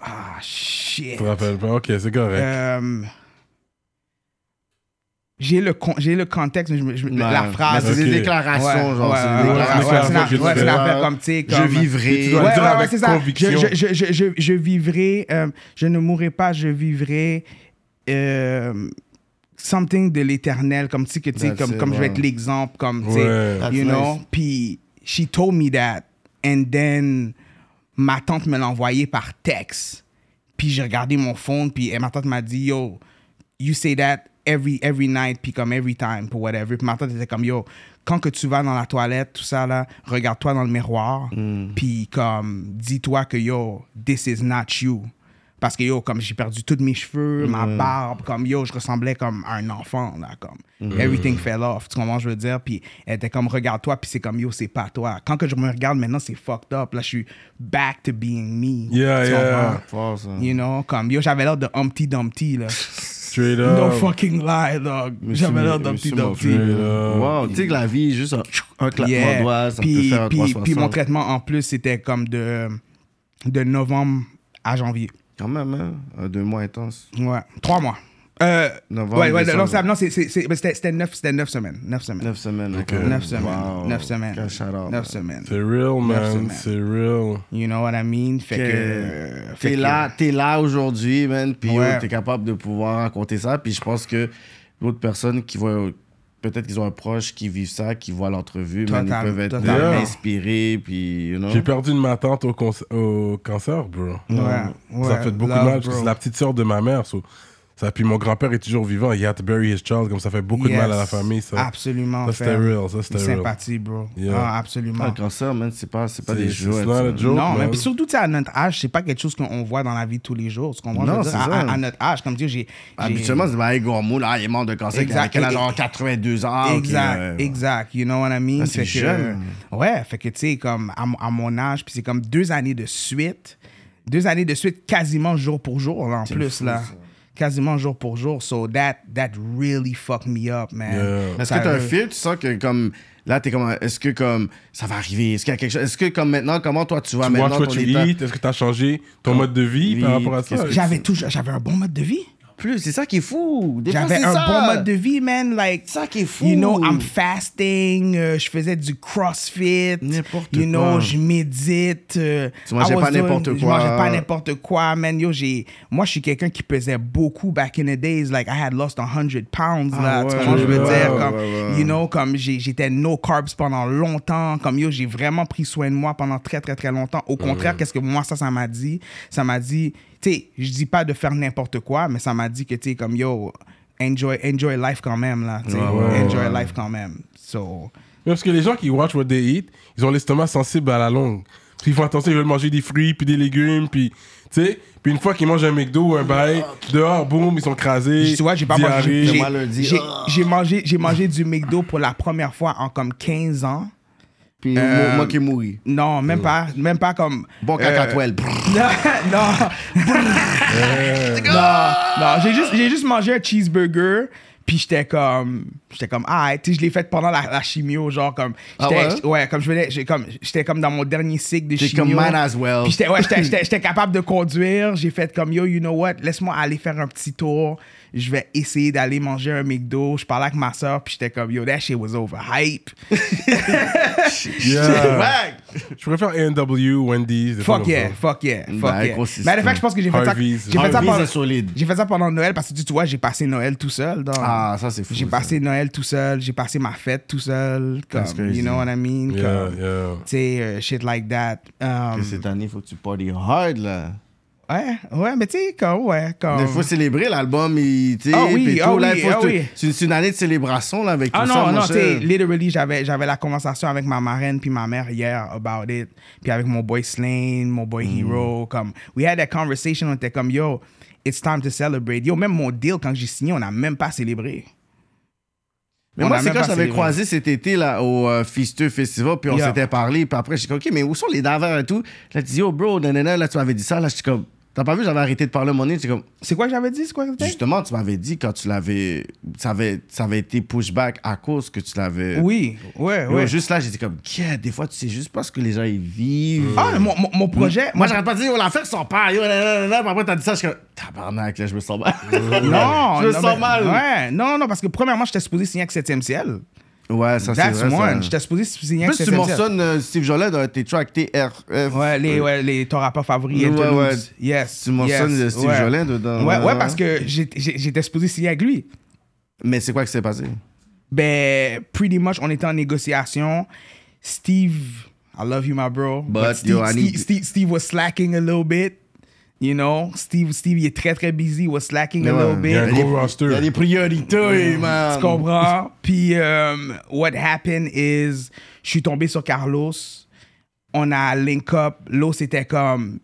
C: Ah,
A: Je
C: shit.
A: te rappelle pas. Ok, c'est correct.
C: Euh, j'ai le, con- j'ai le contexte, mais je me- je me- la
B: Ouais.
C: phrase.
B: Mais c'est des
A: Ok.
B: déclarations,
C: Ouais,
B: genre.
C: ouais,
B: c'est des
C: ouais, ouais,
B: déclarations.
A: ouais, c'est la-
B: que tu
A: ouais, c'est la
B: fais.
C: affaire comme, tu sais,
B: Je
C: comme-
B: vivrai.
A: Tu dois-
C: Ouais,
A: dire
C: ouais,
A: avec
C: ouais, c'est ça.
A: conviction.
C: Je, je, je, je, je vivrai, euh, je ne mourrai pas, je vivrai. euh, something de l'éternel, comme tu sais, que, tu sais,
B: That's
C: comme,
B: it,
C: comme je vais être
B: wow.
C: l'exemple, comme, tu
D: Ouais.
C: sais,
B: That's
C: you
B: nice.
C: know. Puis, she told me that. And then, ma tante me l'a envoyé par texte. Puis, j'ai regardé mon phone, puis et ma tante m'a dit, yo, you say that every, every night, puis comme every time, pour whatever. Puis, ma tante était comme, yo, quand que tu vas dans la toilette, tout ça, là, regarde-toi dans le miroir,
D: Mm.
C: puis comme, dis-toi que, yo, this is not you. Parce que, yo, comme j'ai perdu tous mes cheveux, ma
D: Mm.
C: barbe, comme, yo, je ressemblais comme à un enfant, là, comme.
D: Mm.
C: Everything fell off, tu comprends ce que je veux dire? Puis elle était comme, regarde-toi, puis c'est comme, yo, c'est pas toi. Quand que je me regarde maintenant, c'est fucked up. Là, je suis back to being me.
D: Yeah,
C: tu
D: yeah.
B: Fort, ça.
C: You know, comme, yo, j'avais l'air de Humpty Dumpty, là.
D: Straight up.
C: No fucking lie, dog. J'avais l'air d'un petit Dumpty.
B: Wow, tu sais que la vie, juste un, un claquement
C: Yeah.
B: de doigts, ça peut
C: puis,
B: faire un
C: puis,
B: 360.
C: puis mon traitement, en plus, c'était comme de, de novembre à janvier.
B: Quand même, hein, un deux mois intense.
C: Ouais, trois mois. Euh,
B: Novembre,
C: ouais, ouais,
B: décembre.
C: non, c'est- non, c'est- c'est- c'est- mais c'était c'était neuf, c'était neuf semaines. Neuf semaines.
B: Neuf semaines. ok.
C: Neuf semaines.
B: Wow.
C: Neuf semaines.
B: Quel shout-out, man.
C: Neuf semaines.
D: C'est real, man.
C: semaines.
D: C'est real.
C: You know what I mean? Fait que.
B: que
C: fait
B: t'es
C: que-
B: là, t'es là aujourd'hui, man, puis
C: Ouais.
B: yo, t'es capable de pouvoir raconter ça. Puis je pense que d'autres personnes qui vont, peut-être qu'ils ont un proche qui vivent ça, qui voient l'entrevue, man, ils
C: Total-
B: peuvent être
C: totalement.
B: euh, inspirés, puis you know.
D: J'ai perdu une ma tante au, cons- au cancer, bro.
C: Hein? Ouais,
D: ça
C: ouais,
D: fait beaucoup de
C: love,
D: mal parce que
C: bro.
D: c'est la petite sœur de ma mère. so- Ça, puis mon grand-père est toujours vivant. He had to bury his child. Comme ça fait beaucoup de
C: Yes.
D: mal à la famille, ça.
C: Absolument.
D: Ça,
C: fait.
D: c'était real. Ça, c'était real.
C: Sympathie, bro.
D: Yeah.
C: Ah, absolument.
B: Ah, le cancer, man, c'est pas, c'est pas
D: C'est-
B: des
D: c'est
B: jouets.
D: not
B: ça.
D: a joke.
C: non, mais
D: man.
C: puis surtout, tu sais, à notre âge, c'est pas quelque chose qu'on voit dans la vie de tous les jours. Tu comprends?
B: Non,
C: Je veux dire,
B: c'est
C: à,
B: ça.
C: à- à notre âge, comme Dieu, j'ai. j'ai-
B: Habituellement, c'est bah, hey, Gormou, là, il est mort de cancer, exact.
C: Exact.
B: il a
C: Et-
B: genre 82 ans. Ah, ok,
C: exact,
B: ouais, ouais.
C: exact. You know what I mean?
B: Ah, c'est
C: Fait que-
B: jeune.
C: ouais, fait que tu sais, comme à, mon- à mon âge, puis c'est comme deux années de suite, deux années de suite, quasiment jour pour jour, là, en plus, là. Quasiment jour pour jour. So that, that really fucked me up, man.
D: Yeah.
B: Est-ce
C: Ça-
B: que t'as un fil, tu sens que comme là t'es comme est-ce que comme ça va arriver, est-ce qu'il y a quelque chose, est-ce que comme maintenant comment toi tu vas
D: Tu
B: maintenant
D: watch what
B: ton
D: you
B: état
D: eat. Est-ce que t'as changé ton mode de vie par rapport à
B: qu'est-ce
D: ça?
B: que-
C: J'avais tout, j'avais un bon mode de vie.
B: plus, c'est ça qui est fou. Des fois,
C: J'avais
B: c'est
C: un
B: ça.
C: bon mode de vie, man. Like,
B: C'est ça qui est fou.
C: You know, I'm fasting, euh, je faisais du crossfit.
B: N'importe
C: you
B: quoi.
C: Know, je médite. euh,
B: Tu mangeais
C: I was
B: pas n'importe
C: doing-
B: quoi.
C: Je mangeais pas n'importe quoi, man. Yo, j'ai, moi, je suis quelqu'un qui pesait beaucoup back in the days. Like, I had lost 100 pounds, là.
B: Ah
C: tu
B: ouais,
C: comprends, je veux
D: ouais,
C: dire?
D: ouais,
C: Comme,
B: ouais, ouais.
C: You know, comme j'ai- j'étais no carbs pendant longtemps. Comme, yo, j'ai vraiment pris soin de moi pendant très, très, très longtemps. Au contraire, qu'est-ce que moi, ça, ça m'a dit? Ça m'a dit, tu sais, je dis pas de faire n'importe quoi, mais ça m'a dit que, tu sais, comme, yo... Enjoy, enjoy life quand même, là. tu sais.
D: ouais,
C: enjoy life quand même. So,
D: Mais parce que les gens qui watch what they eat, ils ont l'estomac sensible à la longue. Puis ils font attention, ils veulent manger des fruits, puis des légumes, puis tu sais. Puis une fois qu'ils mangent un McDo ou un bail, dehors, boum, ils sont crasés.
C: Oh, tu vois, j'ai pas
D: diarrhée.
C: mangé. j'ai-
B: Fais-moi le dire.
C: j'ai- J'ai mangé, j'ai mangé du McDo pour la première fois en comme 15 ans.
B: Puis moi, moi qui mouris.
C: Non, même pas, même pas comme.
B: Bon cacatoile.
C: Non, non. non, non, j'ai juste, j'ai juste mangé un cheeseburger. Puis j'étais comme, j'étais comme, ah, tu sais, je l'ai fait pendant la, la chimio, genre comme,
B: Ah
C: j'étais-
B: ouais?
C: comme je venais, j'ai comme, j'étais comme dans mon dernier cycle de
B: T'es
C: chimio.
B: comme might as well.
C: Puis j'étais, ouais, j'étais, j'étais- j'étais capable de conduire. J'ai fait comme, yo, you know what, laisse-moi aller faire un petit tour. Je vais essayer d'aller manger un McDo. Je parlais avec ma soeur, puis j'étais comme, yo, that shit was over hype.
D: Yeah. Je préfère A&W, Wendy's. des
C: Fuck
D: trucs
C: yeah,
D: comme ça.
C: fuck yeah, fuck
B: Bah,
C: yeah.
B: gros système.
C: Matter of fact, je pense que j'ai fait ça.
D: Harvey's.
C: J'ai fait ça
B: Harvey's
C: pendant,
B: est solide.
C: J'ai fait ça pendant Noël parce que tu vois, j'ai passé Noël tout seul. donc.
B: Ah, ça, c'est fou,
C: J'ai
B: ça.
C: passé Noël tout seul, j'ai passé ma fête tout seul.
B: That's
C: Comme,
B: crazy.
C: you know what I mean?
D: Yeah,
C: Comme,
D: yeah.
C: Tu sais, euh, shit like that. Um,
B: Que Cette année, faut que tu party hard là.
C: ouais, ouais, mais tu sais, comme, ouais, comme.
B: Il faut célébrer l'album, il- tu sais,
C: Ah oui,
B: puis tout,
C: ah
B: là,
C: oui,
B: faut
C: ah
B: que-
C: oui.
B: c'est c'est une année de célébration là avec
C: Ah
B: tout
C: non,
B: ça. mon
C: non, tu sais,
B: cher.
C: literally, j'avais, j'avais la conversation avec ma marraine puis ma mère hier about it. Puis avec mon boy Slane, mon boy
B: Mm.
C: Hero. Comme, we had that conversation, on était comme, yo, it's time to celebrate. Yo, même mon deal, quand j'ai signé, on n'a même pas célébré.
B: Mais
C: On
B: moi,
C: a
B: c'est
C: même
B: quand
C: pas
B: je t'avais
C: célébré.
B: croisé cet été là, au euh, Fisteux Festival, puis on
C: Yeah.
B: s'était parlé, puis après, j'ai dit, OK, mais où sont les davers et tout? Là, tu dis, oh, bro, nanana, là, tu m'avais dit ça, là, je suis comme, t'as pas vu, j'avais arrêté de parler à mon nez, j'étais comme,
C: C'est quoi que j'avais dit? C'est quoi que t'as dit?
B: justement, tu m'avais dit quand tu l'avais, ça avait, ça avait été pushback à cause que tu l'avais.
C: Oui, ouais,
B: Yo,
C: ouais.
B: Juste là, j'étais comme, yeah, des fois, tu sais juste pas ce que les gens ils vivent.
C: Ah, mais mon, mon, mon projet.
B: Moi,
C: Moi,
B: j'arrête pas de dire, oh, l'affaire, son père, yo, nanana, nanana, puis après, t'as dit ça, je suis comme, tabarnak, là, je me sens mal.
C: non,
B: je me
C: non,
B: sens
C: mais-
B: mal.
C: Ouais, non, non, non, parce que premièrement, j'étais supposé signer avec 7e ciel.
B: Ouais, ça, c'est
C: That's
B: vrai. ça.
C: one. J'étais supposé signer
B: En
C: avec
B: plus, tu
C: 7e ciel.
B: mentionnes euh, Steve Jolin dans tes tracks TRF.
C: Ouais, les, ouais, les ton rappeur favori,
B: Ouais,
C: Anthony.
B: ouais.
C: Yes.
B: Tu mentionnes
C: yes,
B: le Steve Jolin dedans. euh,
C: Ouais, ouais,
B: Ouais, ouais.
C: parce que j'ai- j'ai- j'étais supposé signer avec lui.
B: Mais c'est quoi qui s'est passé?
C: Ben, pretty much, on était en négociation. Steve, I love you, my bro.
B: But,
C: Steve,
B: yo, I
C: Steve-
B: need-
C: Steve- Steve was slacking a little bit. You know, Steve, Steve, il est très, très busy, was slacking a little
D: Il y a un
C: bit.
D: gros
B: Il y a
D: roster.
B: des priorités, man.
C: Tu comprends? Puis, um, what happened is, je suis tombé sur Carlos. On a link up. L'eau, c'était comme,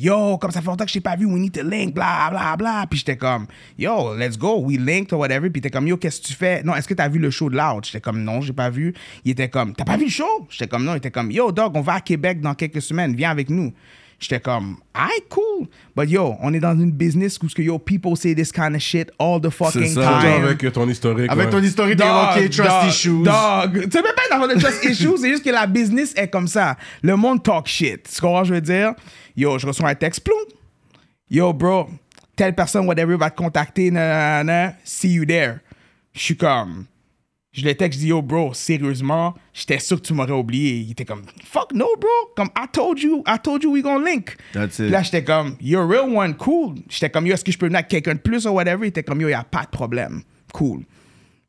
C: Yo, comme ça fait longtemps que je t'ai pas vu, we need to link, bla, bla, bla. Puis j'étais comme, yo, let's go, we linked or whatever. Puis t'es comme, yo, qu'est-ce que tu fais? Non, est-ce que t'as vu le show de Loud? J'étais comme, non, j'ai pas vu. Il était comme, t'as pas vu le show? J'étais comme, non. Il était comme, yo, dog, on va à Québec dans quelques semaines, viens avec nous. J'étais comme, aïe, cool. But yo, on est dans une business où ce que, yo, people say this kind of shit all the fucking
B: ça.
D: Surtout
C: time.
D: avec ton historique.
B: Avec
D: ouais.
B: ton historique, t'es OK, trust
C: dog,
B: issues.
C: Dog. Tu sais même pas d'avoir de trust issues, c'est juste que la business est comme ça. Le monde talk shit. Tu comprends, ce que je veux dire? Yo, je reçois un texte, ploum. Yo, bro, telle personne, whatever, va te contacter, nanana, see you there. Je suis comme. Je le texte, je dis, yo, bro, sérieusement, j'étais sûr que tu m'aurais oublié. Il était comme, fuck no, bro. Comme, I told you, I told you we gonna link.
B: That's it.
C: Là, j'étais comme, you're a real one, cool. J'étais comme, yo, est-ce que je peux venir avec quelqu'un de plus ou whatever? Il était comme, yo, y a pas de problème. Cool.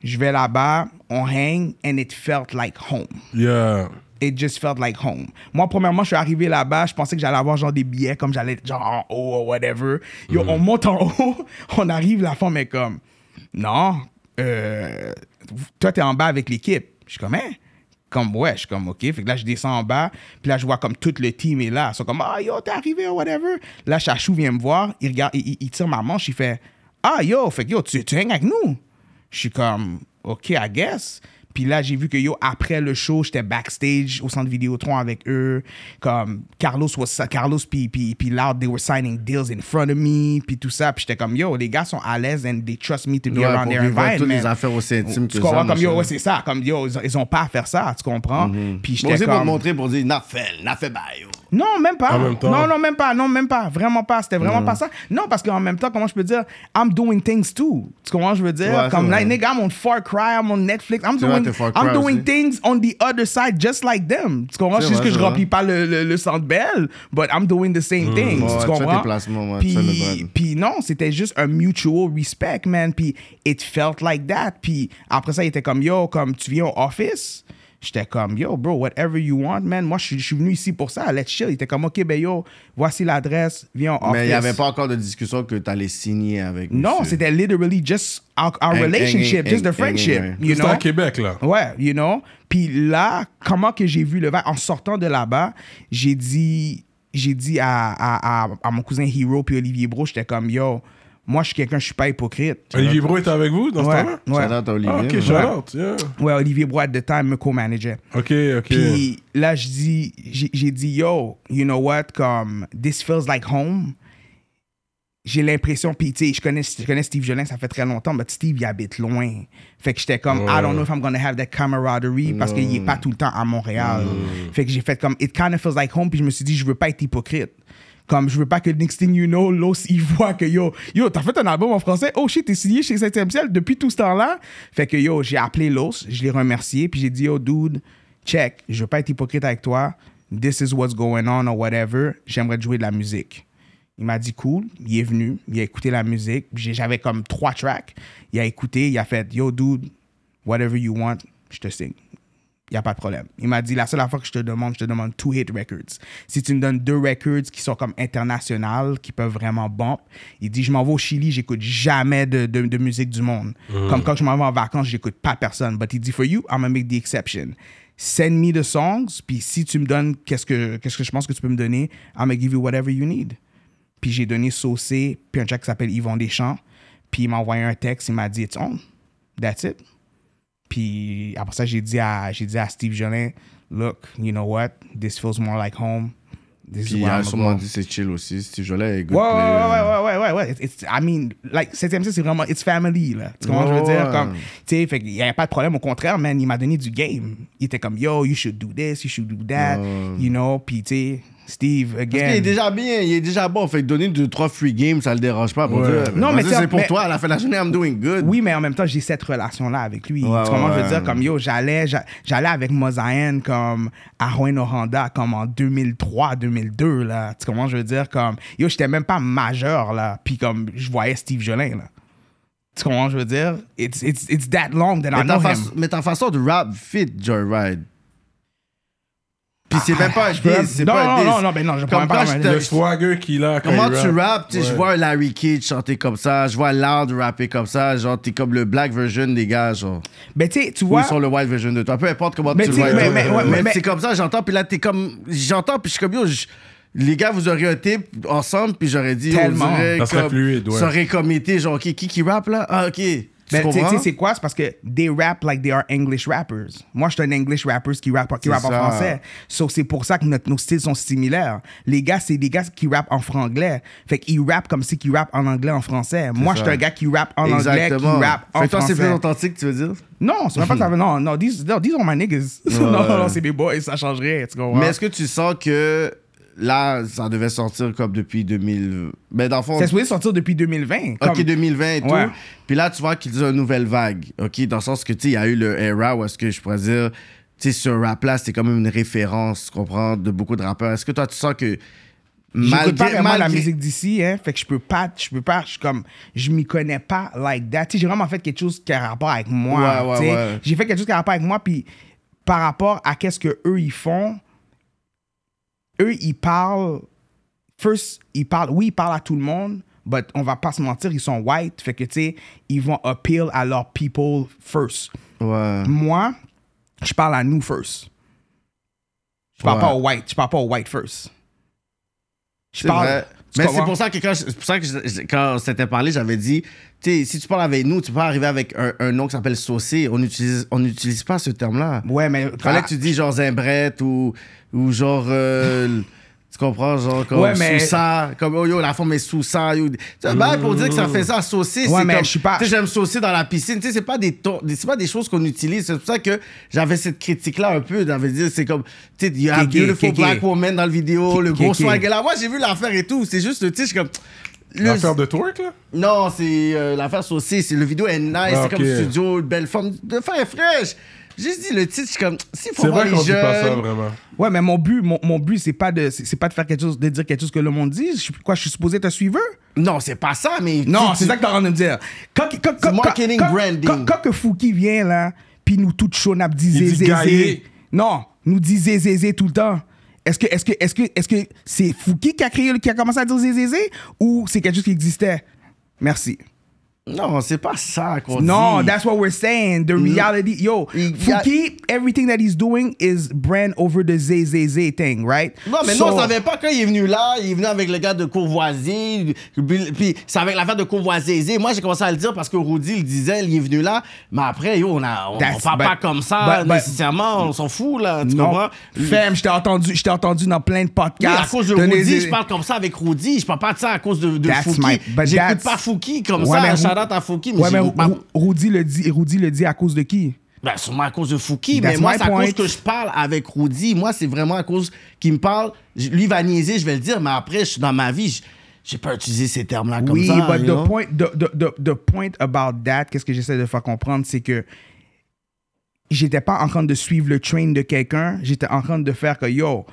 C: Je vais là-bas, on hang, and it felt like home.
D: Yeah.
C: It just felt like home. Moi, premièrement, je suis arrivé là-bas, je pensais que j'allais avoir genre des billets, comme j'allais être genre en haut ou whatever. Yo, on monte en haut, on arrive, la femme est comme, non, euh, toi, t'es en bas avec l'équipe. Je suis comme, hein? Comme, ouais, je suis comme, ok. Fait que là, je descends en bas, puis là, je vois comme tout le team est là. Ils sont comme, ah, yo, t'es arrivé ou whatever. Là, Chachou vient me voir, il regarde, il, il- il tire ma manche, il fait, ah, yo, fait que yo, tu, tu hangs avec nous? Je suis comme, OK, I guess. Puis là, j'ai vu que yo, après le show, j'étais backstage au centre Vidéotron avec eux. Comme Carlos, was, Carlos puis, puis, puis Loud, they were signing deals in front of me, puis tout ça. Puis j'étais comme, yo, les gars sont à l'aise and they trust me to be
B: Ouais,
C: around
B: pour
C: their
B: vivre toutes les
C: environment.
B: affaires aussi intimes que
C: Tu comprends?
B: ça,
C: Comme,
B: machin.
C: yo, ouais, c'est ça. Comme, yo, ils ont, ils ont pas à faire ça, tu comprends? Puis
B: Mhm. Moi
C: j'étais
B: aussi, pour te
C: comme...
B: montrer, pour dire, n'a fait, n'a fait oh." bail. yo.
C: Non, même pas.
D: En même temps.
C: Non, non, même pas. Non, même pas. Vraiment pas. C'était vraiment
B: Mm.
C: pas ça. Non, parce qu'en même temps, comment je peux dire, I'm doing things too. Tu comprends, je veux dire?
B: Ouais,
C: Comme,
B: c'est vrai.
C: like, nigga, I'm on Far Cry, I'm on Netflix. I'm
B: C'est vrai,
C: doing,
B: t'es Far
C: I'm
B: Cry
C: doing
B: aussi.
C: things on the other side just like them. Tu comprends?
B: C'est
C: C'est juste
B: vrai,
C: que je
B: c'est
C: remplis pas le, le, le centre belle, but I'm doing the same things.
B: Ouais,
C: tu
B: tu fais
C: comprends?
B: tes placements, ouais, tu fais le
C: puis,
B: bread.
C: puis non, c'était juste un mutual respect, man. Puis it felt like that. Puis après ça, il était comme, yo, comme tu viens au office. J'étais comme, yo, bro, whatever you want, man. Moi, je suis- je suis venu ici pour ça. Let's chill. Il était comme, OK, ben yo, voici l'adresse. Viens au office.
B: Mais il n'y avait pas encore de discussion que tu allais signer avec
C: Non,
B: monsieur.
C: c'était literally just our, our
B: Hang-
C: relationship,
B: hanging-
C: just the
B: hang-
C: friendship,
B: hanging,
C: you
D: C'était
C: know? Oh,
D: à Québec, là.
C: Ouais, you know. Puis là, comment que j'ai vu le vent en sortant de là-bas, j'ai dit, j'ai dit à, à, à, à mon cousin Hero puis Olivier Bro, j'étais comme yo, moi je suis quelqu'un, je suis pas hypocrite.
D: Olivier Bro était avec vous dans
C: Ouais,
D: ce temps-là?
C: ouais.
B: Shout out à Olivier,
D: Ah, ok,
B: man.
D: shout out. Yeah.
C: Ouais, Olivier Bro at the time me co-manageait.
D: Ok, ok.
C: Puis là, je dis, j'ai j'ai dit, yo, you know what, comme, this feels like home. J'ai l'impression, puis tu sais, je connais, je connais Steve Jolin, ça fait très longtemps, mais Steve, il habite loin. Fait que j'étais comme, I don't know if I'm gonna have that camaraderie parce qu'il est pas tout le temps à Montréal. Fait que j'ai fait comme, it kind of feels like home, puis je me suis dit, je veux pas être hypocrite. Comme, je veux pas que next thing you know, l'os, il voit que yo, yo, t'as fait un album en français, oh shit, t'es signé chez 7ème ciel depuis tout ce temps-là. Fait que yo, j'ai appelé l'os, je l'ai remercié, puis j'ai dit, yo, dude, check, je veux pas être hypocrite avec toi, this is what's going on or whatever, j'aimerais te jouer de la musique. Il m'a dit cool, il est venu, il a écouté la musique, J'ai- j'avais comme trois tracks, il a écouté, il a fait yo dude, whatever you want, je te signe. Il n'y a pas de problème. Il m'a dit, la seule fois que je te demande, je te demande two hit records. Si tu me donnes deux records qui sont comme internationales, qui peuvent vraiment bump, il dit, je m'en vais au Chili, j'écoute jamais de, de- de musique du monde. Comme quand je m'en vais en vacances, j'écoute pas personne. But il dit, for you, I'm gonna make the exception. Send me the songs, puis si tu me donnes qu'est-ce que, qu'est-ce que je pense que tu peux me donner, I'm gonna give you whatever you need. Puis j'ai donné Saucé, puis un track qui s'appelle Yvon Deschamps. Puis il m'a envoyé un texte, il m'a dit It's on. That's it. Puis après ça, j'ai dit à, j'ai dit à Steve Jolin Look, you know what? This feels more like home. This
B: Puis
C: is
B: il
C: where
B: a
C: I'm
B: sûrement euh.
C: going.
B: dit c'est chill aussi. Steve Jolet est good
C: Ouais, ouais,
B: player.
C: ouais, ouais, ouais, ouais, ouais. It's- it's- I mean, like, 7e c'est vraiment, it's family, là. Tu comprends ce que je veux dire?
B: Ouais.
C: Comme, tu sais, fait qu'il n'y avait pas de problème. Au contraire, man, il m'a donné du game. Il était comme, yo, you should do this, you should do that, you know. Puis, tu sais, Steve,
B: Parce qu'il est
C: again.
B: déjà bien, il est déjà bon. Fait que donner deux, trois free games, ça le dérange pas. Pour dire,
C: Non,
B: vas-y,
C: mais c'est-
B: c'est pour
C: mais-
B: toi. À la fin de la journée, I'm doing good.
C: Oui, mais en même temps, j'ai cette relation-là avec lui.
B: Ouais,
C: tu comprends?
B: ouais,
C: je veux
B: ouais.
C: dire, comme yo, j'allais, j'a- j'allais avec Mozaïen comme à Rouen-Oranda, comme en 2003, 2002, là. Tu comprends? Je veux dire, comme yo, j'étais même pas majeur, là. Puis comme je voyais Steve Jolin, là. Tu Tu comprends ce que je veux dire? It's, it's, it's that long that I
B: Mais
C: know
B: ta,
C: him.
B: façon- mais ta façon de rap fit Joyride. Puis c'est même pas un
C: peux-
B: diss, c'est
C: Ah, Non,
B: pas un
C: non,
B: diss.
C: non, ben non, mais non, je prends
B: Comme
C: pas
B: quand
C: la main.
B: je te-
D: Le swagger qu'il a quand
B: Comment
D: il
B: tu
D: rappe.
B: rap? Tu sais, Je
D: Ouais.
B: vois Larry Kidd chanter comme ça, je vois Loud rapper comme ça, genre t'es comme le black version des gars, genre.
C: Mais tu sais, tu
B: Ou
C: vois.
B: ils sont le white version de toi, peu importe comment
C: Mais
B: tu le
C: tu-
B: vois.
C: mais- mais- ouais, mais-
B: c'est comme ça, j'entends, puis là t'es comme. J'entends, puis je suis comme yo, je- les gars, vous auriez un tape ensemble, puis j'aurais dit. on
C: Tellement.
B: dirait
D: Ça serait
B: comme-
D: fluide, ouais.
B: Ça aurait comme été genre, ok, qui qui rappe là? Ah, ok. Tu
C: Mais Ben, tu sais- tu
B: comprends?
C: sais, c'est quoi? C'est parce que they rap like they are English rappers. Moi, je suis un English rapper qui rappe qui
B: C'est
C: rappe en
B: ça.
C: français. So, c'est pour ça que notre- nos styles sont similaires. Les gars, c'est des gars qui rappent en franglais. Fait qu'ils rappent comme si qu'ils rappent en anglais, en français. Moi, je suis
B: ça.
C: un gars qui rappe en anglais, qui
B: Exactement.
C: rappe en
B: Fait que toi,
C: français.
B: c'est plus authentique, tu veux dire?
C: Non, c'est même pas que ça veut- Non, non, these, no, these are my niggas. non, non, non, c'est mes boys, ça changerait. Tu comprends?
B: Mais est-ce que tu sens que là, ça devait sortir comme depuis 2000. Mais dans le fond.
C: C'est supposé sortir depuis 2020. Comme...
B: OK, 2020 et
C: Ouais.
B: tout. Puis là, tu vois qu'ils ont une nouvelle vague. OK, dans le sens que, tu sais, il y a eu le era où est-ce que je pourrais dire, tu sais, ce rap-là, c'est quand même une référence, tu comprends, de beaucoup de rappeurs. Est-ce que toi, tu sens que.
C: J'écoute pas vraiment la
B: malgré-
C: musique d'ici, hein. Fait que je peux pas, je peux pas, je suis comme, je m'y connais pas like that. Tu sais, j'ai vraiment fait quelque chose qui a rapport avec moi.
B: Ouais, ouais,
C: tu sais.
B: ouais.
C: J'ai fait quelque chose qui a rapport avec moi, puis par rapport à qu'est-ce que eux ils font, eux ils parlent. First, ils parlent, oui, ils parlent à tout le monde, but on va pas se mentir, ils sont white. Fait que tu sais, ils vont appeal à leur people first.
B: Ouais.
C: Moi, je parle à nous first. Je parle
B: Ouais.
C: pas au white, je parle pas au white first. Je
B: C'est
C: parle.
B: vrai.
C: tu
B: Mais c'est
C: comprends?
B: pour ça que quand, je- c'est pour ça que je- je- quand on s'était parlé, j'avais dit, tu sais, si tu parles avec nous, tu peux pas arriver avec un, un nom qui s'appelle saucé. On n'utilise on n'utilise pas ce terme-là.
C: Ouais, mais.
B: Fallait que tu dis genre Zimbrette ou, ou genre. euh, l- tu comprends, genre comme
C: Ouais, mais-
B: sous ça, comme oh yo, la forme est sous ça. Yo. Tu sais, ben, pour dire que ça fait ça, saucer,
C: Ouais,
B: c'est
C: mais
B: comme.
C: je suis pas-
B: Tu sais, j'aime saucer dans la piscine. Tu sais, c'est pas des, ton- des- c'est pas des choses qu'on utilise. C'est pour ça que j'avais cette critique-là un peu. J'avais dit, c'est comme, tu sais, you have
C: Kéké,
B: beautiful
C: kéké.
B: black woman dans le vidéo, le
C: Kéké.
B: gros swag. Et là, moi, j'ai vu l'affaire et tout. C'est juste, tu sais, je suis comme. le-
D: L'affaire de twerk, là
B: non, c'est euh, l'affaire saucée. C'est, le vidéo est nice.
D: Ah,
B: C'est
D: ok.
B: comme studio, une belle forme. De faire fraîche. Juste dit le titre, je suis comme. S'il faut
D: C'est
B: voir
D: vrai
B: les
D: qu'on dit
B: jeunes.
D: pas ça, vraiment.
C: Ouais, mais mon but, mon, mon but, c'est pas de, c'est c'est pas de faire quelque chose, de dire quelque chose que le monde dit. Je suis- quoi, je suis supposé être un suiveur?
B: non, c'est pas ça, mais.
C: Non,
B: tu-
C: c'est
B: tu-
C: ça que t'es en train de me dire. Quand, quand, quand,
B: marketing,
C: quand-
B: branding.
C: Quand, quand que Fouki vient là, puis nous toutes chonap dit
D: Il dit
C: zézé.
D: Gaillé.
C: Non, nous dit zézé zézé tout le temps. Est-ce que, est-ce que, est-ce que, est-ce que c'est Fouki qui a créé, qui a commencé à dire zézé zézé ou c'est quelque chose qui existait? Merci.
B: Non, c'est pas ça qu'on dit.
C: No, that's what we're saying. The reality, yo,
B: Mm-hmm. He got-
C: Fouki, everything that he's doing is brand over the ZZZ thing, right?
B: Non, mais
C: So-
B: non, on savait pas quand il est venu là. Il est venu avec le gars de Courvoisier. Puis puis c'est avec l'affaire de Courvoisier. Moi, j'ai commencé à le dire parce que Rudy le disait, il est venu là. Mais après, yo, on, a, on, on
C: That's-
B: parle
C: but-
B: pas comme ça
C: but- but-
B: nécessairement. on s'en fout, là. Tu
C: Non,
B: comprends?
C: femme, je t'ai entendu, je t'ai entendu dans plein de
B: Oui,
C: podcasts.
B: à cause de
C: Tenez-
B: Rudy, je parle comme ça avec Rudy. Je parle pas de ça à cause de, de
C: That's
B: Fouki.
C: my- but
B: J'écoute
C: that's-
B: pas Fouki comme
C: Ouais,
B: ça.
C: mais
B: Shout
C: Ru-
B: out à Fouki. Mais,
C: Ouais, mais
B: j'écoute pas-
C: Ru- Rudy le dit, Rudy le dit à cause de qui?
B: Ben, sûrement à cause de Fouki.
C: That's
B: Mais moi,
C: my
B: c'est à
C: point.
B: cause que je parle avec Rudy. Moi, c'est vraiment à cause qu'il me parle. Je- Lui il va niaiser, je vais le dire. Mais après, je suis dans ma vie. je- J'ai pas utilisé ces termes-là comme
C: oui,
B: ça.
C: but
B: you
C: the
B: know?
C: point, the, the, the, the point about that, qu'est-ce que j'essaie de faire comprendre, c'est que j'étais pas en train de suivre le train de quelqu'un, j'étais en train de faire que yo,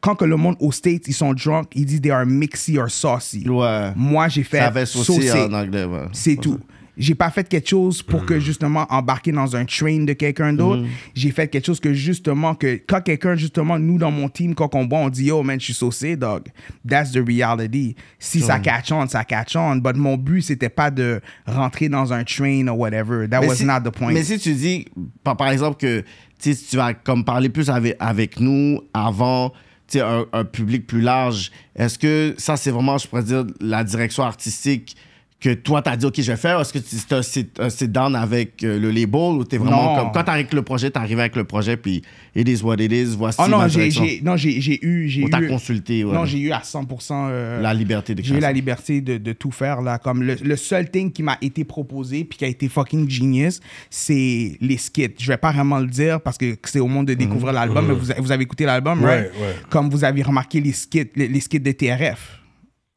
C: quand que le monde aux States, ils sont drunk, ils disent they are mixy or saucy.
B: Ouais.
C: Moi, j'ai fait
B: Ça avait saucé hein,
C: saucer.
B: en anglais. ouais.
C: C'est tout. J'ai pas fait quelque chose pour
B: Mm.
C: que justement embarquer dans un train de quelqu'un d'autre. J'ai fait quelque chose que justement, que quand quelqu'un, justement, nous dans mon team, quand on boit, on dit Yo man, je suis saucé, dog. That's the reality. Si ça catch on, ça catch on. But mon but, c'était pas de rentrer dans un train or whatever. That
B: Mais
C: was
B: si-
C: not the point.
B: Mais si tu dis, par, par exemple, que tu sais, si tu vas comme parler plus avec, avec nous avant tu sais, un, un public plus large, est-ce que ça, c'est vraiment, je pourrais dire, la direction artistique que toi, t'as dit, OK, je vais faire? Est-ce que tu- c'est un sit- un sit-down avec euh, le label ou t'es vraiment
C: Non.
B: comme... Quand t'arrives avec le projet, t'arrives avec le projet, puis it is what it is, voici
C: oh non,
B: ma
C: j'ai
B: direction.
C: j'ai- non, j'ai- j'ai eu. j'ai
B: On t'a
C: eu-
B: consulté, ouais.
C: Non, j'ai eu à 100%. euh,
B: La liberté de
C: J'ai eu la
B: création.
C: liberté de, de tout faire là. Comme le, le seul thing qui m'a été proposé puis qui a été fucking genius, c'est les skits. Je vais pas vraiment le dire parce que c'est au monde de découvrir l'album. mais Vous, a- vous avez écouté l'album,
D: Mhm. Ouais,
C: right?
D: ouais.
C: Comme vous avez remarqué les skits, les, les skits de TRF.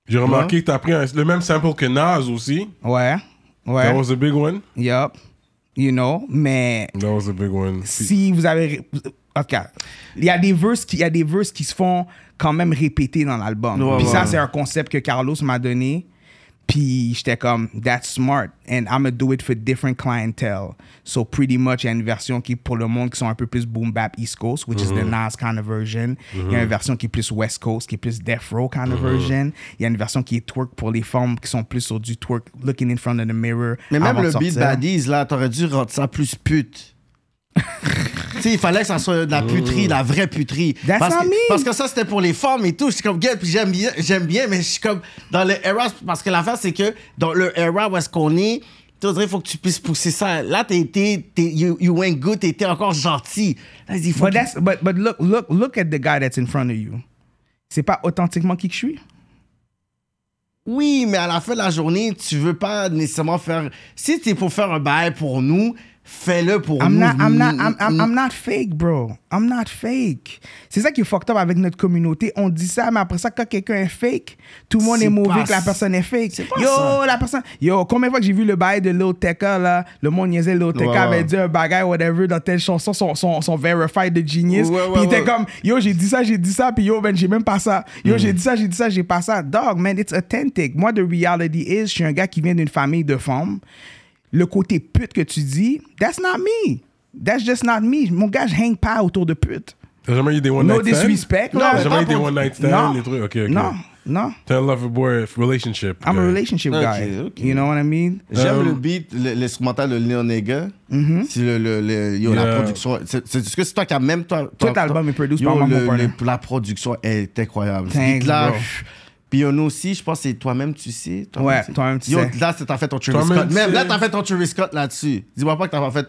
D: J'ai remarqué que t'as pris un- le même sample que Nas aussi.
C: Ouais, ouais,
D: That was a big one.
C: yup, you know. Mais
D: That was a big one.
C: si vous avez, en tout cas, il y a des verses qui, il y a des verses qui se font quand même répéter dans l'album.
B: Ouais,
C: Puis
B: ouais.
C: ça, c'est un concept que Carlos m'a donné. Puis j'étais comme, that's smart. And I'm gonna do it for different clientele. So pretty much, il y a une version qui est pour le monde qui sont un peu plus boom bap East Coast, which is the
B: Mm-hmm.
C: Nas kind of version. Il y a une version qui est plus West Coast, qui est plus Death Row kind of
B: Mm-hmm.
C: version. Il y a une version qui est twerk pour les femmes qui sont plus sur du twerk, looking in front of the mirror.
B: Mais même
C: avant
B: le
C: de
B: beat
C: sortir.
B: baddies, là, t'aurais dû rendre ça plus pute. tu sais, il fallait que ça soit de la puterie, de la vraie puterie.
C: Oh. That's
B: parce,
C: not
B: que,
C: me.
B: parce que ça, c'était pour les femmes et tout. Je suis comme, gay, puis j'aime bien, j'aime bien, mais je suis comme, dans le era, parce que l'affaire, c'est que dans le era où est-ce qu'on est, tu il faut que tu puisses pousser ça. Là, t'es, t'es, t'es- you, you ain't good, t'étais encore gentil. Là, il faut
C: But
B: qu'il-
C: that's but but look look look at the guy that's in front of you. C'est pas authentiquement qui que je suis.
B: Oui, mais à la fin de la journée, tu veux pas nécessairement faire. Si t'es pour faire un bail pour nous, fais-le pour
C: I'm
B: nous.
C: not I'm not I'm, I'm, I'm not fake, bro. I'm not fake. C'est ça qui est fucked up avec notre communauté. On dit ça, mais après ça, quand quelqu'un est fake, tout le monde
B: C'est
C: est mauvais
B: pas
C: que la
B: ça.
C: personne est fake.
B: C'est pas
C: Yo,
B: ça.
C: la personne. Yo, combien de fois que j'ai vu le bail de Lil Tecca, là, le monde niaisait Lil Tecca
B: Ouais, ouais.
C: avait dit un bagage, whatever, dans telle chanson, son, son, son verified de genius.
B: Ouais, ouais,
C: puis il était
B: ouais. Mm.
C: comme, yo, j'ai dit ça, j'ai dit ça, puis yo, ben, j'ai même pas ça. Yo, j'ai dit ça, j'ai dit ça, j'ai pas ça. Dog, man, it's authentic. Moi, the reality is, je suis un gars qui vient d'une famille de femmes le côté pute que tu dis, that's not me. That's just not me. Mon gars, je hang pas autour de pute.
D: T'as jamais eu des one
C: No
D: night stands?
C: disrespect.
B: Non,
C: là.
D: T'as
B: mais pas
D: jamais eu des
B: pour-
D: one night
C: Non.
D: stands, des trucs? Ok, ok.
C: Non, non.
D: T'es un loverboy relationship.
C: I'm a
D: guy.
C: relationship
B: Ok,
C: guy.
B: ok.
C: You know what I mean?
B: J'aime
D: Euh,
B: le beat, le- l'instrumental de Leon Nega.
C: Mm-hmm.
B: C'est le, le, le- yo, la
D: Yeah.
B: production. C'est c'est- c'est- c'est toi qui as même toi. toi- toi-
C: l'album est produit
B: yo,
C: par Mambo
B: le-
C: Party.
B: le- La production est incroyable. Ce
C: Thanks,
B: beat-là,
C: bro.
B: pff, Puis on aussi, je pense que c'est toi-même tu sais. toi-même
C: Ouais, toi-même, tu
B: Yo,
C: sais.
B: Là, c'est- t'as fait ton Travis
D: Toi-même,
B: Scott.
D: tu
B: Même
D: sais.
B: là, t'as fait ton Travis Scott là-dessus. Dis-moi pas que t'as pas fait.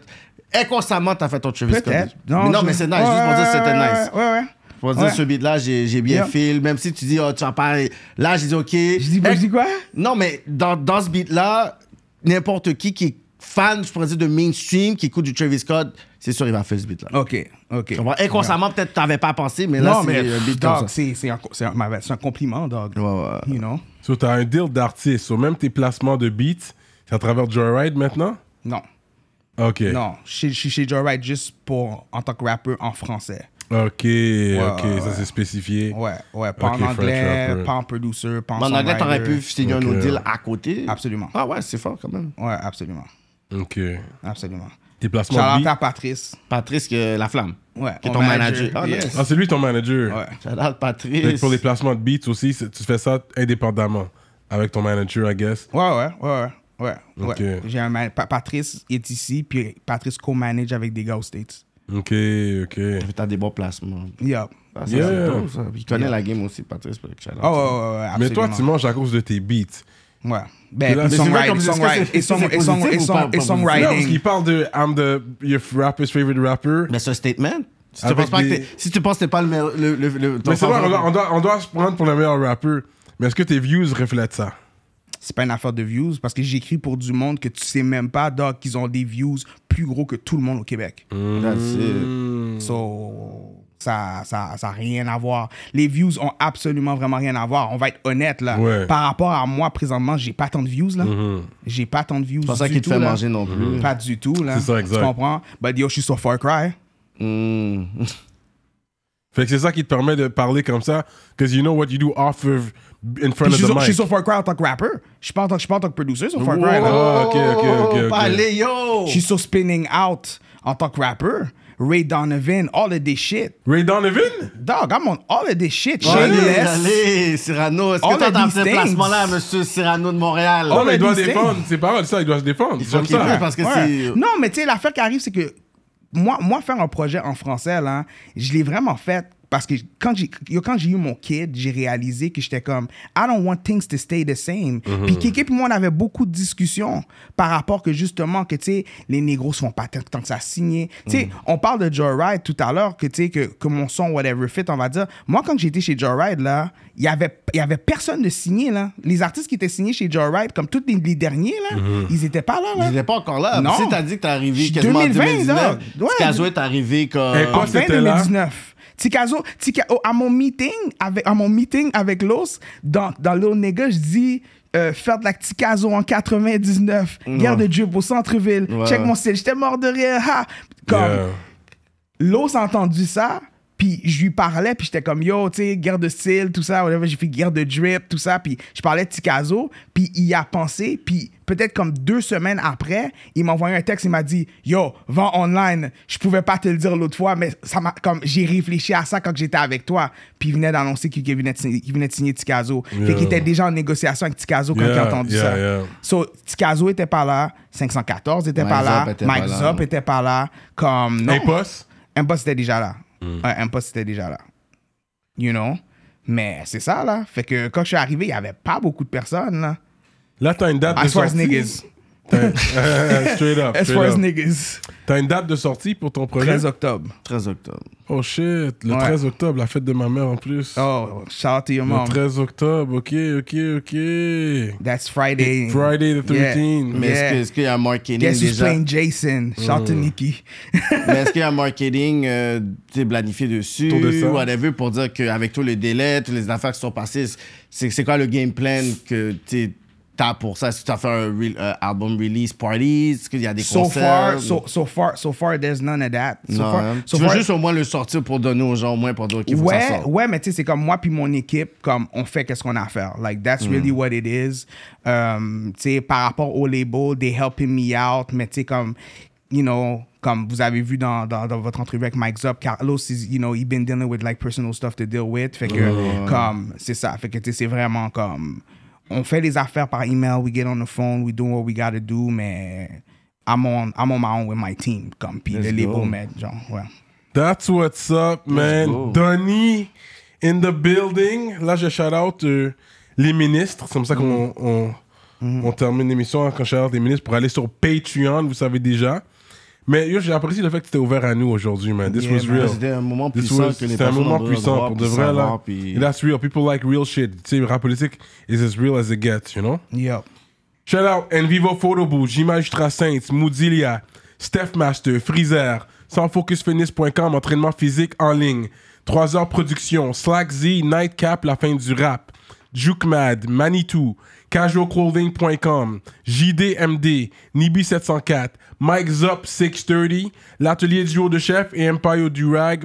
B: Inconsciemment, t'as fait ton Travis Scott.
C: Peut-être.
B: mais non,
C: je-
B: mais c'est nice.
C: Ouais,
B: juste pour dire que c'était
C: ouais,
B: nice.
C: Ouais, ouais.
B: Pour dire
C: Ouais.
B: ce beat-là, j'ai j'ai bien
C: Yeah.
B: feel. Même si tu dis, oh, tu vas pas. Là, j'ai dit, OK.
C: Je dis, je dis quoi?
B: Non, mais dans, dans ce beat-là, n'importe qui qui est fan, je pourrais dire, de mainstream, qui écoute du Travis Scott, c'est sûr, il va faire ce beat-là.
C: OK, OK.
B: Tu comprends? Inconsciemment, peut-être tu n'avais pas pensé, mais là,
C: Non,
B: c'est
C: mais
B: un beat
C: dog,
B: comme ça.
C: c'est c'est un, c'est un, ma belle, c'est un compliment, dog.
B: Ouais, ouais.
C: You know?
D: So, t'as un deal d'artiste. So, même tes placements de beats, c'est à travers Joyride maintenant?
C: Non,
D: Ok.
C: non. Je suis- je suis chez Joe Wright juste pour, en tant que rappeur en français.
D: Ok, ok,
C: ouais,
D: ça
C: ouais.
D: c'est spécifié.
C: Ouais, ouais. Pas
D: Ok,
C: en
D: French
C: anglais,
D: rapper.
C: pas en producer, pas en
B: En anglais, t'aurais
C: songwriter.
B: pu signer un
D: Ok.
B: autre deal à côté.
C: Absolument.
B: Ah ouais, c'est fort quand même.
C: Ouais, absolument.
D: Ok.
C: Absolument.
D: Tes placements de
C: Shout out à
D: beats.
C: Patrice.
B: Patrice euh, Laflamme,
C: Ouais,
B: qui est
C: mon
B: ton manager.
C: manager.
B: Ah,
C: Yes.
B: nice.
D: Ah, c'est lui ton manager.
C: Ouais.
B: Shout out
D: Fait que
B: Patrice.
D: pour les placements de beats aussi, c'est- tu fais ça indépendamment avec ton manager, I guess.
C: Ouais, ouais, ouais, ouais. ouais, ouais.
D: Ok.
C: J'ai un man- Pa- Patrice est ici, puis Patrice co-manage avec des gars aux States.
D: Ok, ok.
B: T'as des bons placements.
C: Yeah.
B: Ah, ça,
D: Yeah. Ah
B: c'est dope, ça. Puis Il connaît la game aussi, Patrice. fait que shout out.
C: Oh, ouais, ouais, ouais, absolument.
D: Mais toi, tu manges à cause de tes beats.
C: Ouais.
D: Mais c'est
B: vrai
C: Ben, puis
B: comme
C: songwriting,
B: discussion,
C: songwriting,
B: c'est-
C: et song-
B: c'est
C: et song-
B: positif
C: et
B: ou
C: song-
B: pas- pas
C: et
D: Non, parce qu'il
C: songwriting.
D: parle de I'm the your rapper's favorite rapper.
B: Mais ce statement, si tu,
D: Avec
B: penses pas que
D: des-
B: t'es- si tu penses que t'es pas le meilleur. le- le- le- ton
D: Mais c'est vrai, on
B: favori-
D: doit, on, doit, on doit se prendre pour le meilleur rapper. Mais est-ce que tes views reflètent ça?
C: C'est pas une affaire de views, parce que j'écris pour du monde que tu sais même pas, dog, qu'ils ont des views plus gros que tout le monde au Québec.
B: That's it.
D: Mm. Hmm.
C: So, ça ça, ça a rien à voir. Les views ont absolument vraiment rien à voir. On va être honnête, là.
D: Ouais. Hmm.
C: Par rapport à moi, présentement, j'ai pas tant de views, là. J'ai pas tant de views.
B: C'est pas ça
C: du
B: qui te
C: tout,
B: fait
C: là.
B: manger non plus.
C: Pas du tout, là.
D: C'est ça, exact.
C: Tu comprends? But yo, je suis sur Far Cry.
B: Mm.
D: Fait que c'est ça qui te permet de parler comme ça. Because you know what you do off of in front
C: Puis
D: of
C: Je suis,
D: the
C: sur, je suis
D: mic.
C: sur Far Cry en tant que rapper. Je suis pas en tant, je suis pas en tant que producer sur Far Cry, là.
D: Ah, ok, ok, ok, ok.
B: Oh, Allez, yo!
C: Je suis sur Spinning Out en tant que rapper. Ray Donovan, all of this shit.
D: Ray Donovan?
C: Dog, I'm on all of this shit.
B: Allez,
C: Shameless.
B: allez, Cyrano. Est-ce que
C: All
B: t'as
C: of
B: dans
C: these
B: ce
C: things.
B: placement-là, monsieur Cyrano de Montréal?
D: Oh, mais il doit
C: Donovan
D: défendre. C'est pas mal, ça, il doit se défendre.
B: faut
D: J'aime
B: qu'il
D: ça.
B: peut parce que
C: Ouais.
B: c'est. euh,
C: Non, mais tu sais, l'affaire qui arrive, c'est que moi, moi, faire un projet en français, là, je l'ai vraiment fait parce que quand j'ai yo, quand j'ai eu mon kid, j'ai réalisé que j'étais comme, I don't want things to stay the same.
B: Mhm.
C: Puis Kéké et moi, on avait beaucoup de discussions par rapport que justement, que tu sais, les négros se font pas tant tant que ça signer. Tu sais,
B: Mhm.
C: on parle de Joyride tout à l'heure, que tu sais, que, que mon son, whatever fit, on va dire. Moi, quand j'étais chez Joyride, là, il y avait, il y avait personne de signé, là. Les artistes qui étaient signés chez Joyride, comme tous les, les derniers, là,
B: Mhm.
C: ils étaient pas là, là.
B: Il n'était pas encore là.
C: Non.
B: Si t'as dit que t'es arrivé
C: Je-
B: quasiment en
C: 2020,
B: 2019,
C: là. Ouais.
B: Tikazo est arrivé comme.
D: Et pas-
C: fin
D: C'était là.
C: 2019. Tikazo, Tika- oh, à mon meeting avec à mon meeting avec Los dans dans Lil Nigga, je dis euh, faire de la Tikazo en 99, guerre de Dieu au centre-ville.
B: Ouais.
C: Check mon style, j'étais mort de rire. ha! Comme
D: Yeah.
C: Los a entendu ça, puis Puis je lui parlais, puis j'étais comme, yo, tu sais, guerre de style, tout ça, whatever. J'ai fait guerre de drip, tout ça. Puis je parlais de Ticazo, puis il y a pensé. Puis peut-être comme deux semaines après, il m'a envoyé un texte, il m'a dit, yo, vends online. Je pouvais pas te le dire l'autre fois, mais ça m'a, comme, j'ai réfléchi à ça quand j'étais avec toi. Puis il venait d'annoncer qu'il qu'il venait, de signer- qu'il venait de signer Ticazo. Fait
A: Yeah.
C: qu'il était déjà en négociation avec Ticazo quand il a
A: Yeah,
C: entendu
A: yeah,
C: ça.
A: yeah.
C: So, Ticazo était pas là, 514 était
B: Mike
C: pas là,
B: Zop était
C: Mike
B: pas là.
C: Zop était pas là, comme, non.
A: Impost.
C: Impost était déjà là.
B: Mm.
C: Ouais, Impost était déjà là. You know? Mais c'est ça, là. Fait que quand je suis arrivé, il n'y avait pas beaucoup de personnes, là.
A: Là, t'as une date de
C: As far as
A: sortie.
C: niggas.
A: T'as-
D: Euh,
A: straight up.
C: As
A: straight
C: far as
A: up.
C: niggas.
A: T'as une date de sortie pour ton projet?
C: 13 octobre.
B: 13 octobre.
A: Oh shit, le
C: Ouais.
A: 13 octobre, la fête de ma mère en plus.
C: Oh, shout out to your
A: le
C: mom.
A: 13 octobre, ok, ok, ok.
C: That's Friday.
A: Friday the 13th.
B: Mais est-ce
C: Yeah.
B: que- est-ce qu'il y a un marketing
C: Guess who's
B: déjà? Mm.
C: playing Jason? Shout out to Nikki.
B: Mais est-ce qu'il y a un marketing euh, tu sais, planifié dessus,
A: Autour de ça.
B: whatever, pour dire qu'avec tous les délais, toutes les affaires qui sont passées, c'est c'est quoi le game plan que tu as pour ça? Est-ce que tu as fait un re- euh, album release party? Est-ce qu'il y a des
C: So
B: concerts?
C: far, so, so far, so far, there's none of that. So
B: Non,
C: far,
B: hein?
C: so
B: tu veux
C: far-
B: juste au moins le sortir pour donner aux gens au moins pour dire qu'il faut que ça
C: Ouais,
B: sorte.
C: ouais, mais tu sais, c'est comme moi puis mon équipe, comme on fait qu'est-ce qu'on a à faire. Like, that's really
B: Mm.
C: what it is. Um, tu sais, par rapport au label, they helping me out, mais tu sais, comme, you know, comme vous avez vu dans, dans, dans votre entrevue avec Mike Zop, Carlos, is, you know, he been dealing with like personal stuff to deal with. Fait que, comme, c'est ça. Fait que, tu sais, c'est vraiment comme, on fait les affaires par email, we get on the phone, we do what we gotta do, mais I'm on, I'm on my own with my team, comme, puis le
B: Let's
C: label,
B: go.
C: mais genre, ouais.
A: That's what's up, man.
B: go.
A: Donny in the building. Là, je shout out euh, les ministres. C'est comme ça
B: Mm.
A: qu'on on, on termine l'émission hein, quand je shout out les ministres pour aller sur Patreon, vous savez déjà. Mais yo, j'ai apprécié le fait que tu ouvert à nous aujourd'hui, man. This
C: Yeah,
A: was
C: man.
A: real.
B: C'était un moment
A: This
B: puissant
A: was-
B: que les
A: C'était un
B: personnes
A: moment
B: ont besoin de
A: puissant
B: voir,
A: pour de
B: puis
A: vrai, là.
B: savoir, puis-
A: That's real. People like real shit. Tu sais, rap politique is as real as it gets, you know?
C: Yup.
A: Shout out Envivo Photo Booth, J Magistrat Saints, Moodilia, Steph Master, Freezer, sansfocusfitness.com, entraînement physique en ligne, 3 heures production, Slack Z, Nightcap, la fin du rap, Jukemad, Manitou, casualclothing.com, JDMD, Nibi704, Mike Zop 630, l'atelier du haut de chef et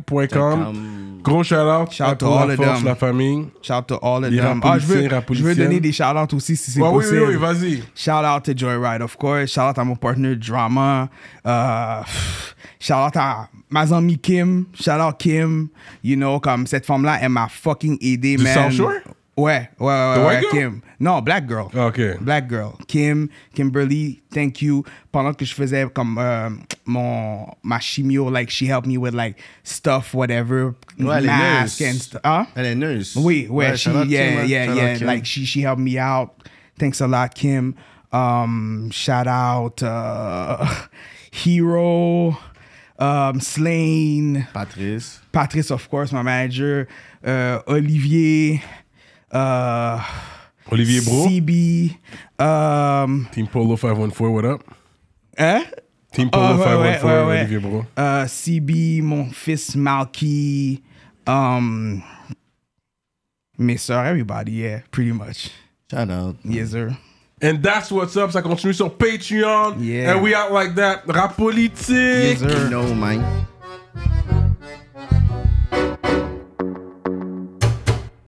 A: empiredurag.com. Gros shout out
C: Shout
A: à
C: out to
A: pour
C: all
A: la
C: of
A: force,
C: them.
A: la famille.
C: Shout out to all of
A: Les
C: them. Ah, je veux,
A: rapoliciens,
C: je veux
A: rapoliciennes.
C: donner des shout outs aussi si c'est
A: Ouais, oui,
C: possible.
A: oui, oui, vas-y.
C: Shout out to Joyride, of course. Shout out à mon partner Drama. Euh, pff, shout out à ma amie Kim. Shout out Kim. You know, comme cette femme-là, elle m'a fucking aidé,
A: Du
C: man.
A: South Shore?
C: Ouais, ouais, ouais,
A: The white
C: ouais, ouais,
A: girl?
C: Kim. Non, black girl.
A: Ah, ok.
C: Black girl. Kim, Kimberly, thank you. Pendant que je faisais comme euh, mon, ma chimio, like, she helped me with, like, stuff, whatever.
B: Ouais, elle est
C: mask and
B: nurse.
C: stuff. Hein?
B: Elle est nurse.
C: Oui, ouais, she,
B: shout out Kim,
C: yeah,
B: hein.
C: yeah,
B: Shout out
C: yeah.
B: Kim.
C: Like she, she helped me out. Thanks a lot, Kim. Um, shout out uh, Hero, um, Slain,
B: Patrice.
C: Patrice, of course, my manager, uh, Olivier, uh,
A: Olivier Bro,
C: CB, um, eh?
A: Team Polo 514, what up?
C: hein?
A: Team Polo
C: Ah, ouais,
A: 514,
C: ouais, ouais, ouais.
A: Olivier Bro.
C: Uh, CB, mon fils Malky, um, mes soeurs, everybody, yeah, pretty much.
B: Shout out.
C: Yes, sir.
A: And that's what's up. Ça continue sur Patreon.
C: Yeah.
A: And we out like that. Rap politique.
C: Yes, sir.
B: No, man.